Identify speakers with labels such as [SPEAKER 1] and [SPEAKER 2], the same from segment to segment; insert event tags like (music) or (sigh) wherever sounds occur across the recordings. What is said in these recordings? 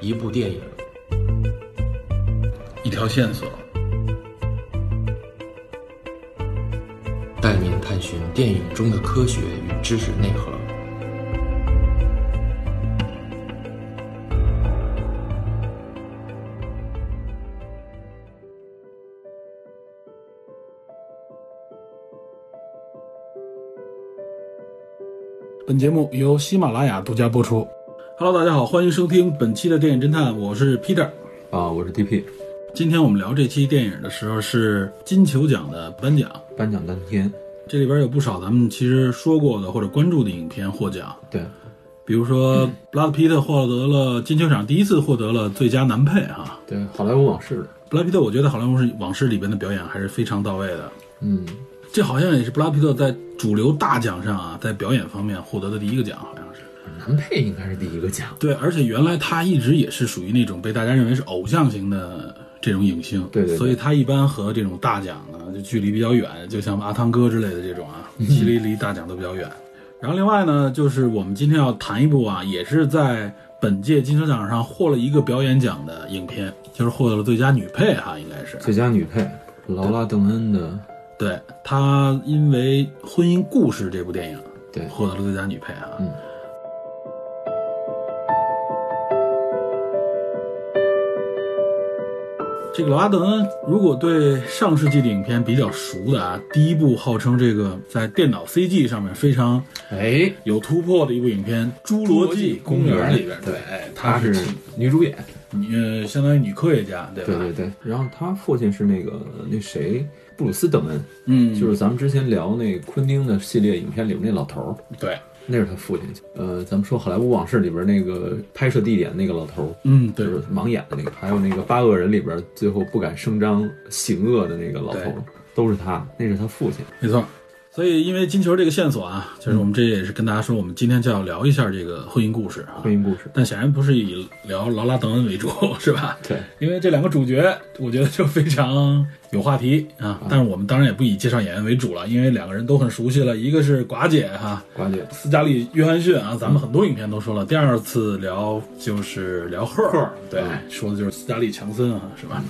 [SPEAKER 1] 一部电影，
[SPEAKER 2] 一条线索，
[SPEAKER 1] 带您探寻电影中的科学与知识内核。
[SPEAKER 3] 本节目由喜马拉雅独家播出。
[SPEAKER 2] Hello，大家好，欢迎收听本期的电影侦探，我是 Peter。
[SPEAKER 4] 啊，我是 DP。
[SPEAKER 2] 今天我们聊这期电影的时候是金球奖的颁奖，
[SPEAKER 4] 颁奖当天，
[SPEAKER 2] 这里边有不少咱们其实说过的或者关注的影片获奖，
[SPEAKER 4] 对，嗯
[SPEAKER 2] 比如说布拉德皮特获得了金球奖第一次获得了最佳男配哈。
[SPEAKER 4] 对，好莱坞往事的，
[SPEAKER 2] 布拉德皮特，我觉得好莱坞是往事里边的表演还是非常到位的，
[SPEAKER 4] 嗯，
[SPEAKER 2] 这好像也是布拉德皮特在主流大奖上啊，在表演方面获得的第一个奖，好像是。
[SPEAKER 4] 男配应该是第一个奖。
[SPEAKER 2] 对，而且原来他一直也是属于那种被大家认为是偶像型的这种影星，
[SPEAKER 4] 对对对
[SPEAKER 2] 所以他一般和这种大奖呢就距离比较远，就像阿汤哥之类的这种啊，
[SPEAKER 4] 嗯
[SPEAKER 2] 其实离大奖都比较远。然后另外呢，就是我们今天要谈一部啊，也是在本届金球奖上获了一个表演奖的影片，就是获得了最佳女配哈，应该是
[SPEAKER 4] 最佳女配，劳拉·邓恩的，
[SPEAKER 2] 对她因为《婚姻故事》这部电影
[SPEAKER 4] 对，
[SPEAKER 2] 获得了最佳女配啊。
[SPEAKER 4] 嗯
[SPEAKER 2] 这个劳拉·邓恩，如果对上世纪的影片比较熟的啊，第一部号称这个在电脑 CG 上面非常
[SPEAKER 4] 哎，
[SPEAKER 2] 有突破的一部影片《侏罗纪公园》里边，
[SPEAKER 4] 对
[SPEAKER 2] 哎，她
[SPEAKER 4] 她
[SPEAKER 2] 是
[SPEAKER 4] 是女主演，
[SPEAKER 2] 女呃相当于女科学家，对吧？
[SPEAKER 4] 对对对。然后她父亲是那个那谁，布鲁斯·邓恩，
[SPEAKER 2] 嗯，
[SPEAKER 4] 就是咱们之前聊那昆汀的系列影片里边那老头儿，
[SPEAKER 2] 对，
[SPEAKER 4] 那是他父亲。呃，咱们说《好莱坞往事》里边那个拍摄地点那个老头儿，
[SPEAKER 2] 嗯，
[SPEAKER 4] 就
[SPEAKER 2] 对，
[SPEAKER 4] 是盲眼的那个，还有那个《八恶人》里边最后不敢声张行恶的那个老头
[SPEAKER 2] 对
[SPEAKER 4] 儿，都是他，那是他父亲。
[SPEAKER 2] 没错。所以，因为金球这个线索啊，就是我们这也是跟大家说，我们今天就要聊一下这个婚姻故事啊。
[SPEAKER 4] 婚姻故事，
[SPEAKER 2] 但显然不是以聊劳拉·邓恩为主，是 (laughs) 吧？
[SPEAKER 4] 对，
[SPEAKER 2] 因为这两个主角，我觉得就非常有话题啊。但是我们当然也不以介绍演员为主了，因为两个人都很熟悉了。一个是寡姐哈、
[SPEAKER 4] 寡姐，
[SPEAKER 2] 斯嘉丽·约翰逊啊，咱们很多影片都说了。第二次聊就是聊嗯赫嗯尔，对，说的就是斯嘉丽·强森啊，是吧？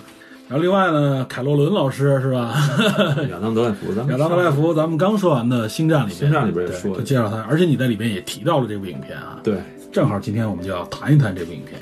[SPEAKER 2] 然后另外呢，凯洛伦老师是吧？
[SPEAKER 4] 嗯亚当·德莱福，咱们
[SPEAKER 2] 亚当·德莱福，咱们刚说完的《星战》里面，《
[SPEAKER 4] 星战里边也说了
[SPEAKER 2] 就介绍他，而且你在里边也提到了这部影片啊。，
[SPEAKER 4] 对，
[SPEAKER 2] 正好今天我们就要谈一谈这部影片。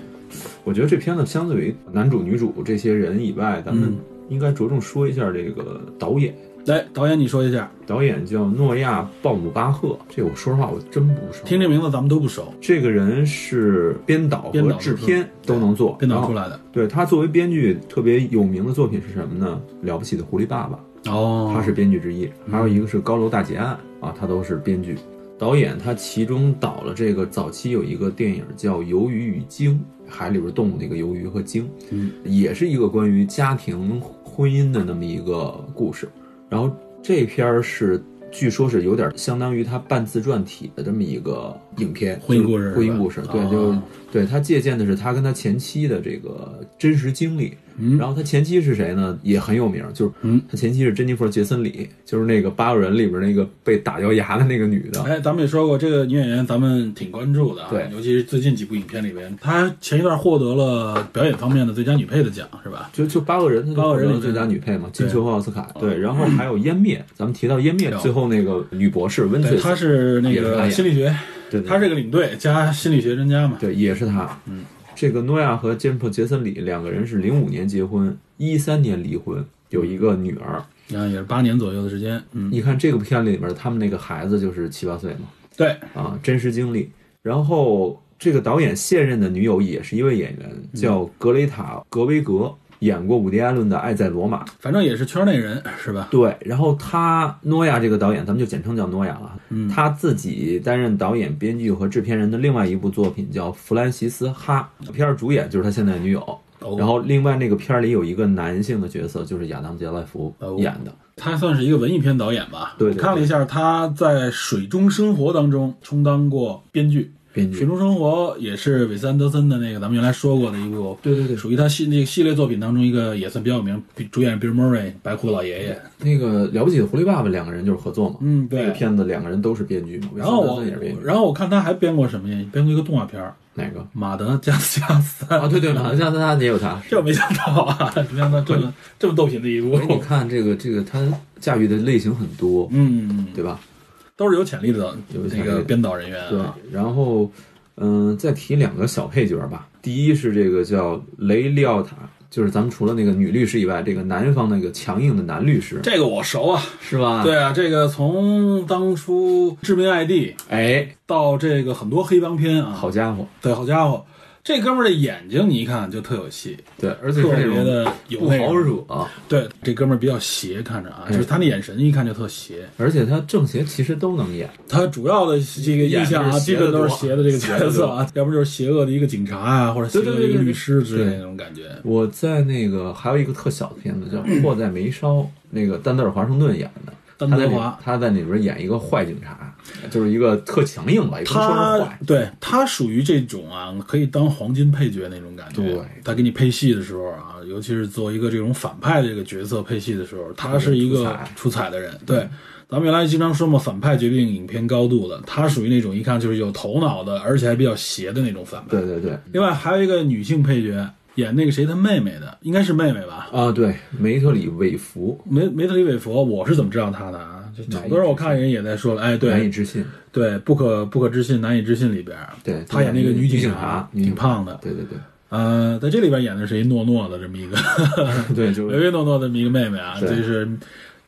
[SPEAKER 4] 我觉得这片子相对于男主、女主这些人以外，咱
[SPEAKER 2] 嗯
[SPEAKER 4] 们应该着重说一下这个导演。
[SPEAKER 2] 来，导演你说一下，
[SPEAKER 4] 导演叫诺亚·鲍姆巴赫，这我说实话我真不熟。
[SPEAKER 2] 听这名字咱们都不熟，
[SPEAKER 4] 这个人是编导
[SPEAKER 2] 编
[SPEAKER 4] 和
[SPEAKER 2] 导
[SPEAKER 4] 制片都能做，
[SPEAKER 2] 编导出
[SPEAKER 4] 然后。
[SPEAKER 2] 来的。
[SPEAKER 4] 对他作为编剧，特别有名的作品是什么呢？《了不起的狐狸爸爸》，
[SPEAKER 2] 哦，
[SPEAKER 4] 他是编剧之一，还有一个是《高楼大劫案》啊，他都是编剧。导演他其中导了这个早期有一个电影叫《鱿鱼与鲸》，海里边动物那个鱿鱼和鲸，
[SPEAKER 2] 嗯，
[SPEAKER 4] 也是一个关于家庭婚姻的那么一个故事。然后这片儿是据说是有点相当于他半自传体的这么一个影片，
[SPEAKER 2] 婚姻故事
[SPEAKER 4] 就是
[SPEAKER 2] 是吧
[SPEAKER 4] 婚姻故事，对，
[SPEAKER 2] 哦
[SPEAKER 4] 就是对他借鉴的是他跟他前妻的这个真实经历。
[SPEAKER 2] 嗯
[SPEAKER 4] 然后他前妻是谁呢？也很有名，就是
[SPEAKER 2] 嗯
[SPEAKER 4] 他前妻是珍妮弗·杰森里，就是那个《八个人》里边那个被打掉牙的那个女的。
[SPEAKER 2] 哎，咱们也说过这个女演员，咱们挺关注的啊，
[SPEAKER 4] 对
[SPEAKER 2] 尤其是最近几部影片里边，她前一段获得了表演方面的最佳女配的奖，是吧？
[SPEAKER 4] 就就八个人，她就
[SPEAKER 2] 八个人里
[SPEAKER 4] 获得了最佳女配嘛，金球和奥斯卡。
[SPEAKER 2] 对哦
[SPEAKER 4] 对，然后还有湮灭，咱们提到湮灭
[SPEAKER 2] 有
[SPEAKER 4] 最后那个女博士温
[SPEAKER 2] 对，
[SPEAKER 4] 翠丝，
[SPEAKER 2] 她是那
[SPEAKER 4] 也是她
[SPEAKER 2] 个
[SPEAKER 4] 演
[SPEAKER 2] 心理学，
[SPEAKER 4] 对，对
[SPEAKER 2] 她是个领队加心理学专家嘛。
[SPEAKER 4] 对，也是他。
[SPEAKER 2] 嗯，
[SPEAKER 4] 这个诺亚和詹姆·杰森里两个人是零五年结婚，一三年离婚，有一个女儿。
[SPEAKER 2] 然啊后也是八年左右的时间，嗯，
[SPEAKER 4] 你看这个片里边，他们那个孩子就是七八岁嘛，
[SPEAKER 2] 对，
[SPEAKER 4] 啊，真实经历。然后这个导演现任的女友也是一位演员，叫格雷塔·格威格，演过伍迪·艾伦的《爱在罗马》。
[SPEAKER 2] 反正也是圈内人，是吧？
[SPEAKER 4] 对，然后他诺亚这个导演，咱们就简称叫诺亚了。
[SPEAKER 2] 嗯
[SPEAKER 4] 他自己担任导演、编剧和制片人的另外一部作品叫《弗兰西斯·哈》，片儿主演就是他现在的女友。
[SPEAKER 2] 哦
[SPEAKER 4] 然后另外那个片儿里有一个男性的角色，就是亚当·杰莱福
[SPEAKER 2] 哦
[SPEAKER 4] 演的。
[SPEAKER 2] 她算是一个文艺片导演吧。
[SPEAKER 4] 对对
[SPEAKER 2] 我看了一下，她在《水中生活》当中充当过编剧，
[SPEAKER 4] 编
[SPEAKER 2] 水
[SPEAKER 4] 剧。
[SPEAKER 2] 中生活》也是韦斯安德森的那个咱们原来说过的一部，
[SPEAKER 4] 对对对，
[SPEAKER 2] 属于他系那个系列作品当中一个也算比较有名，主演 Bill Murray 白胡老爷爷。
[SPEAKER 4] 那个了不起的狐狸爸爸两个人就是合作嘛，
[SPEAKER 2] 嗯，
[SPEAKER 4] 那个
[SPEAKER 2] 对。
[SPEAKER 4] 片子两个人都是编剧嘛，
[SPEAKER 2] 然后
[SPEAKER 4] 韦斯安
[SPEAKER 2] 我
[SPEAKER 4] 德森也是编，剧，
[SPEAKER 2] 然后我看他还编过什么呀？编过一个动画片儿
[SPEAKER 4] 哪个？
[SPEAKER 2] 《马德加斯加斯》
[SPEAKER 4] 啊，对对，马德加斯加也有他。
[SPEAKER 2] 这我没想到啊， (laughs) 没想到这么这么逗品的一部
[SPEAKER 4] 所以。你看这个这个他驾驭的类型很多，
[SPEAKER 2] 嗯，
[SPEAKER 4] 对吧？
[SPEAKER 2] 都是有潜力的
[SPEAKER 4] 有潜
[SPEAKER 2] 那
[SPEAKER 4] 力
[SPEAKER 2] 个编导人员
[SPEAKER 4] 对
[SPEAKER 2] 啊。，
[SPEAKER 4] 然后嗯、再提两个小配角吧。第一是这个叫雷利奥塔，就是咱们除了那个女律师以外，这个南方那个强硬的男律师，
[SPEAKER 2] 这个我熟啊，
[SPEAKER 4] 是吧？，
[SPEAKER 2] 对啊，这个从当初《致命 ID》
[SPEAKER 4] 哎，
[SPEAKER 2] 到这个很多黑帮片啊，
[SPEAKER 4] 好家伙，
[SPEAKER 2] 对，好家伙，这哥们儿的眼睛你一看就特有戏，
[SPEAKER 4] 对，而且
[SPEAKER 2] 特
[SPEAKER 4] 是那
[SPEAKER 2] 别
[SPEAKER 4] 种
[SPEAKER 2] 的有
[SPEAKER 4] 不
[SPEAKER 2] 那
[SPEAKER 4] 好
[SPEAKER 2] 种。
[SPEAKER 4] 惹、啊
[SPEAKER 2] 对，这哥们儿比较邪，看着啊，
[SPEAKER 4] 哎
[SPEAKER 2] 就是他那眼神一看就特邪。
[SPEAKER 4] 而且他正邪其实都能演，
[SPEAKER 2] 他主要的这个印象
[SPEAKER 4] 演的
[SPEAKER 2] 啊，基
[SPEAKER 4] 是邪的
[SPEAKER 2] 本
[SPEAKER 4] 多
[SPEAKER 2] 都是邪的这个角
[SPEAKER 4] (laughs)
[SPEAKER 2] 色啊，要不就是邪恶的一个警察啊，或者邪恶的一个律师之类的那种感觉。
[SPEAKER 4] 我在那个还有一个特小的片子叫《迫在眉梢》，那个丹德尔·华盛顿演的。
[SPEAKER 2] 丹
[SPEAKER 4] 他
[SPEAKER 2] 德
[SPEAKER 4] 在
[SPEAKER 2] 尔
[SPEAKER 4] 里
[SPEAKER 2] 华
[SPEAKER 4] 他在里边演一个坏警察，就是一个特强硬吧，也不能说是
[SPEAKER 2] 他
[SPEAKER 4] 坏。
[SPEAKER 2] 对他属于这种啊，可以当黄金配角那种感觉。
[SPEAKER 4] 对
[SPEAKER 2] 他给你配戏的时候啊，尤其是做一个这种反派的这个角色配戏的时候，他是一
[SPEAKER 4] 出
[SPEAKER 2] 个
[SPEAKER 4] 彩嗯
[SPEAKER 2] 出彩的人。对，咱们原来经常说嘛，反派决定影片高度的，他属于那种一看就是有头脑的，而且还比较邪的那种反派。
[SPEAKER 4] 对对对，啊、
[SPEAKER 2] 另外还有一个女性配角，演那个谁他妹妹的，应该是妹妹吧？
[SPEAKER 4] 啊对，梅特里·韦弗
[SPEAKER 2] 梅梅特里韦佛，我是怎么知道她的啊？就很多人我看人也在说了，哎，对，
[SPEAKER 4] 难以置信。
[SPEAKER 2] 对，不可不可置信、难以置信里边，
[SPEAKER 4] 对
[SPEAKER 2] 他演那个
[SPEAKER 4] 女
[SPEAKER 2] 女
[SPEAKER 4] 警
[SPEAKER 2] 察
[SPEAKER 4] 察，嗯
[SPEAKER 2] 挺胖的。
[SPEAKER 4] 对
[SPEAKER 2] (laughs)
[SPEAKER 4] 对对
[SPEAKER 2] 呃，在这里边演的是一诺诺的这么一个 (laughs)
[SPEAKER 4] 对，就
[SPEAKER 2] 唯
[SPEAKER 4] 是
[SPEAKER 2] 唯诺诺的这么一个妹妹啊，
[SPEAKER 4] 对
[SPEAKER 2] 就是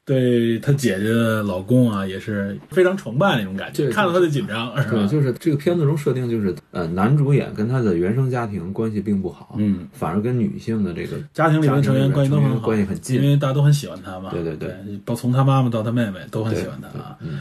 [SPEAKER 2] 对她姐姐的老公啊，也是非常崇拜那种感觉，
[SPEAKER 4] 对
[SPEAKER 2] 看到她就紧张，是
[SPEAKER 4] 对，
[SPEAKER 2] 吧？
[SPEAKER 4] 就是这个片子中设定就是，呃，男主演跟他的原生家庭关系并不好，
[SPEAKER 2] (laughs) 嗯，
[SPEAKER 4] 反而跟女性的这个
[SPEAKER 2] 家庭里面成员关系都很好，
[SPEAKER 4] 关系很
[SPEAKER 2] 因
[SPEAKER 4] 近。
[SPEAKER 2] 为大家都很喜欢她嘛。
[SPEAKER 4] 对对对
[SPEAKER 2] 对，包从她妈妈到她妹妹都很
[SPEAKER 4] 对
[SPEAKER 2] 喜欢她啊。
[SPEAKER 4] 对嗯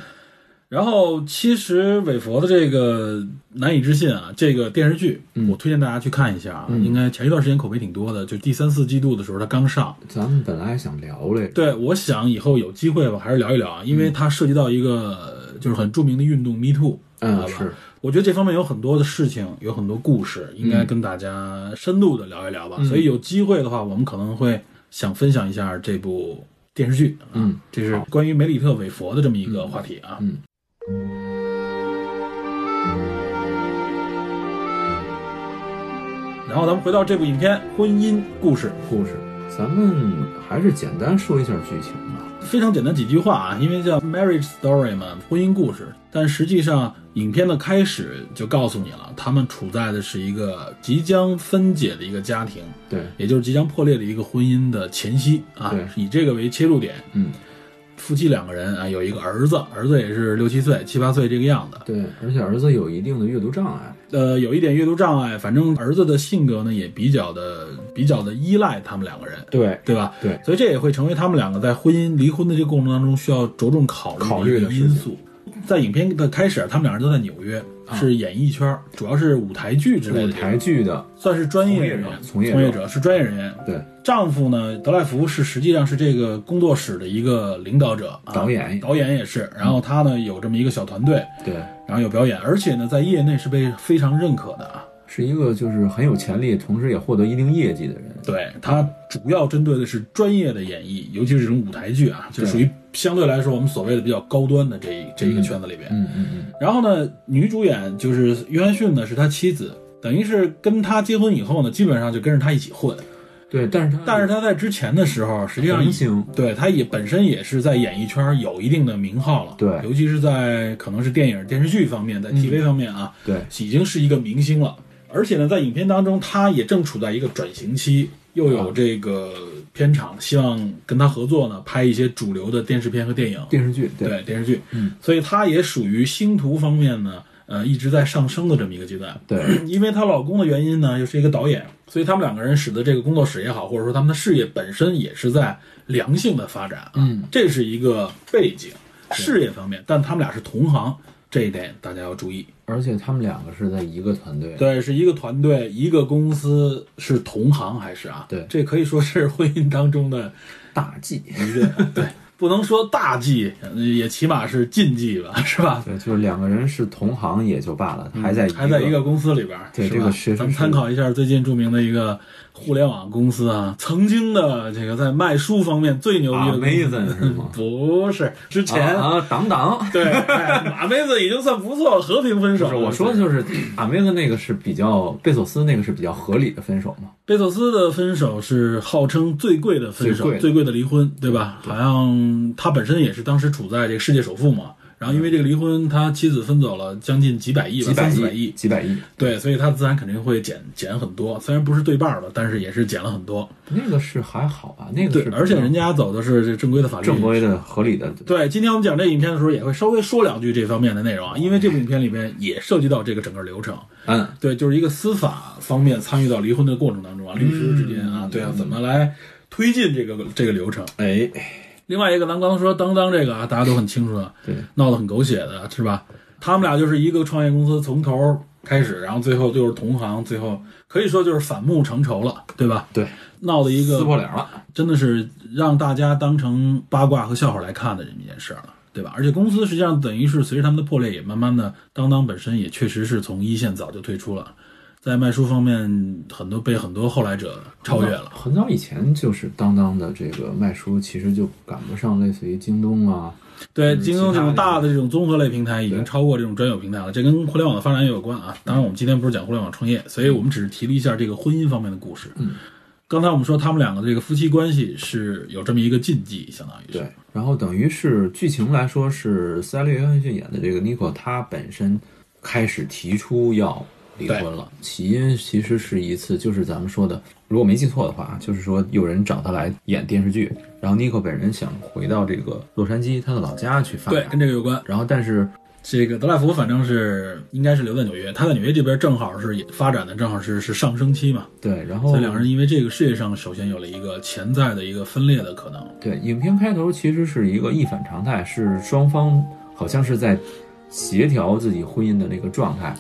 [SPEAKER 2] 然后，其实韦佛的这个难以置信啊，这个电视剧，
[SPEAKER 4] 嗯
[SPEAKER 2] 我推荐大家去看一下啊。应该前一段时间口碑挺多的，就第三四季度的时候它刚上。
[SPEAKER 4] 咱们本来还想聊来着，
[SPEAKER 2] 对，我想以后有机会吧，还是聊一聊啊，
[SPEAKER 4] 嗯
[SPEAKER 2] 因为它涉及到一个呃就是很著名的运动 Me Too，好吧
[SPEAKER 4] 嗯，是，
[SPEAKER 2] 我觉得这方面有很多的事情，有很多故事，应该跟大家深度的聊一聊
[SPEAKER 4] 嗯
[SPEAKER 2] 吧。所以有机会的话，我们可能会想分享一下这部电视剧。啊
[SPEAKER 4] 嗯，
[SPEAKER 2] 这是关于梅里特·韦佛的这么一个话题啊。
[SPEAKER 4] 嗯
[SPEAKER 2] 然后咱们回到这部影片《婚姻故事
[SPEAKER 4] 故事，咱们还是简单说一下剧情吧。》，
[SPEAKER 2] 非常简单几句话啊，因为叫 marriage story 嘛，婚姻故事。但实际上，影片的开始就告诉你了，他们处在的是一个即将分解的一个家庭，
[SPEAKER 4] 对，
[SPEAKER 2] 也就是即将破裂的一个婚姻的前夕啊
[SPEAKER 4] 对，
[SPEAKER 2] 以这个为切入点，
[SPEAKER 4] 嗯，
[SPEAKER 2] 夫妻两个人啊，有一个儿子，儿子也是六七岁、七八岁这个样子，
[SPEAKER 4] 对，而且儿子有一定的阅读障碍，
[SPEAKER 2] 呃，有一点阅读障碍，反正儿子的性格呢也比较的比较的依赖他们两个人，
[SPEAKER 4] 对，
[SPEAKER 2] 对吧？
[SPEAKER 4] 对
[SPEAKER 2] 所以这也会成为他们两个在婚姻离婚的这个过程当中需要着重考虑
[SPEAKER 4] 考虑
[SPEAKER 2] 一
[SPEAKER 4] 的
[SPEAKER 2] 个
[SPEAKER 4] 事情
[SPEAKER 2] 因素。在影片的开始，他们两人都在纽约，是演艺圈，主要是舞台剧之类
[SPEAKER 4] 啊舞
[SPEAKER 2] 的，
[SPEAKER 4] 台剧的，
[SPEAKER 2] 算是专业
[SPEAKER 4] 从业
[SPEAKER 2] 人
[SPEAKER 4] 者
[SPEAKER 2] 员，
[SPEAKER 4] 从业
[SPEAKER 2] 从业
[SPEAKER 4] 者
[SPEAKER 2] 者是专业人员。
[SPEAKER 4] 对，
[SPEAKER 2] 丈夫呢，德莱福是实际上是这个工作室的一个领导者，啊
[SPEAKER 4] 导演
[SPEAKER 2] 导演也是。然后他呢有这么一个小团队，
[SPEAKER 4] 对，
[SPEAKER 2] 然后有表演，而且呢在业内是被非常认可的啊。
[SPEAKER 4] 是一个就是很有潜力，同时也获得一定业绩的人。
[SPEAKER 2] 对，它主要针对的是专业的演绎，尤其是这种舞台剧啊，就属于相对来说我们所谓的比较高端的这一这一个圈子里边。
[SPEAKER 4] 嗯嗯嗯，
[SPEAKER 2] 然后呢，女主演就是约翰逊呢，是他妻子，等于是跟他结婚以后呢，基本上就跟着他一起混。
[SPEAKER 4] 对，但是他
[SPEAKER 2] 但是他在之前的时候，啊实际上
[SPEAKER 4] 明星
[SPEAKER 2] 对他也本身也是在演艺圈有一定的名号了，
[SPEAKER 4] 对嗯
[SPEAKER 2] 尤其是在可能是电影、电视剧方面，在 TV 方面啊，
[SPEAKER 4] 对
[SPEAKER 2] 已经是一个明星了。而且呢，在影片当中，他也正处在一个转型期，又
[SPEAKER 4] 啊
[SPEAKER 2] 有这个片场希望跟他合作呢，拍一些主流的电视片和电影，
[SPEAKER 4] 电视剧
[SPEAKER 2] 对
[SPEAKER 4] 对
[SPEAKER 2] 电视剧，
[SPEAKER 4] 嗯，
[SPEAKER 2] 所以他也属于星途方面呢，呃，一直在上升的这么一个阶段。
[SPEAKER 4] 对
[SPEAKER 2] 因为她老公的原因呢，又是一个导演，所以他们两个人使得这个工作室也好，或者说他们的事业本身也是在良性的发展啊。
[SPEAKER 4] 嗯，
[SPEAKER 2] 这是一个背景，事业方面，但他们俩是同行，这一点大家要注意。
[SPEAKER 4] 而且他们两个是在一个团队。
[SPEAKER 2] 对，是一个团队，一个公司，是同行还是啊？
[SPEAKER 4] 对
[SPEAKER 2] 这可以说是婚姻当中的
[SPEAKER 4] 大忌，
[SPEAKER 2] 一个 (laughs) 对不能说大忌，也起码是禁忌吧，是吧？
[SPEAKER 4] 对，就是两个人是同行也就罢了，还在
[SPEAKER 2] 嗯还在一个公司里边，
[SPEAKER 4] 对
[SPEAKER 2] 是
[SPEAKER 4] 这
[SPEAKER 2] 吧
[SPEAKER 4] 个学生
[SPEAKER 2] 咱们
[SPEAKER 4] 是
[SPEAKER 2] 参考一下最近著名的一个互联网公司啊，曾经的这个在卖书方面最牛逼的公司？
[SPEAKER 4] Amazon 是吗
[SPEAKER 2] 不是之前。
[SPEAKER 4] (laughs) 啊，啊党党。
[SPEAKER 2] (laughs) 对，哎马妹子已经算不错了，和平分
[SPEAKER 4] 就
[SPEAKER 2] 手
[SPEAKER 4] 是
[SPEAKER 2] 了。
[SPEAKER 4] 我说的就是阿妹子那个是比较贝索斯那个是比较合理的分手嘛，
[SPEAKER 2] 贝索斯的分手是号称最贵的分手，
[SPEAKER 4] 最
[SPEAKER 2] 最
[SPEAKER 4] 贵的
[SPEAKER 2] 的离婚，对吧？好像他本身也是当时处在这个世界首富嘛，然后因为这个离婚，他妻子分走了将近几百亿吧，
[SPEAKER 4] 几百
[SPEAKER 2] 三四百
[SPEAKER 4] 亿，几百亿。
[SPEAKER 2] 对，所以他自然肯定会减减很多，虽然不是对半儿吧，但是也是减了很多。
[SPEAKER 4] 那个是还好吧，那个
[SPEAKER 2] 对
[SPEAKER 4] 是，
[SPEAKER 2] 而且人家走的是这正规的法律
[SPEAKER 4] 啊正规的合理的，
[SPEAKER 2] 对，今天我们讲这影片的时候，也会稍微说两句这方面的内容啊，因为这部影片里边也涉及到这个整个流程。
[SPEAKER 4] 嗯，
[SPEAKER 2] 对，就是一个司法方面参与到离婚的过程当中啊，律师之间
[SPEAKER 4] 嗯
[SPEAKER 2] 啊，对啊，怎么来推进这个这个流程？
[SPEAKER 4] 哎，
[SPEAKER 2] 另外一个，咱们刚才说当当这个啊，大家都很清楚啊，
[SPEAKER 4] 对，
[SPEAKER 2] 闹得很狗血的是吧？他们俩就是一个创业公司从头开始，然后最后就是同行，最后可以说就是反目成仇了，对吧？
[SPEAKER 4] 对，
[SPEAKER 2] 闹的一
[SPEAKER 4] 撕
[SPEAKER 2] 个
[SPEAKER 4] 破脸了，
[SPEAKER 2] 真的是让大家当成八卦和笑话来看的这么一件事儿了，对吧？而且公司实际上等于是随着他们的破裂，也慢慢的，当当本身也确实是从一线早就退出了，在卖书方面，很多被很多后来者超越了。
[SPEAKER 4] 很早以前就是当当的这个卖书，其实就赶不上类似于京东啊，
[SPEAKER 2] 对，
[SPEAKER 4] 嗯
[SPEAKER 2] 京东这种大的这种综合类平台已经
[SPEAKER 4] 对
[SPEAKER 2] 超过这种专有平台了，这跟互联网的发展也有关啊。当然，我们今天不是讲互联网创业，所以我们只是提了一下这个婚姻方面的故事。
[SPEAKER 4] 嗯，
[SPEAKER 2] 刚才我们说他们两个这个夫妻关系是有这么一个禁忌，相当于是
[SPEAKER 4] 对，然后等于是剧情来说是塞利·约翰逊演的这个妮可，她本身开始提出要离婚了，起因其实是一次就是咱们说的，如果没记错的话啊，就是说有人找她来演电视剧，然后妮可本人想回到这个洛杉矶她的老家去发
[SPEAKER 2] 对，
[SPEAKER 4] 展，
[SPEAKER 2] 跟这个有关。
[SPEAKER 4] 然后但是
[SPEAKER 2] 这个德莱福反正是应该是留在纽约，他在纽约这边正好是也发展的正好是是上升期嘛，
[SPEAKER 4] 对，然后
[SPEAKER 2] 所以两人因为这个事业上首先有了一个潜在的一个分裂的可能。
[SPEAKER 4] 对，影片开头其实是一个一反常态，是双方好像是在协调自己婚姻的那个状态，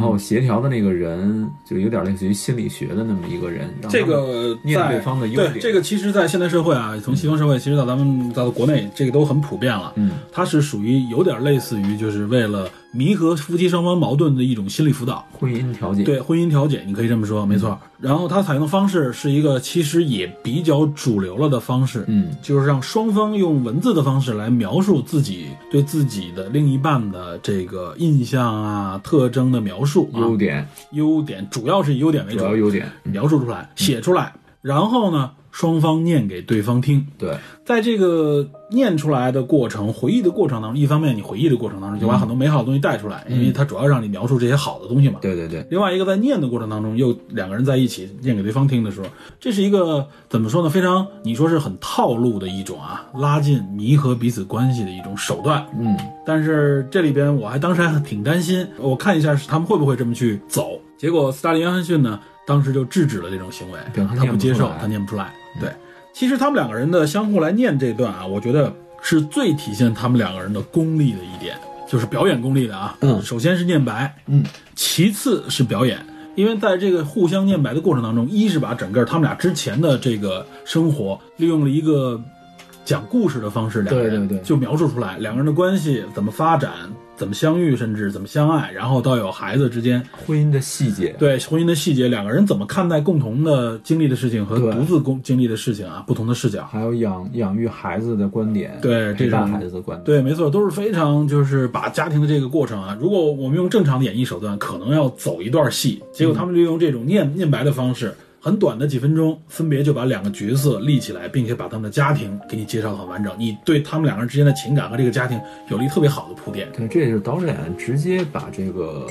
[SPEAKER 2] 嗯
[SPEAKER 4] 后协调的那个人就有点类似于心理学的那么一个人，让
[SPEAKER 2] 这
[SPEAKER 4] 他们
[SPEAKER 2] 个
[SPEAKER 4] 面
[SPEAKER 2] 在
[SPEAKER 4] 对方的优
[SPEAKER 2] 对
[SPEAKER 4] 点
[SPEAKER 2] 这个其实，在现代社会啊，从西方社会其实到咱们到国内，这个都很普遍了。
[SPEAKER 4] 嗯，
[SPEAKER 2] 它是属于有点类似于就是为了弥合夫妻双方矛盾的一种心理辅导。
[SPEAKER 4] 婚姻调解，
[SPEAKER 2] 对婚姻调解，你可以这么说，没
[SPEAKER 4] 嗯
[SPEAKER 2] 错。然后它采用的方式是一个其实也比较主流了的方式，
[SPEAKER 4] 嗯，
[SPEAKER 2] 就是让双方用文字的方式来描述自己对自己的另一半的这个印象啊、特征的描述啊、
[SPEAKER 4] 优点
[SPEAKER 2] 优点，主要是以优点为
[SPEAKER 4] 主
[SPEAKER 2] 主，
[SPEAKER 4] 要优点，
[SPEAKER 2] 描述出来、写出来，然后呢，双方念给对方听。
[SPEAKER 4] 对
[SPEAKER 2] 在这个念出来的过程、回忆的过程当中，一方面你回忆的过程当中就
[SPEAKER 4] 嗯
[SPEAKER 2] 把很多美好的东西带出来，因为它主要让你描述这些好的东西嘛。
[SPEAKER 4] 对对对，
[SPEAKER 2] 另外一个在念的过程当中，又两个人在一起念给对方听的时候，这是一个怎么说呢？非常你说是很套路的一种啊，拉近弥合彼此关系的一种手段。
[SPEAKER 4] 嗯，
[SPEAKER 2] 但是这里边我还当时还挺担心，我看一下是他们会不会这么去走。结果斯大林约翰逊呢，当时就制止了这种行为，
[SPEAKER 4] 对他
[SPEAKER 2] 他
[SPEAKER 4] 念
[SPEAKER 2] 不
[SPEAKER 4] 不
[SPEAKER 2] 接
[SPEAKER 4] 出
[SPEAKER 2] 受
[SPEAKER 4] 来，
[SPEAKER 2] 他念不出来。对，其实他们两个人的相互来念这段啊，我觉得是最体现他们两个人的功力的一点，就是表演功力的啊。
[SPEAKER 4] 嗯
[SPEAKER 2] 首先是念白，
[SPEAKER 4] 嗯，
[SPEAKER 2] 其次是表演。因为在这个互相念白的过程当中，一是把整个他们俩之前的这个生活利用了一个讲故事的方式，两个人
[SPEAKER 4] 对对对
[SPEAKER 2] 就描述出来两个人的关系怎么发展，怎么相遇，甚至怎么相爱，然后到有孩子之间，
[SPEAKER 4] 婚姻的细节，
[SPEAKER 2] 对婚姻的细节，两个人怎么看待共同的经历的事情和
[SPEAKER 4] 对
[SPEAKER 2] 独自共经历的事情啊，不同的视角。
[SPEAKER 4] 还有养养育孩子的观点，
[SPEAKER 2] 对这
[SPEAKER 4] 陪伴
[SPEAKER 2] 种
[SPEAKER 4] 孩子的观点，
[SPEAKER 2] 对，没错，都是非常就是把家庭的这个过程啊，如果我们用正常的演绎手段，可能要走一段戏，结果他们就用这种念念白的方式，很短的几分钟，分别就把两个角色立起来，并且把他们的家庭给你介绍的很完整，你对他们两个人之间的情感和这个家庭有了一特别好的铺垫。
[SPEAKER 4] 对，这也是导演直接把这个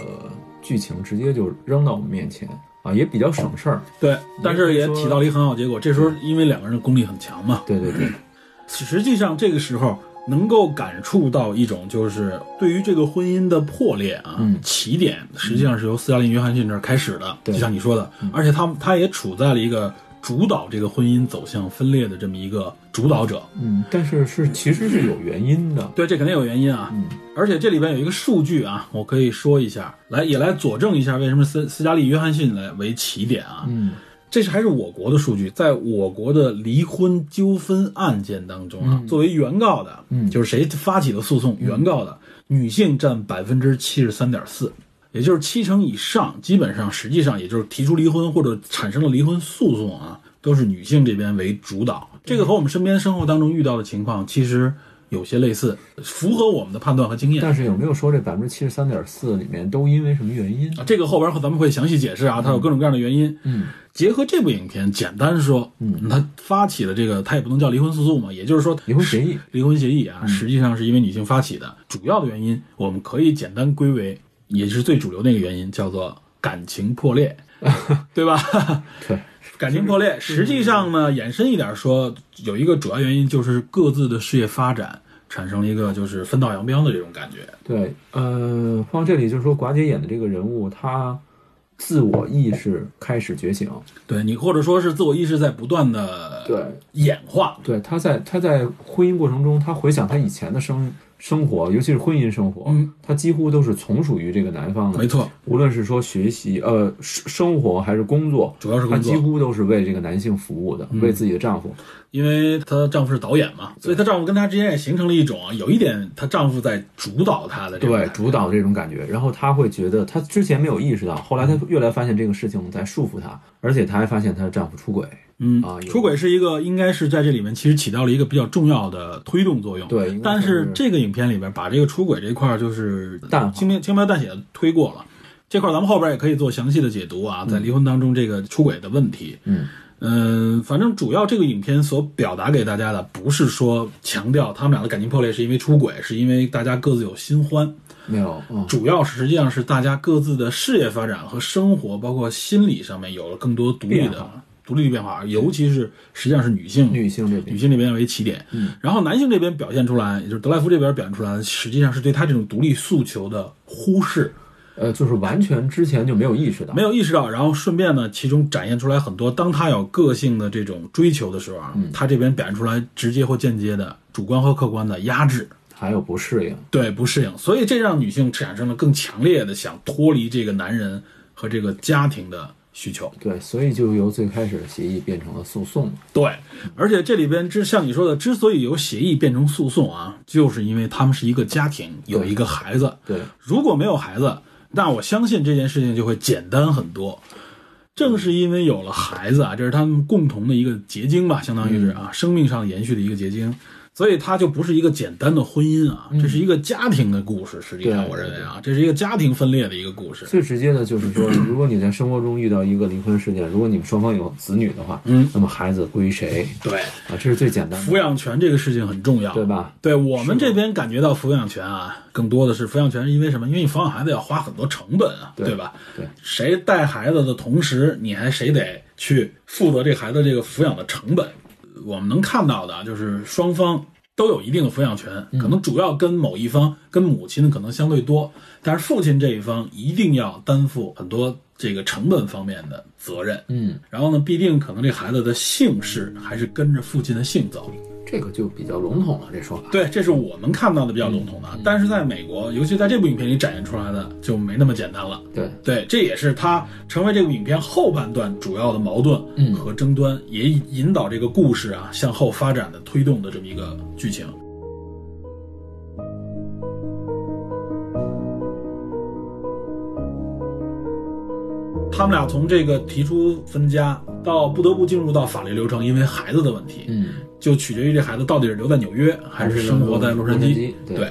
[SPEAKER 4] 剧情直接就扔到我们面前啊，也比较省事儿。
[SPEAKER 2] 对，但是也
[SPEAKER 4] 也可以说
[SPEAKER 2] 起到了一个很好的结果。这时候因为两个人的功力很强嘛，
[SPEAKER 4] 对对对，
[SPEAKER 2] 实际上这个时候能够感触到一种就是对于这个婚姻的破裂啊，
[SPEAKER 4] 嗯
[SPEAKER 2] 起点实际上是由斯嘉丽·约翰逊这儿开始的，
[SPEAKER 4] 对嗯
[SPEAKER 2] 就像你说的，而且他他也处在了一个主导这个婚姻走向分裂的这么一个主导者。
[SPEAKER 4] 嗯，但是是其实是有原因的。
[SPEAKER 2] 对，这肯定有原因啊。
[SPEAKER 4] 嗯
[SPEAKER 2] 而且这里边有一个数据啊，我可以说一下，来也来佐证一下为什么斯斯嘉丽·约翰逊来为起点啊。
[SPEAKER 4] 嗯，
[SPEAKER 2] 这是还是我国的数据，在我国的离婚纠纷案件当中啊，作为原告的，嗯，就是谁发起的诉讼，原告的女性占百分之七十三点四，也就是七成以上，基本上实际上也就是提出离婚或者产生了离婚诉讼啊，都是女性这边为主导。这个和我们身边生活当中遇到的情况其实有些类似，符合我们的判断和经验。
[SPEAKER 4] 但是有没有说这百分之七十三点四里面都因为什么原因？
[SPEAKER 2] 啊，这个后边咱们会详细解释啊，它有各种各样的原因。
[SPEAKER 4] 嗯，
[SPEAKER 2] 结合这部影片，简单说，嗯，它发起的这个，它也不能叫离婚诉讼嘛，也就是说
[SPEAKER 4] 离婚协议嗯
[SPEAKER 2] 是离婚协议啊，实际上是因为女性发起的，主要的原因我们可以简单归为，也是最主流那个原因，叫做感情破
[SPEAKER 4] (laughs)
[SPEAKER 2] 裂，对吧？
[SPEAKER 4] 对，
[SPEAKER 2] 感情破裂，实际上呢，
[SPEAKER 4] 嗯
[SPEAKER 2] 延伸一点说，有一个主要原因就是各自的事业发展产生了一个就是分道扬镳的这种感觉。
[SPEAKER 4] 对，呃，放到这里就是说，寡姐演的这个人物，她自我意识开始觉醒，
[SPEAKER 2] 对你，或者说是自我意识在不断的
[SPEAKER 4] 对
[SPEAKER 2] 演化，
[SPEAKER 4] 对，她在她在婚姻过程中，她回想她以前的生生活，尤其是婚姻生活，
[SPEAKER 2] 嗯，
[SPEAKER 4] 她几乎都是从属于这个男方的，
[SPEAKER 2] 没错，
[SPEAKER 4] 无论是说学习、呃生生活还是工作，
[SPEAKER 2] 主要是
[SPEAKER 4] 她
[SPEAKER 2] 工
[SPEAKER 4] 几
[SPEAKER 2] 作，嗯
[SPEAKER 4] 乎都是为这个男性服务的，为自己的丈夫。
[SPEAKER 2] 因为她丈夫是导演嘛，所以她丈夫跟她之间也形成了一种，有一点她丈夫在主导她的这种
[SPEAKER 4] 对
[SPEAKER 2] 感，觉
[SPEAKER 4] 主导这种感觉，然后她会觉得她之前没有意识到，后来
[SPEAKER 2] 嗯
[SPEAKER 4] 她越来发现这个事情在束缚她，而且她还发现她的丈夫出轨，
[SPEAKER 2] 嗯
[SPEAKER 4] 啊有
[SPEAKER 2] 出轨是一个应该是在这里面其实起到了一个比较重要的推动作用，
[SPEAKER 4] 对应该
[SPEAKER 2] 但
[SPEAKER 4] 算是
[SPEAKER 2] 这个影片里边把这个出轨这一块儿就是
[SPEAKER 4] 淡化
[SPEAKER 2] 轻描轻描淡写的推过了，这块儿咱们后边也可以做详细的解读啊，在离婚当中这个出轨的问题，
[SPEAKER 4] 嗯，
[SPEAKER 2] 嗯，反正主要这个影片所表达给大家的，不是说强调他们俩的感情破裂是因为出轨，是因为大家各自有新欢，
[SPEAKER 4] 没有，嗯，
[SPEAKER 2] 主要实际上是大家各自的事业发展和生活，包括心理上面有了更多独立
[SPEAKER 4] 变
[SPEAKER 2] 的
[SPEAKER 4] 化
[SPEAKER 2] 独立的变化，尤其是实际上是女性
[SPEAKER 4] 女性这边
[SPEAKER 2] 女性这边为起点，
[SPEAKER 4] 嗯
[SPEAKER 2] 然后男性这边表现出来，也就是德莱夫这边表现出来，实际上是对他这种独立诉求的忽视，
[SPEAKER 4] 呃，就是完全之前就没有意识到，
[SPEAKER 2] 没有意识到，然后顺便呢，其中展现出来很多。当他有个性的这种追求的时候啊，
[SPEAKER 4] 嗯
[SPEAKER 2] 他这边表现出来直接或间接的主观和客观的压制，
[SPEAKER 4] 还有不适应，
[SPEAKER 2] 对不适应，所以这让女性产生了更强烈的想脱离这个男人和这个家庭的需求。
[SPEAKER 4] 对，所以就由最开始的协议变成了诉讼，
[SPEAKER 2] 对，而且这里边之像你说的，之所以由协议变成诉讼啊，就是因为他们是一个家庭，有一个孩子。
[SPEAKER 4] 对，
[SPEAKER 2] 如果没有孩子，那我相信这件事情就会简单很多。正是因为有了孩子啊，这是他们共同的一个结晶吧，相当于是啊，
[SPEAKER 4] 嗯
[SPEAKER 2] 生命上延续的一个结晶，所以它就不是一个简单的婚姻啊，这是一个家庭的故事。实际上，
[SPEAKER 4] 嗯对
[SPEAKER 2] 我认为啊，这是一个家庭分裂的一个故事。
[SPEAKER 4] 最直接的就是
[SPEAKER 2] (clears throat)
[SPEAKER 4] 说，如果你在生活中遇到一个离婚事件，如果你们双方有子女的话，
[SPEAKER 2] 嗯，
[SPEAKER 4] 那么孩子归谁
[SPEAKER 2] 对，
[SPEAKER 4] 啊？这是最简单
[SPEAKER 2] 抚
[SPEAKER 4] 的，
[SPEAKER 2] 养权这个事情很重要，啊
[SPEAKER 4] 对吧？
[SPEAKER 2] 对我们这边感觉到抚养权啊，更多的是抚养权，因为什么？因为你抚养孩子要花很多成本啊，
[SPEAKER 4] 对
[SPEAKER 2] 吧？
[SPEAKER 4] 对，
[SPEAKER 2] 谁带孩子的同时，你还谁得去负责这孩子这个抚养的成本？我们能看到的啊就是双方都有一定的抚养权，可能主要跟某一方，跟母亲可能相对多，但是父亲这一方一定要担负很多这个成本方面的责任。
[SPEAKER 4] 嗯，
[SPEAKER 2] 然后呢，必定可能这孩子的姓氏还是跟着父亲的姓走。
[SPEAKER 4] 这个就比较笼统了，这说法。
[SPEAKER 2] 对，这是我们看到的比较笼统的，但是在美国，尤其在这部影片里展现出来的就没那么简单了。
[SPEAKER 4] 对，
[SPEAKER 2] 对，这也是他成为这部影片后半段主要的矛盾和争端，也引导这个故事啊向后发展的推动的这么一个剧情。他们俩从这个提出分家到不得不进入到法律流程，因为孩子的问题，
[SPEAKER 4] 嗯，
[SPEAKER 2] 就取决于这孩子到底是留在纽约还是生活在洛杉
[SPEAKER 4] 还是
[SPEAKER 2] 矶
[SPEAKER 4] 生活在洛杉矶。对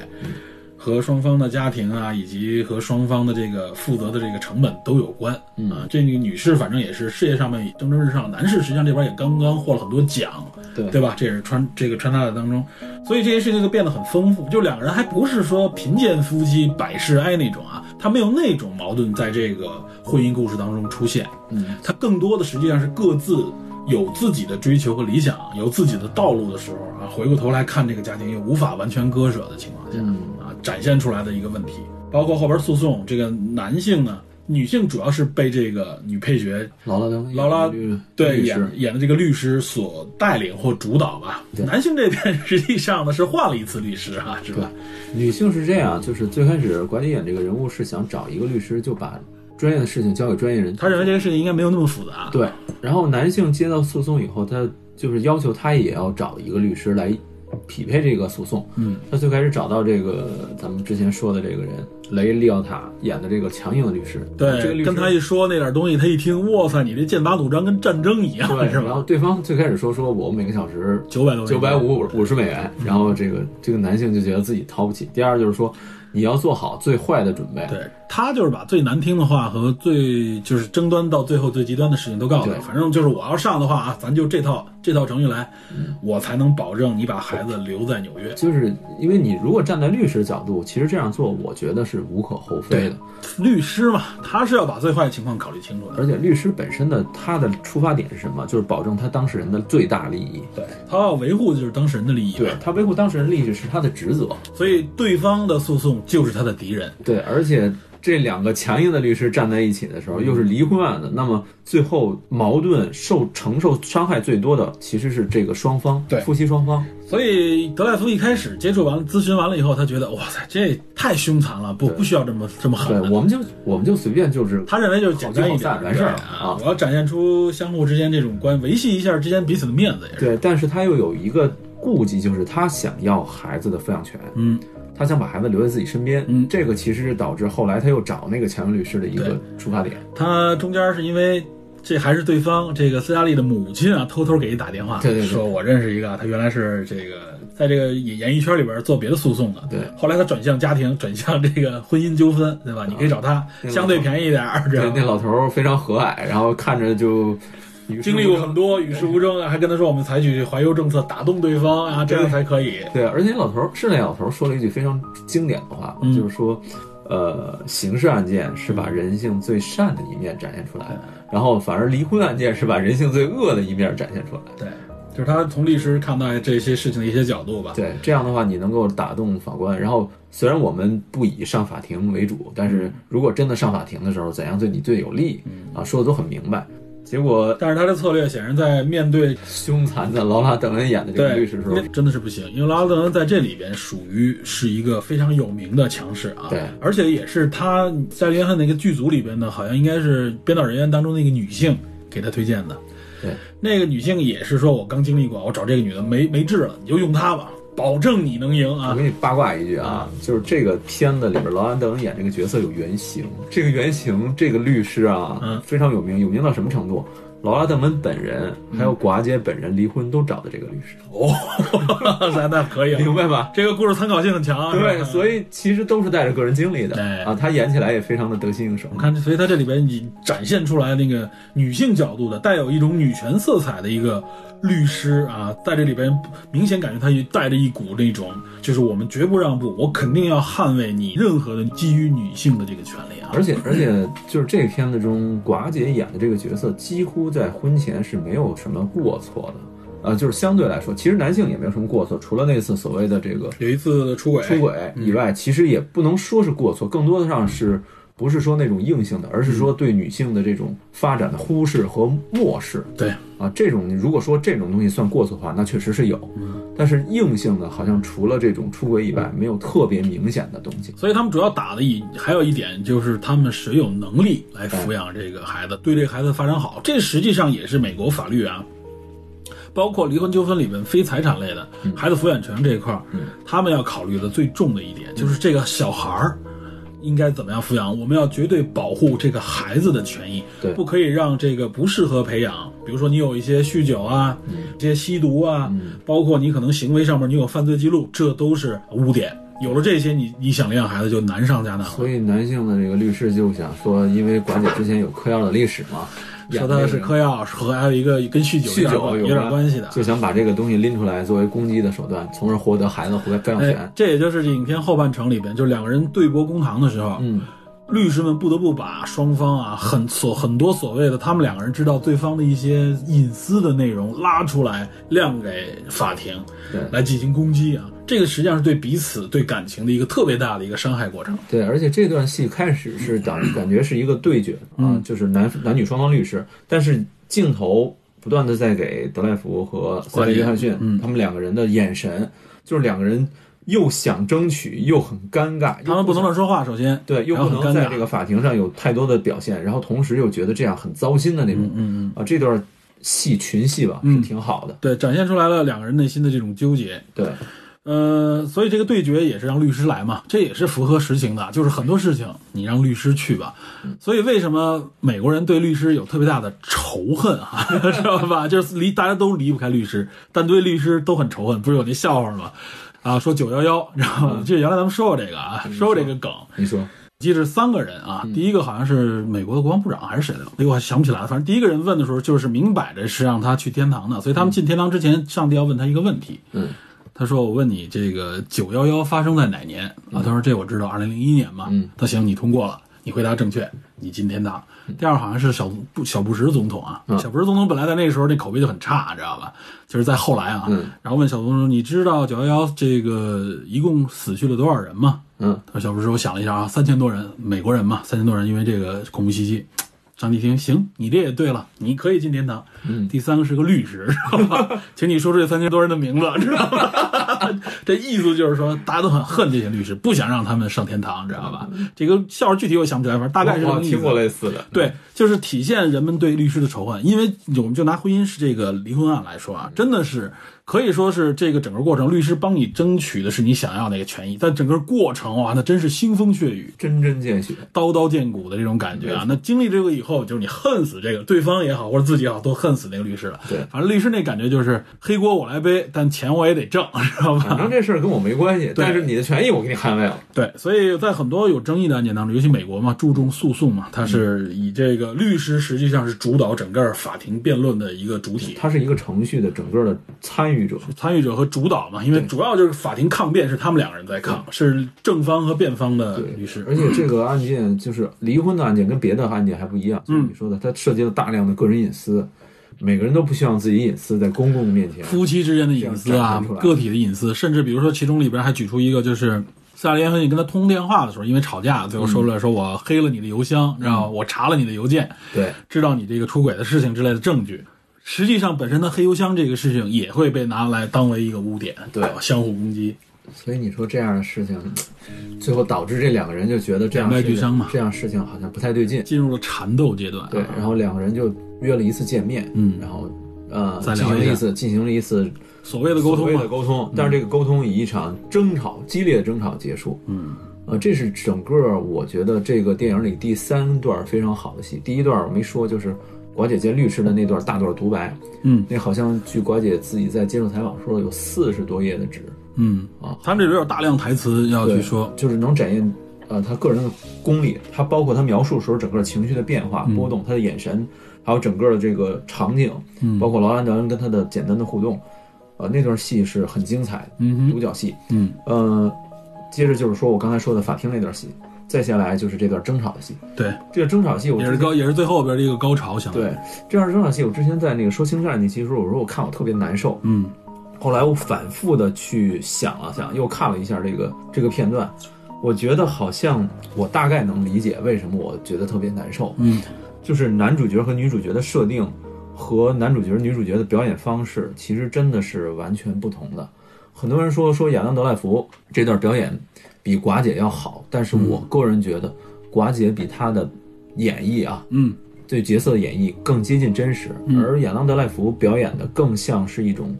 [SPEAKER 2] 和双方的家庭啊，以及和双方的这个负责的这个成本都有关。
[SPEAKER 4] 嗯
[SPEAKER 2] 啊，这个女士反正也是事业上面蒸蒸日上，男士实际上这边也刚刚获了很多奖，
[SPEAKER 4] 对
[SPEAKER 2] 对吧？这也是穿这个穿插在当中，所以这些事情就变得很丰富。就两个人还不是说贫贱夫妻百事哀那种啊，他没有那种矛盾在这个婚姻故事当中出现。
[SPEAKER 4] 嗯，
[SPEAKER 2] 他更多的实际上是各自有自己的追求和理想，有自己的道路的时候啊，回过头来看这个家庭又无法完全割舍的情况下、
[SPEAKER 4] 嗯
[SPEAKER 2] 啊，展现出来的一个问题。包括后边诉讼，这个男性呢，女性主要是被这个女配角
[SPEAKER 4] 劳拉登，
[SPEAKER 2] 劳拉
[SPEAKER 4] 律
[SPEAKER 2] 对
[SPEAKER 4] 律
[SPEAKER 2] 演
[SPEAKER 4] 师，
[SPEAKER 2] 演的这个律师所带领或主导吧。
[SPEAKER 4] 对
[SPEAKER 2] 男性这边实际上呢是换了一次律师啊，是吧？
[SPEAKER 4] 女性是这样，就是最开始管理演这个人物是想找一个律师，就把专业的事情交给专业人。
[SPEAKER 2] 他认为这个事情应该没有那么复杂。
[SPEAKER 4] 对，然后男性接到诉讼以后，他就是要求他也要找一个律师来匹配这个诉讼。
[SPEAKER 2] 嗯，
[SPEAKER 4] 他最开始找到这个咱们之前说的这个人雷利奥塔演的这个强硬的律师，
[SPEAKER 2] 对，
[SPEAKER 4] 啊这个律师
[SPEAKER 2] 跟他一说那点东西，他一听，哇塞，你这剑拔弩张跟战争一样，
[SPEAKER 4] 对，
[SPEAKER 2] 是
[SPEAKER 4] 然
[SPEAKER 2] 吧？
[SPEAKER 4] 后对方最开始说说我每个小时
[SPEAKER 2] 九百多，嗯
[SPEAKER 4] 九百，五五十美元，然后这个这个男性就觉得自己掏不起。第二就是说，你要做好最坏的准备。
[SPEAKER 2] 对他就是把最难听的话和最就是争端到最后最极端的事情都告诉你
[SPEAKER 4] 对，
[SPEAKER 2] 反正就是我要上的话啊，咱就这套这套程序来，
[SPEAKER 4] 嗯
[SPEAKER 2] 我才能保证你把孩子留在纽约。
[SPEAKER 4] 就是因为你如果站在律师角度，其实这样做，我觉得是无可厚非的。
[SPEAKER 2] 律师嘛，他是要把最坏的情况考虑清楚的，
[SPEAKER 4] 而且律师本身的他的出发点是什么？就是保证他当事人的最大利益。
[SPEAKER 2] 对他要维护的就是当事人的利益，
[SPEAKER 4] 对，他维护当事人利益是他的职责。
[SPEAKER 2] 所以对方的诉讼就是他的敌人，
[SPEAKER 4] 对，而且这两个强硬的律师站在一起的时候，又是离婚案的，那么最后矛盾受承受伤害最多的其实是这个双方，
[SPEAKER 2] 对
[SPEAKER 4] 夫妻双方。
[SPEAKER 2] 所以德赖夫一开始接触完了咨询完了以后，他觉得哇塞，这太凶残了，不不需要这么这么狠
[SPEAKER 4] (laughs) 对，
[SPEAKER 2] 的。
[SPEAKER 4] 我们就我们就随便就是
[SPEAKER 2] 他认为就是简单一
[SPEAKER 4] 好聚好
[SPEAKER 2] 点，
[SPEAKER 4] 散完事儿
[SPEAKER 2] 对啊
[SPEAKER 4] 啊！
[SPEAKER 2] 我要展现出相互之间这种关，维系一下之间彼此的面子也是。
[SPEAKER 4] 对，但是他又有一个顾忌，就是他想要孩子的抚养权，
[SPEAKER 2] 嗯，
[SPEAKER 4] 他想把孩子留在自己身边，
[SPEAKER 2] 嗯
[SPEAKER 4] 这个其实是导致后来他又找那个强律师的一个出发点。
[SPEAKER 2] 他中间是因为这还是对方这个斯嘉丽的母亲啊，偷偷给你打电话，
[SPEAKER 4] 对对对
[SPEAKER 2] 说我认识一个，他原来是这个在这个演演艺圈里边做别的诉讼的，
[SPEAKER 4] 对
[SPEAKER 2] 后来他转向家庭，转向这个婚姻纠纷，对吧？你可以找他，
[SPEAKER 4] 嗯对
[SPEAKER 2] 相对便宜一点儿，这
[SPEAKER 4] 对，
[SPEAKER 2] 样
[SPEAKER 4] 那老头儿非常和蔼，然后看着就与世
[SPEAKER 2] 经历
[SPEAKER 4] 无
[SPEAKER 2] 过
[SPEAKER 4] 争
[SPEAKER 2] 很多，与世无争啊，还跟他说我们采取怀柔政策，打动对方啊，这样才可以。
[SPEAKER 4] 对，而且老头儿是那老头儿说了一句非常经典的话，
[SPEAKER 2] 嗯
[SPEAKER 4] 就是说，呃，刑事案件是把人性最善的一面展现出来，然后反而离婚案件是把人性最恶的一面展现出来。
[SPEAKER 2] 对，就是他从律师看待这些事情的一些角度吧。
[SPEAKER 4] 对，这样的话你能够打动法官。然后虽然我们不以上法庭为主，但是
[SPEAKER 2] 嗯
[SPEAKER 4] 如果真的上法庭的时候，怎样对你最有利啊，说的都很明白。结果
[SPEAKER 2] 但是他的策略显然在面对
[SPEAKER 4] 凶残的劳拉·邓恩演的这个
[SPEAKER 2] 对
[SPEAKER 4] 律师时候，
[SPEAKER 2] 真的是不行，因为拉德恩在这里边属于是一个非常有名的强势啊，
[SPEAKER 4] 对
[SPEAKER 2] 而且也是他在约翰那个剧组里边呢，好像应该是编导人员当中那个女性给他推荐的，
[SPEAKER 4] 对，
[SPEAKER 2] 那个女性也是说我刚经历过，我找这个女的没没治了，你就用她吧，保证你能赢
[SPEAKER 4] 我
[SPEAKER 2] 啊 (laughs)
[SPEAKER 4] (laughs) 给。你八卦一句啊，就是这个片子里边，劳安·邓恩演这个角色有原型。这个原型，这个律师啊，
[SPEAKER 2] 嗯
[SPEAKER 4] 非常有名，有名到什么程度？劳拉·邓恩本人
[SPEAKER 2] 嗯
[SPEAKER 4] 还有寡姐本人离婚都找的这个律师，
[SPEAKER 2] 哦，哇塞，那可
[SPEAKER 4] (laughs)
[SPEAKER 2] 以了，
[SPEAKER 4] 明白吧？
[SPEAKER 2] 这个故事参考性很强啊。
[SPEAKER 4] 对，
[SPEAKER 2] 是吧
[SPEAKER 4] 所以其实都是带着个人经历的
[SPEAKER 2] 对
[SPEAKER 4] 啊。他演起来也非常的得心应手
[SPEAKER 2] 我。看，所以它这里边你展现出来那个女性角度的，带有一种女权色彩的一个律师啊，在这里边明显感觉他也带着一股那种，就是我们绝不让步，我肯定要捍卫你任何的基于女性的这个权利啊。
[SPEAKER 4] 而且而且，就是这个片子中，寡姐演的这个角色几乎在婚前是没有什么过错的，啊，就是相对来说，其实男性也没有什么过错，除了那次所谓的这个
[SPEAKER 2] 有一次出轨，
[SPEAKER 4] 出轨以外，
[SPEAKER 2] 嗯
[SPEAKER 4] 其实也不能说是过错，更多的上是不是说那种硬性的，而是说
[SPEAKER 2] 嗯
[SPEAKER 4] 对女性的这种发展的忽视和漠视
[SPEAKER 2] 对，
[SPEAKER 4] 啊。这种如果说这种东西算过错的话，那确实是有，
[SPEAKER 2] 嗯
[SPEAKER 4] 但是硬性的，好像除了这种出轨以外，没有特别明显的东西。
[SPEAKER 2] 所以他们主要打的一还有一点就是他们谁有能力来抚养这个孩子，对这个孩子发展好，这实际上也是美国法律啊，包括离婚纠纷里面非财产类的孩子抚养权这一块儿，他们要考虑的最重的一点就是这个小孩儿。应该怎么样抚养？我们要绝对保护这个孩子的权益，
[SPEAKER 4] 对
[SPEAKER 2] 不可以让这个不适合培养，比如说你有一些酗酒啊，一些吸毒啊，包括你可能行为上面你有犯罪记录，这都是污点。有了这些，你你想领养孩子就难上加难了。
[SPEAKER 4] 所以男性的这个律师就想说，因为管姐之前有嗑药的历史嘛，
[SPEAKER 2] 说他是嗑药，和还有一个跟酗酒有
[SPEAKER 4] 酗
[SPEAKER 2] 点
[SPEAKER 4] 酒
[SPEAKER 2] 关有点关系的。
[SPEAKER 4] 就想把这个东西拎出来作为攻击的手段，从而获得孩子抚抚养
[SPEAKER 2] 哎
[SPEAKER 4] 权，。
[SPEAKER 2] 这也就是影片后半程里边，就两个人对簿公堂的时候，
[SPEAKER 4] 嗯，
[SPEAKER 2] 律师们不得不把双方啊很所很多所谓的他们两个人知道对方的一些隐私的内容拉出来亮给法庭
[SPEAKER 4] 对。
[SPEAKER 2] 来进行攻击啊，这个实际上是对彼此对感情的一个特别大的一个伤害过程。
[SPEAKER 4] 对，而且这段戏开始是感感觉是一个对决
[SPEAKER 2] 嗯
[SPEAKER 4] 啊，就是男男女双方律师，但是镜头不断的在给德莱福和斯
[SPEAKER 2] 管
[SPEAKER 4] 蒂
[SPEAKER 2] 理嗯
[SPEAKER 4] 约翰逊他们两个人的眼神，就是两个人又想争取，又很尴尬，
[SPEAKER 2] 他们不能乱说话，首先
[SPEAKER 4] 对，又
[SPEAKER 2] 然后
[SPEAKER 4] 不
[SPEAKER 2] 很
[SPEAKER 4] 能
[SPEAKER 2] 尴
[SPEAKER 4] 在
[SPEAKER 2] 尬
[SPEAKER 4] 这个法庭上有太多的表现，然后同时又觉得这样很糟心的那种。
[SPEAKER 2] 嗯嗯嗯，
[SPEAKER 4] 啊，这段戏群戏吧是
[SPEAKER 2] 嗯
[SPEAKER 4] 挺好的，
[SPEAKER 2] 对，展现出来了两个人内心的这种纠结。
[SPEAKER 4] 对
[SPEAKER 2] 呃，所以这个对决也是让律师来嘛，这也是符合实情的，就是很多事情你让律师去吧。所以为什么美国人对律师有特别大的仇恨啊， (laughs) 知道吧？就是离大家都离不开律师，但对律师都很仇恨，不是有那笑话吗？啊，说九幺幺，然后这原来咱们说过这个啊，说过这个梗，
[SPEAKER 4] 你说，
[SPEAKER 2] 记着三个人
[SPEAKER 4] 嗯
[SPEAKER 2] 啊，第一个好像是美国的国防部长还是谁来着？哎，我想不起来了。反正第一个人问的时候，就是明摆着是让他去天堂的，所以他们进天堂之前，上帝要问他一个问题。
[SPEAKER 4] 嗯，
[SPEAKER 2] 他说：“我问你，这个九幺幺发生在哪年？”啊，他说：“这我知道，二零零一年嘛。”
[SPEAKER 4] 嗯，
[SPEAKER 2] 他行，你通过了，你回答正确，你进天堂。第二好像是小布小布什总统啊，
[SPEAKER 4] 嗯
[SPEAKER 2] 小布什总统本来在那时候那口碑就很差，知道吧？就是在后来啊，
[SPEAKER 4] 嗯
[SPEAKER 2] 然后问小布什总统：“你知道九幺幺这个一共死去了多少人吗？”
[SPEAKER 4] 嗯，
[SPEAKER 2] 他说小布什，我想了一下啊，三千多人，美国人嘛，三千多人因为这个恐怖袭击。上帝听，行，你这也对了，你可以进天堂。
[SPEAKER 4] 嗯
[SPEAKER 2] 第三个是个律师，知道吧？ (laughs) 请你说出这三千多人的名字，知道吧？ (laughs) 这意思就是说，大家都很恨这些律师，不想让他们上天堂，知道吧？这个笑话具体我想不起来，反正大概是这
[SPEAKER 4] 嗯我
[SPEAKER 2] 么
[SPEAKER 4] 我
[SPEAKER 2] 个意思
[SPEAKER 4] 听过类似的，
[SPEAKER 2] 对，就是体现人们对律师的仇恨。因为我们就拿婚姻是这个离婚案来说
[SPEAKER 4] 嗯
[SPEAKER 2] 啊，真的是可以说是这个整个过程，律师帮你争取的是你想要的一个权益，但整个过程啊哇，那真是腥风血雨、
[SPEAKER 4] 针针见血，
[SPEAKER 2] 刀刀见骨的这种感觉啊。那经历这个以后，就是你恨死这个对方也好，或者自己也好，都恨死那个律师了。
[SPEAKER 4] 对
[SPEAKER 2] 反正律师那感觉就是黑锅我来背，但钱我也得挣，知道吧？
[SPEAKER 4] 反正这事儿跟我没关系，但是你的权益我给你捍卫了，
[SPEAKER 2] 对，所以在很多有争议的案件当中，尤其美国嘛，注重诉讼嘛，它是
[SPEAKER 4] 嗯
[SPEAKER 2] 以这个律师实际上是主导整个法庭辩论的一个主体。
[SPEAKER 4] 他是一个程序的整个的参与者，
[SPEAKER 2] 参与者和主导嘛，因为
[SPEAKER 4] 对
[SPEAKER 2] 主要就是法庭抗辩是他们两个人在抗，是正方和辩方的
[SPEAKER 4] 对
[SPEAKER 2] 律师。
[SPEAKER 4] 而且这个案件就是离婚的案件，跟别的案件还不一样，
[SPEAKER 2] 嗯
[SPEAKER 4] 就是你说的，它涉及了大量的个人隐私，每个人都不希望自己隐私在公众面前，
[SPEAKER 2] 夫妻之间的隐私
[SPEAKER 4] 这样展
[SPEAKER 2] 啊
[SPEAKER 4] 现出，来
[SPEAKER 2] 个体的隐私，甚至比如说其中里边还举出一个就是。斯大林和你跟他通电话的时候，因为吵架，
[SPEAKER 4] 嗯
[SPEAKER 2] 最后说出来说我黑了你的邮箱，然后我查了你的邮件，
[SPEAKER 4] 对，
[SPEAKER 2] 知道你这个出轨的事情之类的证据。实际上，本身的黑邮箱这个事情也会被拿来当为一个污点，
[SPEAKER 4] 对
[SPEAKER 2] 啊相互攻击。
[SPEAKER 4] 所以你说这样的事情，最后导致这两个人就觉得这样
[SPEAKER 2] 两败
[SPEAKER 4] 事情
[SPEAKER 2] 俱伤嘛啊
[SPEAKER 4] 这样事情好像不太对劲，
[SPEAKER 2] 进入了缠斗阶段。啊
[SPEAKER 4] 对，然后两个人就约了一次见面，
[SPEAKER 2] 嗯
[SPEAKER 4] 然后呃，
[SPEAKER 2] 再
[SPEAKER 4] 进
[SPEAKER 2] 聊一
[SPEAKER 4] 行了
[SPEAKER 2] 下
[SPEAKER 4] 一次进行了一次
[SPEAKER 2] 所谓的沟
[SPEAKER 4] 所
[SPEAKER 2] 通
[SPEAKER 4] 谓
[SPEAKER 2] 嘛嗯
[SPEAKER 4] 的，沟通，但是这个沟通以一场争吵、激烈的争吵结束。
[SPEAKER 2] 嗯，
[SPEAKER 4] 呃，这是整个我觉得这个电影里第三段非常好的戏。第一段我没说，就是寡姐见律师的那段大段独白，
[SPEAKER 2] 嗯
[SPEAKER 4] 那好像据寡姐自己在接受采访说有四十多页的纸
[SPEAKER 2] 嗯，
[SPEAKER 4] 啊，
[SPEAKER 2] 他们这里边有大量台词要去说，
[SPEAKER 4] 就是能展现呃他个人的功力，他包括他描述时候整个情绪的变化、波动，他的眼神，还有整个的这个场景，
[SPEAKER 2] 嗯
[SPEAKER 4] 包括劳兰德恩跟他的简单的互动，呃，那段戏是很精彩的，
[SPEAKER 2] 嗯
[SPEAKER 4] 独
[SPEAKER 2] 哼，
[SPEAKER 4] 角戏。
[SPEAKER 2] 嗯
[SPEAKER 4] 呃，接着就是说我刚才说的法庭那段戏，再下来就是这段争吵的戏。
[SPEAKER 2] 对，
[SPEAKER 4] 这个争吵戏我
[SPEAKER 2] 也是
[SPEAKER 4] 之前
[SPEAKER 2] 高，也是最后边的一个高潮，想
[SPEAKER 4] 对，这段争吵戏，我之前在那个说星战那期时候，我说我看我特别难受，
[SPEAKER 2] 嗯
[SPEAKER 4] 后来我反复的去想了想，又看了一下这个这个片段，我觉得好像我大概能理解为什么我觉得特别难受，
[SPEAKER 2] 嗯
[SPEAKER 4] 就是男主角和女主角的设定和男主角女主角的表演方式，其实真的是完全不同的。很多人说说亚当德赖福这段表演比寡姐要好，但是我个人觉得寡姐比他的演绎啊，
[SPEAKER 2] 嗯
[SPEAKER 4] 对角色的演绎更接近真实，而亚当德赖福表演的更像是一种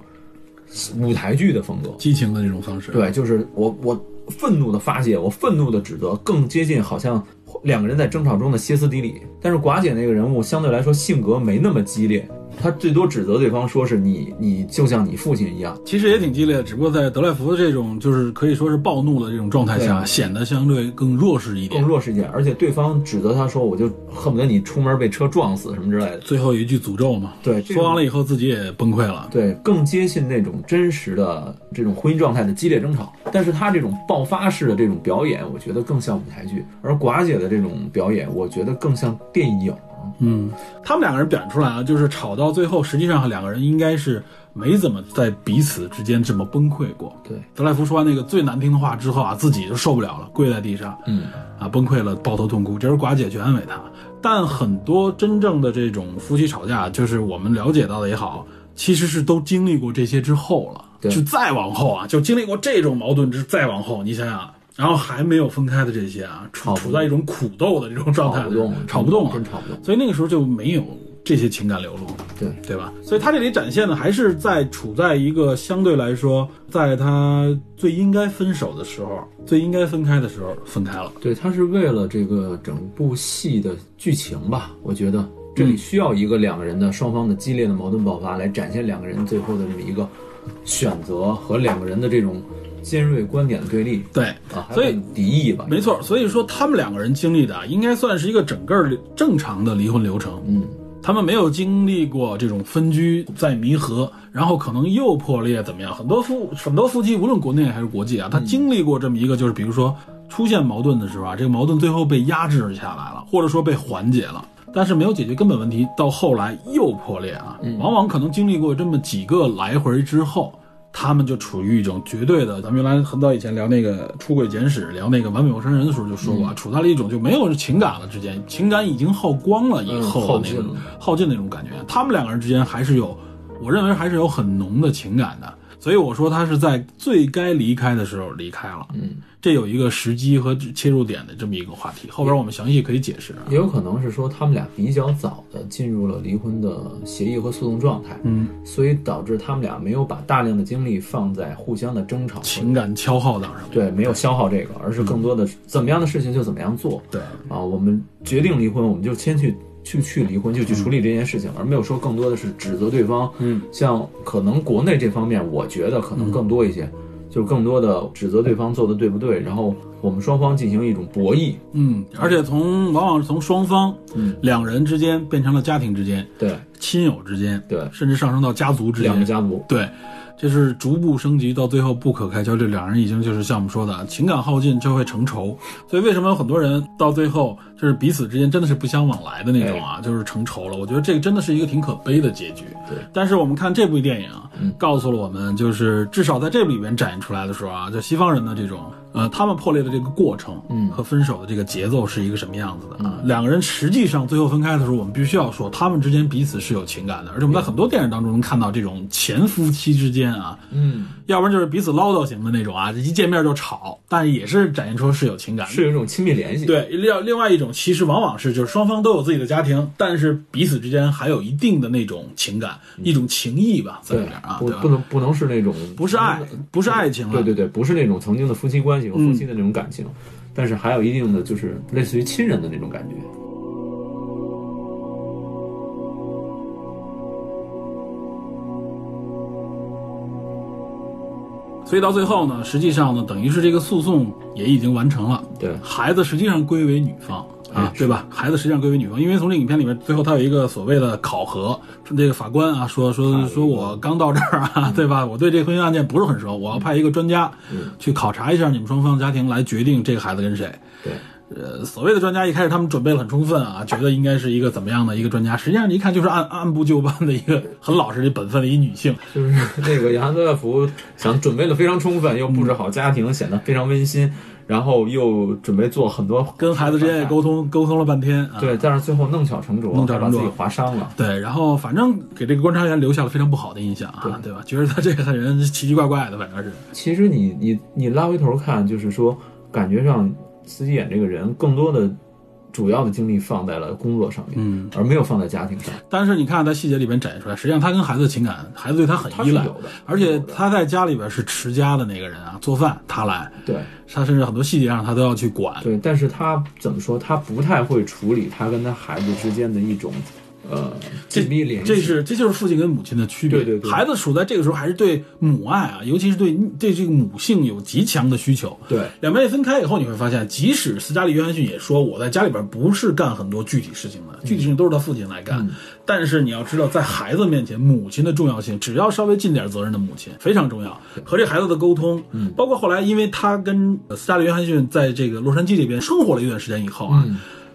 [SPEAKER 4] 舞台剧的风格。
[SPEAKER 2] 激情的这种方式，，
[SPEAKER 4] 对，就是我我愤怒的发泄，我愤怒的指责，更接近好像两个人在争吵中的歇斯底里。但是寡姐那个人物相对来说性格没那么激烈，她最多指责对方说是你你就像你父亲一样。
[SPEAKER 2] 其实也挺激烈的，只不过在德莱福的这种就是可以说是暴怒的这种状态
[SPEAKER 4] 对
[SPEAKER 2] 下，
[SPEAKER 4] 啊
[SPEAKER 2] 显得相对更弱势一
[SPEAKER 4] 更
[SPEAKER 2] 点。
[SPEAKER 4] 弱势一点，而且对方指责他说，我就恨不得你出门被车撞死什么之类的。
[SPEAKER 2] 最后一句诅咒嘛，
[SPEAKER 4] 对，这种
[SPEAKER 2] 说完了以后自己也崩溃了。
[SPEAKER 4] 对，更接近那种真实的这种婚姻状态的激烈争吵。但是他这种爆发式的这种表演，我觉得更像舞台剧，而寡姐的这种表演，我觉得更像电影。
[SPEAKER 2] 嗯，他们两个人表现出来啊，就是吵到最后，实际上两个人应该是没怎么在彼此之间这么崩溃过。
[SPEAKER 4] 对，
[SPEAKER 2] 德莱福说完那个最难听的话之后啊，自己就受不了了，跪在地上
[SPEAKER 4] 嗯，
[SPEAKER 2] 啊，崩溃了，抱头痛哭。这是寡姐去安慰他。但很多真正的这种夫妻吵架，就是我们了解到的也好，其实是都经历过这些之后了。
[SPEAKER 4] 对
[SPEAKER 2] 就再往后啊，就经历过这种矛盾之再往后，你想想，然后还没有分开的这些啊，处
[SPEAKER 4] 吵不
[SPEAKER 2] 处在一种苦斗的这种状态，
[SPEAKER 4] 吵不动
[SPEAKER 2] 吵不动啊，
[SPEAKER 4] 真吵不动
[SPEAKER 2] 所以那个时候就没有这些情感流露。
[SPEAKER 4] 对
[SPEAKER 2] 对吧？所以他这里展现的还是在处在一个相对来说，在他最应该分手的时候，最应该分开的时候分开了。
[SPEAKER 4] 对，它是为了这个整部戏的剧情吧，我觉得这
[SPEAKER 2] 嗯
[SPEAKER 4] 里需要一个两个人的双方的激烈的矛盾爆发，来展现两个人最后的这么一个选择和两个人的这种尖锐观点的对立
[SPEAKER 2] 对，
[SPEAKER 4] 啊，还有
[SPEAKER 2] 所以
[SPEAKER 4] 点敌意吧，
[SPEAKER 2] 没错。所以说他们两个人经历的啊，应该算是一个整个儿正常的离婚流程。
[SPEAKER 4] 嗯，
[SPEAKER 2] 他们没有经历过这种分居再弥合，然后可能又破裂怎么样？很多夫很多夫妻，无论国内还是国际啊，他经历过这么一个，就是比如说出现矛盾的时候啊，这个矛盾最后被压制下来了，或者说被缓解了。但是没有解决根本问题，到后来又破裂啊！
[SPEAKER 4] 嗯
[SPEAKER 2] 往往可能经历过这么几个来回之后，他们就处于一种绝对的。咱们原来很早以前聊那个《出轨简史》，聊那个《完美陌生人》的时候就说过，
[SPEAKER 4] 嗯
[SPEAKER 2] 啊，处在了一种就没有情感了之间，情感已经耗光了以
[SPEAKER 4] 嗯
[SPEAKER 2] 后
[SPEAKER 4] 耗
[SPEAKER 2] 的那
[SPEAKER 4] 尽
[SPEAKER 2] 种
[SPEAKER 4] 了
[SPEAKER 2] 耗尽那种感觉。他们两个人之间还是有，我认为还是有很浓的情感的。所以我说他是在最该离开的时候离开了。
[SPEAKER 4] 嗯，
[SPEAKER 2] 这有一个时机和切入点的这么一个话题，后边我们详细可以解释啊。
[SPEAKER 4] 也有可能是说他们俩比较早的进入了离婚的协议和诉讼状态，
[SPEAKER 2] 嗯，
[SPEAKER 4] 所以导致他们俩没有把大量的精力放在互相的争吵和
[SPEAKER 2] 情嗯感消耗当上面。
[SPEAKER 4] 对，没有消耗这个，而是更多的是怎么样的事情就怎么样做。
[SPEAKER 2] 对
[SPEAKER 4] 啊，我们决定离婚，我们就先去去去离婚，就去处理这件事情，而没有说更多的是指责对方。
[SPEAKER 2] 嗯，
[SPEAKER 4] 像可能国内这方面，我觉得可能更多一些，
[SPEAKER 2] 嗯
[SPEAKER 4] 就是更多的指责对方做的对不对，然后我们双方进行一种博弈。
[SPEAKER 2] 嗯，而且从往往是从双方、
[SPEAKER 4] 嗯
[SPEAKER 2] 两人之间变成了家庭之间、
[SPEAKER 4] 对
[SPEAKER 2] 亲友之间，
[SPEAKER 4] 对，
[SPEAKER 2] 甚至上升到家族之
[SPEAKER 4] 两个
[SPEAKER 2] 间。
[SPEAKER 4] 家族，
[SPEAKER 2] 对，这是逐步升级到最后不可开交。这两人已经就是像我们说的，情感耗尽就会成仇。所以为什么有很多人到最后就是彼此之间真的是不相往来的那种啊，就是成仇了。我觉得这个真的是一个挺可悲的结局。
[SPEAKER 4] 对，
[SPEAKER 2] 但是我们看这部电影啊
[SPEAKER 4] 嗯，
[SPEAKER 2] 告诉了我们，就是至少在这里边展现出来的时候啊，就西方人的这种呃，他们破裂的这个过程，
[SPEAKER 4] 嗯
[SPEAKER 2] 和分手的这个节奏是一个什么样子的啊？两个人实际上最后分开的时候，我们必须要说，他们之间彼此是有情感的，而且我们在很多电影当中能看到这种前夫妻之间啊，
[SPEAKER 4] 嗯，
[SPEAKER 2] 要不然就是彼此唠叨型的那种啊，一见面就吵，但也是展现出是有情感的，
[SPEAKER 4] 是有一种亲密联系。，
[SPEAKER 2] 对，另另外一种其实往往是就是双方都有自己的家庭，但是彼此之间还有一定的那种情感、一种情谊吧，在里
[SPEAKER 4] 对
[SPEAKER 2] 边啊，
[SPEAKER 4] 不
[SPEAKER 2] 嗯对吧
[SPEAKER 4] 不？能不能是那种
[SPEAKER 2] 不是爱，嗯不是爱情了，
[SPEAKER 4] 对对对，不是那种曾经的夫妻关系和夫妻的那种感情，但是还有一定的就是类似于亲人的那种感觉。
[SPEAKER 2] 所以到最后呢，实际上呢，等于是这个诉讼也已经完成了，
[SPEAKER 4] 对
[SPEAKER 2] 孩子实际上归为女方啊
[SPEAKER 4] 哎，
[SPEAKER 2] 对吧？孩子实际上归为女方，因为从这个影片里面，最后他有一个所谓的考核，这个法官啊说说说我刚到这儿啊，对吧？我对这婚姻案件不是很熟，我要派一个专家去考察一下你们双方家庭，来决定这个孩子跟谁。
[SPEAKER 4] 对，
[SPEAKER 2] 呃，所谓的专家一开始他们准备了很充分啊，觉得应该是一个怎么样的一个专家，实际上一看就是按按部就班的一个很老实的本分的一女性。
[SPEAKER 4] 就是 (laughs) 那个杨德福想准备的非常充分，又布置好家庭，显得非常温馨，然后又准备做很多
[SPEAKER 2] 跟孩子之间也沟通沟通了半天啊，
[SPEAKER 4] 对，但是最后弄巧成拙，
[SPEAKER 2] 弄巧成拙
[SPEAKER 4] 把自己划伤了。
[SPEAKER 2] 对，然后反正给这个观察员留下了非常不好的印象啊，对吧？觉得他这个人奇奇怪怪的，反正是
[SPEAKER 4] 其实你你你拉回头看，就是说感觉上司机演这个人更多的主要的精力放在了工作上面，
[SPEAKER 2] 嗯。
[SPEAKER 4] 而没有放在家庭上，
[SPEAKER 2] 但是你看，在细节里边展现出来，实际上他跟孩子的情感，孩子对他很
[SPEAKER 4] 他
[SPEAKER 2] 依
[SPEAKER 4] 是
[SPEAKER 2] 赖
[SPEAKER 4] 有，的，
[SPEAKER 2] 而且他在家里边是持家的那个人啊，做饭他来，
[SPEAKER 4] 对。
[SPEAKER 2] 他甚至很多细节上他都要去管。
[SPEAKER 4] 对，但是他怎么说？他不太会处理他跟他孩子之间的一种呃紧密联系。
[SPEAKER 2] 这是这就是父亲跟母亲的区别。
[SPEAKER 4] 对对对
[SPEAKER 2] 孩子处在这个时候还是对母爱啊，尤其是对对这个母性有极强的需求。
[SPEAKER 4] 对
[SPEAKER 2] 两边一分开以后，你会发现，即使斯嘉丽·约翰逊也说我在家里边不是干很多具体事情的，具体事情都是他父亲来干。但是你要知道，在孩子面前，母亲的重要性，只要稍微尽点责任的母亲非常重要。和这孩子的沟通，包括后来，因为他跟呃斯嘉丽·约翰逊在这个洛杉矶这边生活了一段时间以后啊，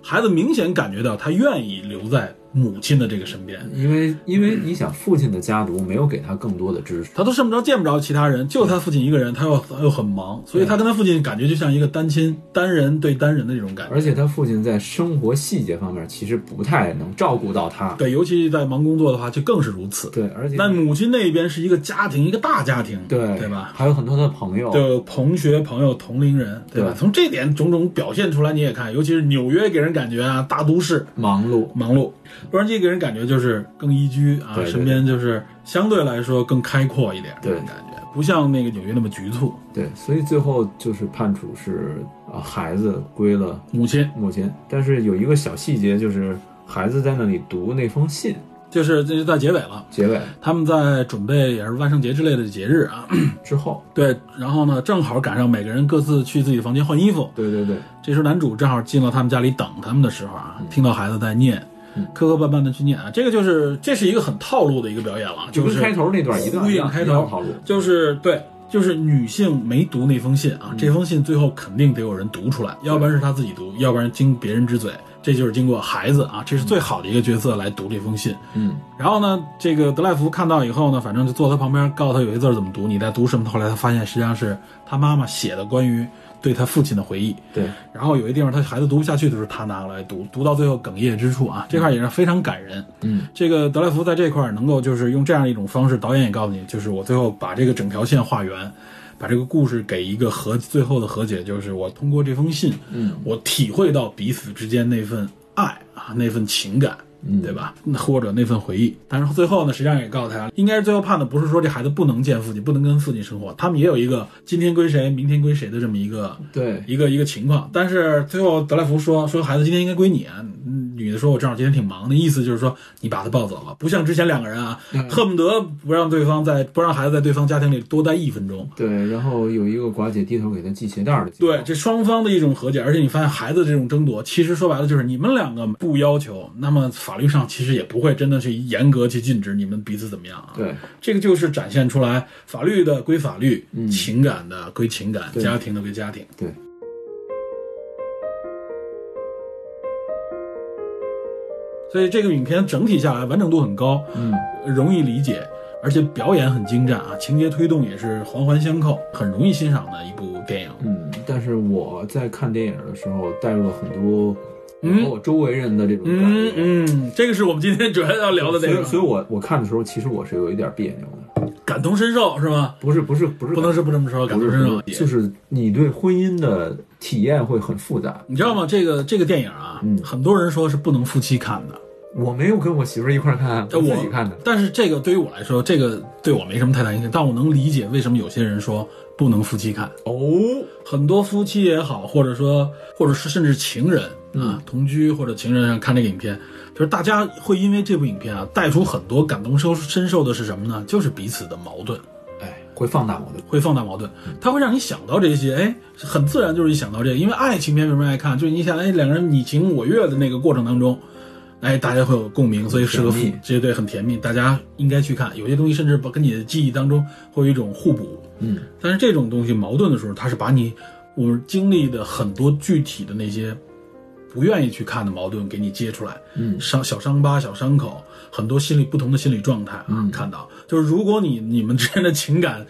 [SPEAKER 2] 孩子明显感觉到他愿意留在母亲的这个身边，
[SPEAKER 4] 因为因为你想，父亲的家族没有给他更多的支持，
[SPEAKER 2] 他都见不着见不着其他人，就他父亲一个人，他又他又很忙，所以他跟他父亲感觉就像一个单亲单人对单人的这种感觉。
[SPEAKER 4] 而且他父亲在生活细节方面其实不太能照顾到他。
[SPEAKER 2] 对，尤其在忙工作的话，就更是如此。
[SPEAKER 4] 对，而且
[SPEAKER 2] 但母亲那边是一个家庭，一个大家庭，
[SPEAKER 4] 对
[SPEAKER 2] 对吧？
[SPEAKER 4] 还有很多的朋友，
[SPEAKER 2] 就有同学、朋友、同龄人，对吧？
[SPEAKER 4] 对
[SPEAKER 2] 从这点种种表现出来，你也看，尤其是纽约给人感觉啊，大都市
[SPEAKER 4] 忙碌，
[SPEAKER 2] 忙碌，洛杉矶给人感觉就是更宜居啊，
[SPEAKER 4] 对对
[SPEAKER 2] 身边就是相对来说更开阔一点，
[SPEAKER 4] 对
[SPEAKER 2] 这种感觉不像那个纽约那么局促。
[SPEAKER 4] 对，所以最后就是判处是啊，孩子归了
[SPEAKER 2] 母亲
[SPEAKER 4] 母亲，但是有一个小细节就是孩子在那里读那封信，
[SPEAKER 2] 就是这就在结尾了，
[SPEAKER 4] 结尾
[SPEAKER 2] 他们在准备也是万圣节之类的节日啊， (coughs)
[SPEAKER 4] 之后，
[SPEAKER 2] 对，然后呢，正好赶上每个人各自去自己的房间换衣服，
[SPEAKER 4] 对对对，
[SPEAKER 2] 这时候男主正好进了他们家里等他们的时候
[SPEAKER 4] 嗯
[SPEAKER 2] 啊，听到孩子在念，磕磕绊绊的去念啊，这个就是这是一个很套路的一个表演了，
[SPEAKER 4] 就
[SPEAKER 2] 就
[SPEAKER 4] 跟
[SPEAKER 2] 是
[SPEAKER 4] 开头那段一段
[SPEAKER 2] 呼
[SPEAKER 4] 一
[SPEAKER 2] 应
[SPEAKER 4] 样
[SPEAKER 2] 开
[SPEAKER 4] 一样
[SPEAKER 2] 头
[SPEAKER 4] 套路，
[SPEAKER 2] 就是对，就是女性没读那封信
[SPEAKER 4] 嗯
[SPEAKER 2] 啊，这封信最后肯定得有人读出来，要不然是她自己读，要不然经别人之嘴，这就是经过孩子啊，这是最好的一个角色来读这封信。
[SPEAKER 4] 嗯，
[SPEAKER 2] 然后呢，这个德莱福看到以后呢，反正就坐他旁边，告诉他有些字儿怎么读，你在读什么。后来他发现实际上是他妈妈写的关于对他父亲的回忆。
[SPEAKER 4] 对，
[SPEAKER 2] 然后有一地方他孩子读不下去的时候，他拿过来读，读到最后哽咽之处啊，这块也是非常感人。
[SPEAKER 4] 嗯，
[SPEAKER 2] 这个德莱福在这块儿能够就是用这样一种方式，导演也告诉你，就是我最后把这个整条线画圆，把这个故事给一个和最后的和解，就是我通过这封信，
[SPEAKER 4] 嗯，
[SPEAKER 2] 我体会到彼此之间那份爱啊，那份情感。
[SPEAKER 4] 嗯
[SPEAKER 2] 对吧？那或者那份回忆，但是最后呢，实际上也告诉他，应该是最后判的不是说这孩子不能见父亲，不能跟父亲生活，他们也有一个今天归谁，明天归谁的这么一个
[SPEAKER 4] 对，
[SPEAKER 2] 一个一个情况。但是最后德莱福说说孩子今天应该归你啊，嗯女的说我正好今天挺忙的，意思就是说你把他抱走了，不像之前两个人啊，恨不得不让对方在不让孩子在对方家庭里多待一分钟。
[SPEAKER 4] 对，然后有一个寡姐低头给他系鞋带儿的，
[SPEAKER 2] 对，，这双方的一种和解，而且你发现孩子这种争夺，其实说白了就是你们两个不要求，那么法律上其实也不会真的去严格去禁止你们彼此怎么样啊。
[SPEAKER 4] 对，
[SPEAKER 2] 这个就是展现出来法律的归法律，情感的归情感，
[SPEAKER 4] 嗯对
[SPEAKER 2] 家庭的归家庭。
[SPEAKER 4] 对。
[SPEAKER 2] 所以这个影片整体下来完整度很高，
[SPEAKER 4] 嗯，
[SPEAKER 2] 容易理解，而且表演很精湛啊，情节推动也是环环相扣，很容易欣赏的一部电影。
[SPEAKER 4] 嗯，但是我在看电影的时候带入了很多
[SPEAKER 2] 嗯
[SPEAKER 4] 和我周围人的这种感
[SPEAKER 2] 嗯
[SPEAKER 4] 觉，
[SPEAKER 2] 嗯，这个是我们今天主要要聊的
[SPEAKER 4] 所
[SPEAKER 2] 内
[SPEAKER 4] 以
[SPEAKER 2] 容，
[SPEAKER 4] 所以我我看的时候，其实我是有一点别扭的，
[SPEAKER 2] 感同身受是吗？
[SPEAKER 4] 不是不是不是
[SPEAKER 2] 不能是不这么说，感
[SPEAKER 4] 不
[SPEAKER 2] 同
[SPEAKER 4] 是
[SPEAKER 2] 身受
[SPEAKER 4] 不是就是你对婚姻的体验会很复杂。
[SPEAKER 2] 你知道吗？这个这个电影啊，
[SPEAKER 4] 嗯
[SPEAKER 2] 很多人说是不能夫妻看的，
[SPEAKER 4] 我没有跟我媳妇儿一块儿看，
[SPEAKER 2] 但呃我
[SPEAKER 4] 自己看的。
[SPEAKER 2] 但是这个对于我来说，这个对我没什么太大影响，但我能理解为什么有些人说不能夫妻看。
[SPEAKER 4] 哦，
[SPEAKER 2] 很多夫妻也好，或者说，或者是甚至情人
[SPEAKER 4] 嗯
[SPEAKER 2] 啊，同居或者情人上看这个影片，就是大家会因为这部影片啊，带出很多感同身身受的是什么呢？就是彼此的矛盾，
[SPEAKER 4] 哎，会放大我的。
[SPEAKER 2] 会放大矛盾，它会让你想到这些，哎，很自然就是一想到这个，因为爱情片为什么爱看？就是你想，哎，两个人你情我愿的那个过程当中。哎，大家会有共鸣，所以适合夫
[SPEAKER 4] 甜蜜
[SPEAKER 2] 这些对很甜蜜，大家应该去看。有些东西甚至把跟你的记忆当中会有一种互补，
[SPEAKER 4] 嗯，
[SPEAKER 2] 但是这种东西矛盾的时候，它是把你我们经历的很多具体的那些不愿意去看的矛盾给你揭出来，
[SPEAKER 4] 嗯
[SPEAKER 2] 伤小伤疤、小伤口，很多心理不同的心理状态啊，
[SPEAKER 4] 嗯
[SPEAKER 2] 看到就是如果你你们之间的情感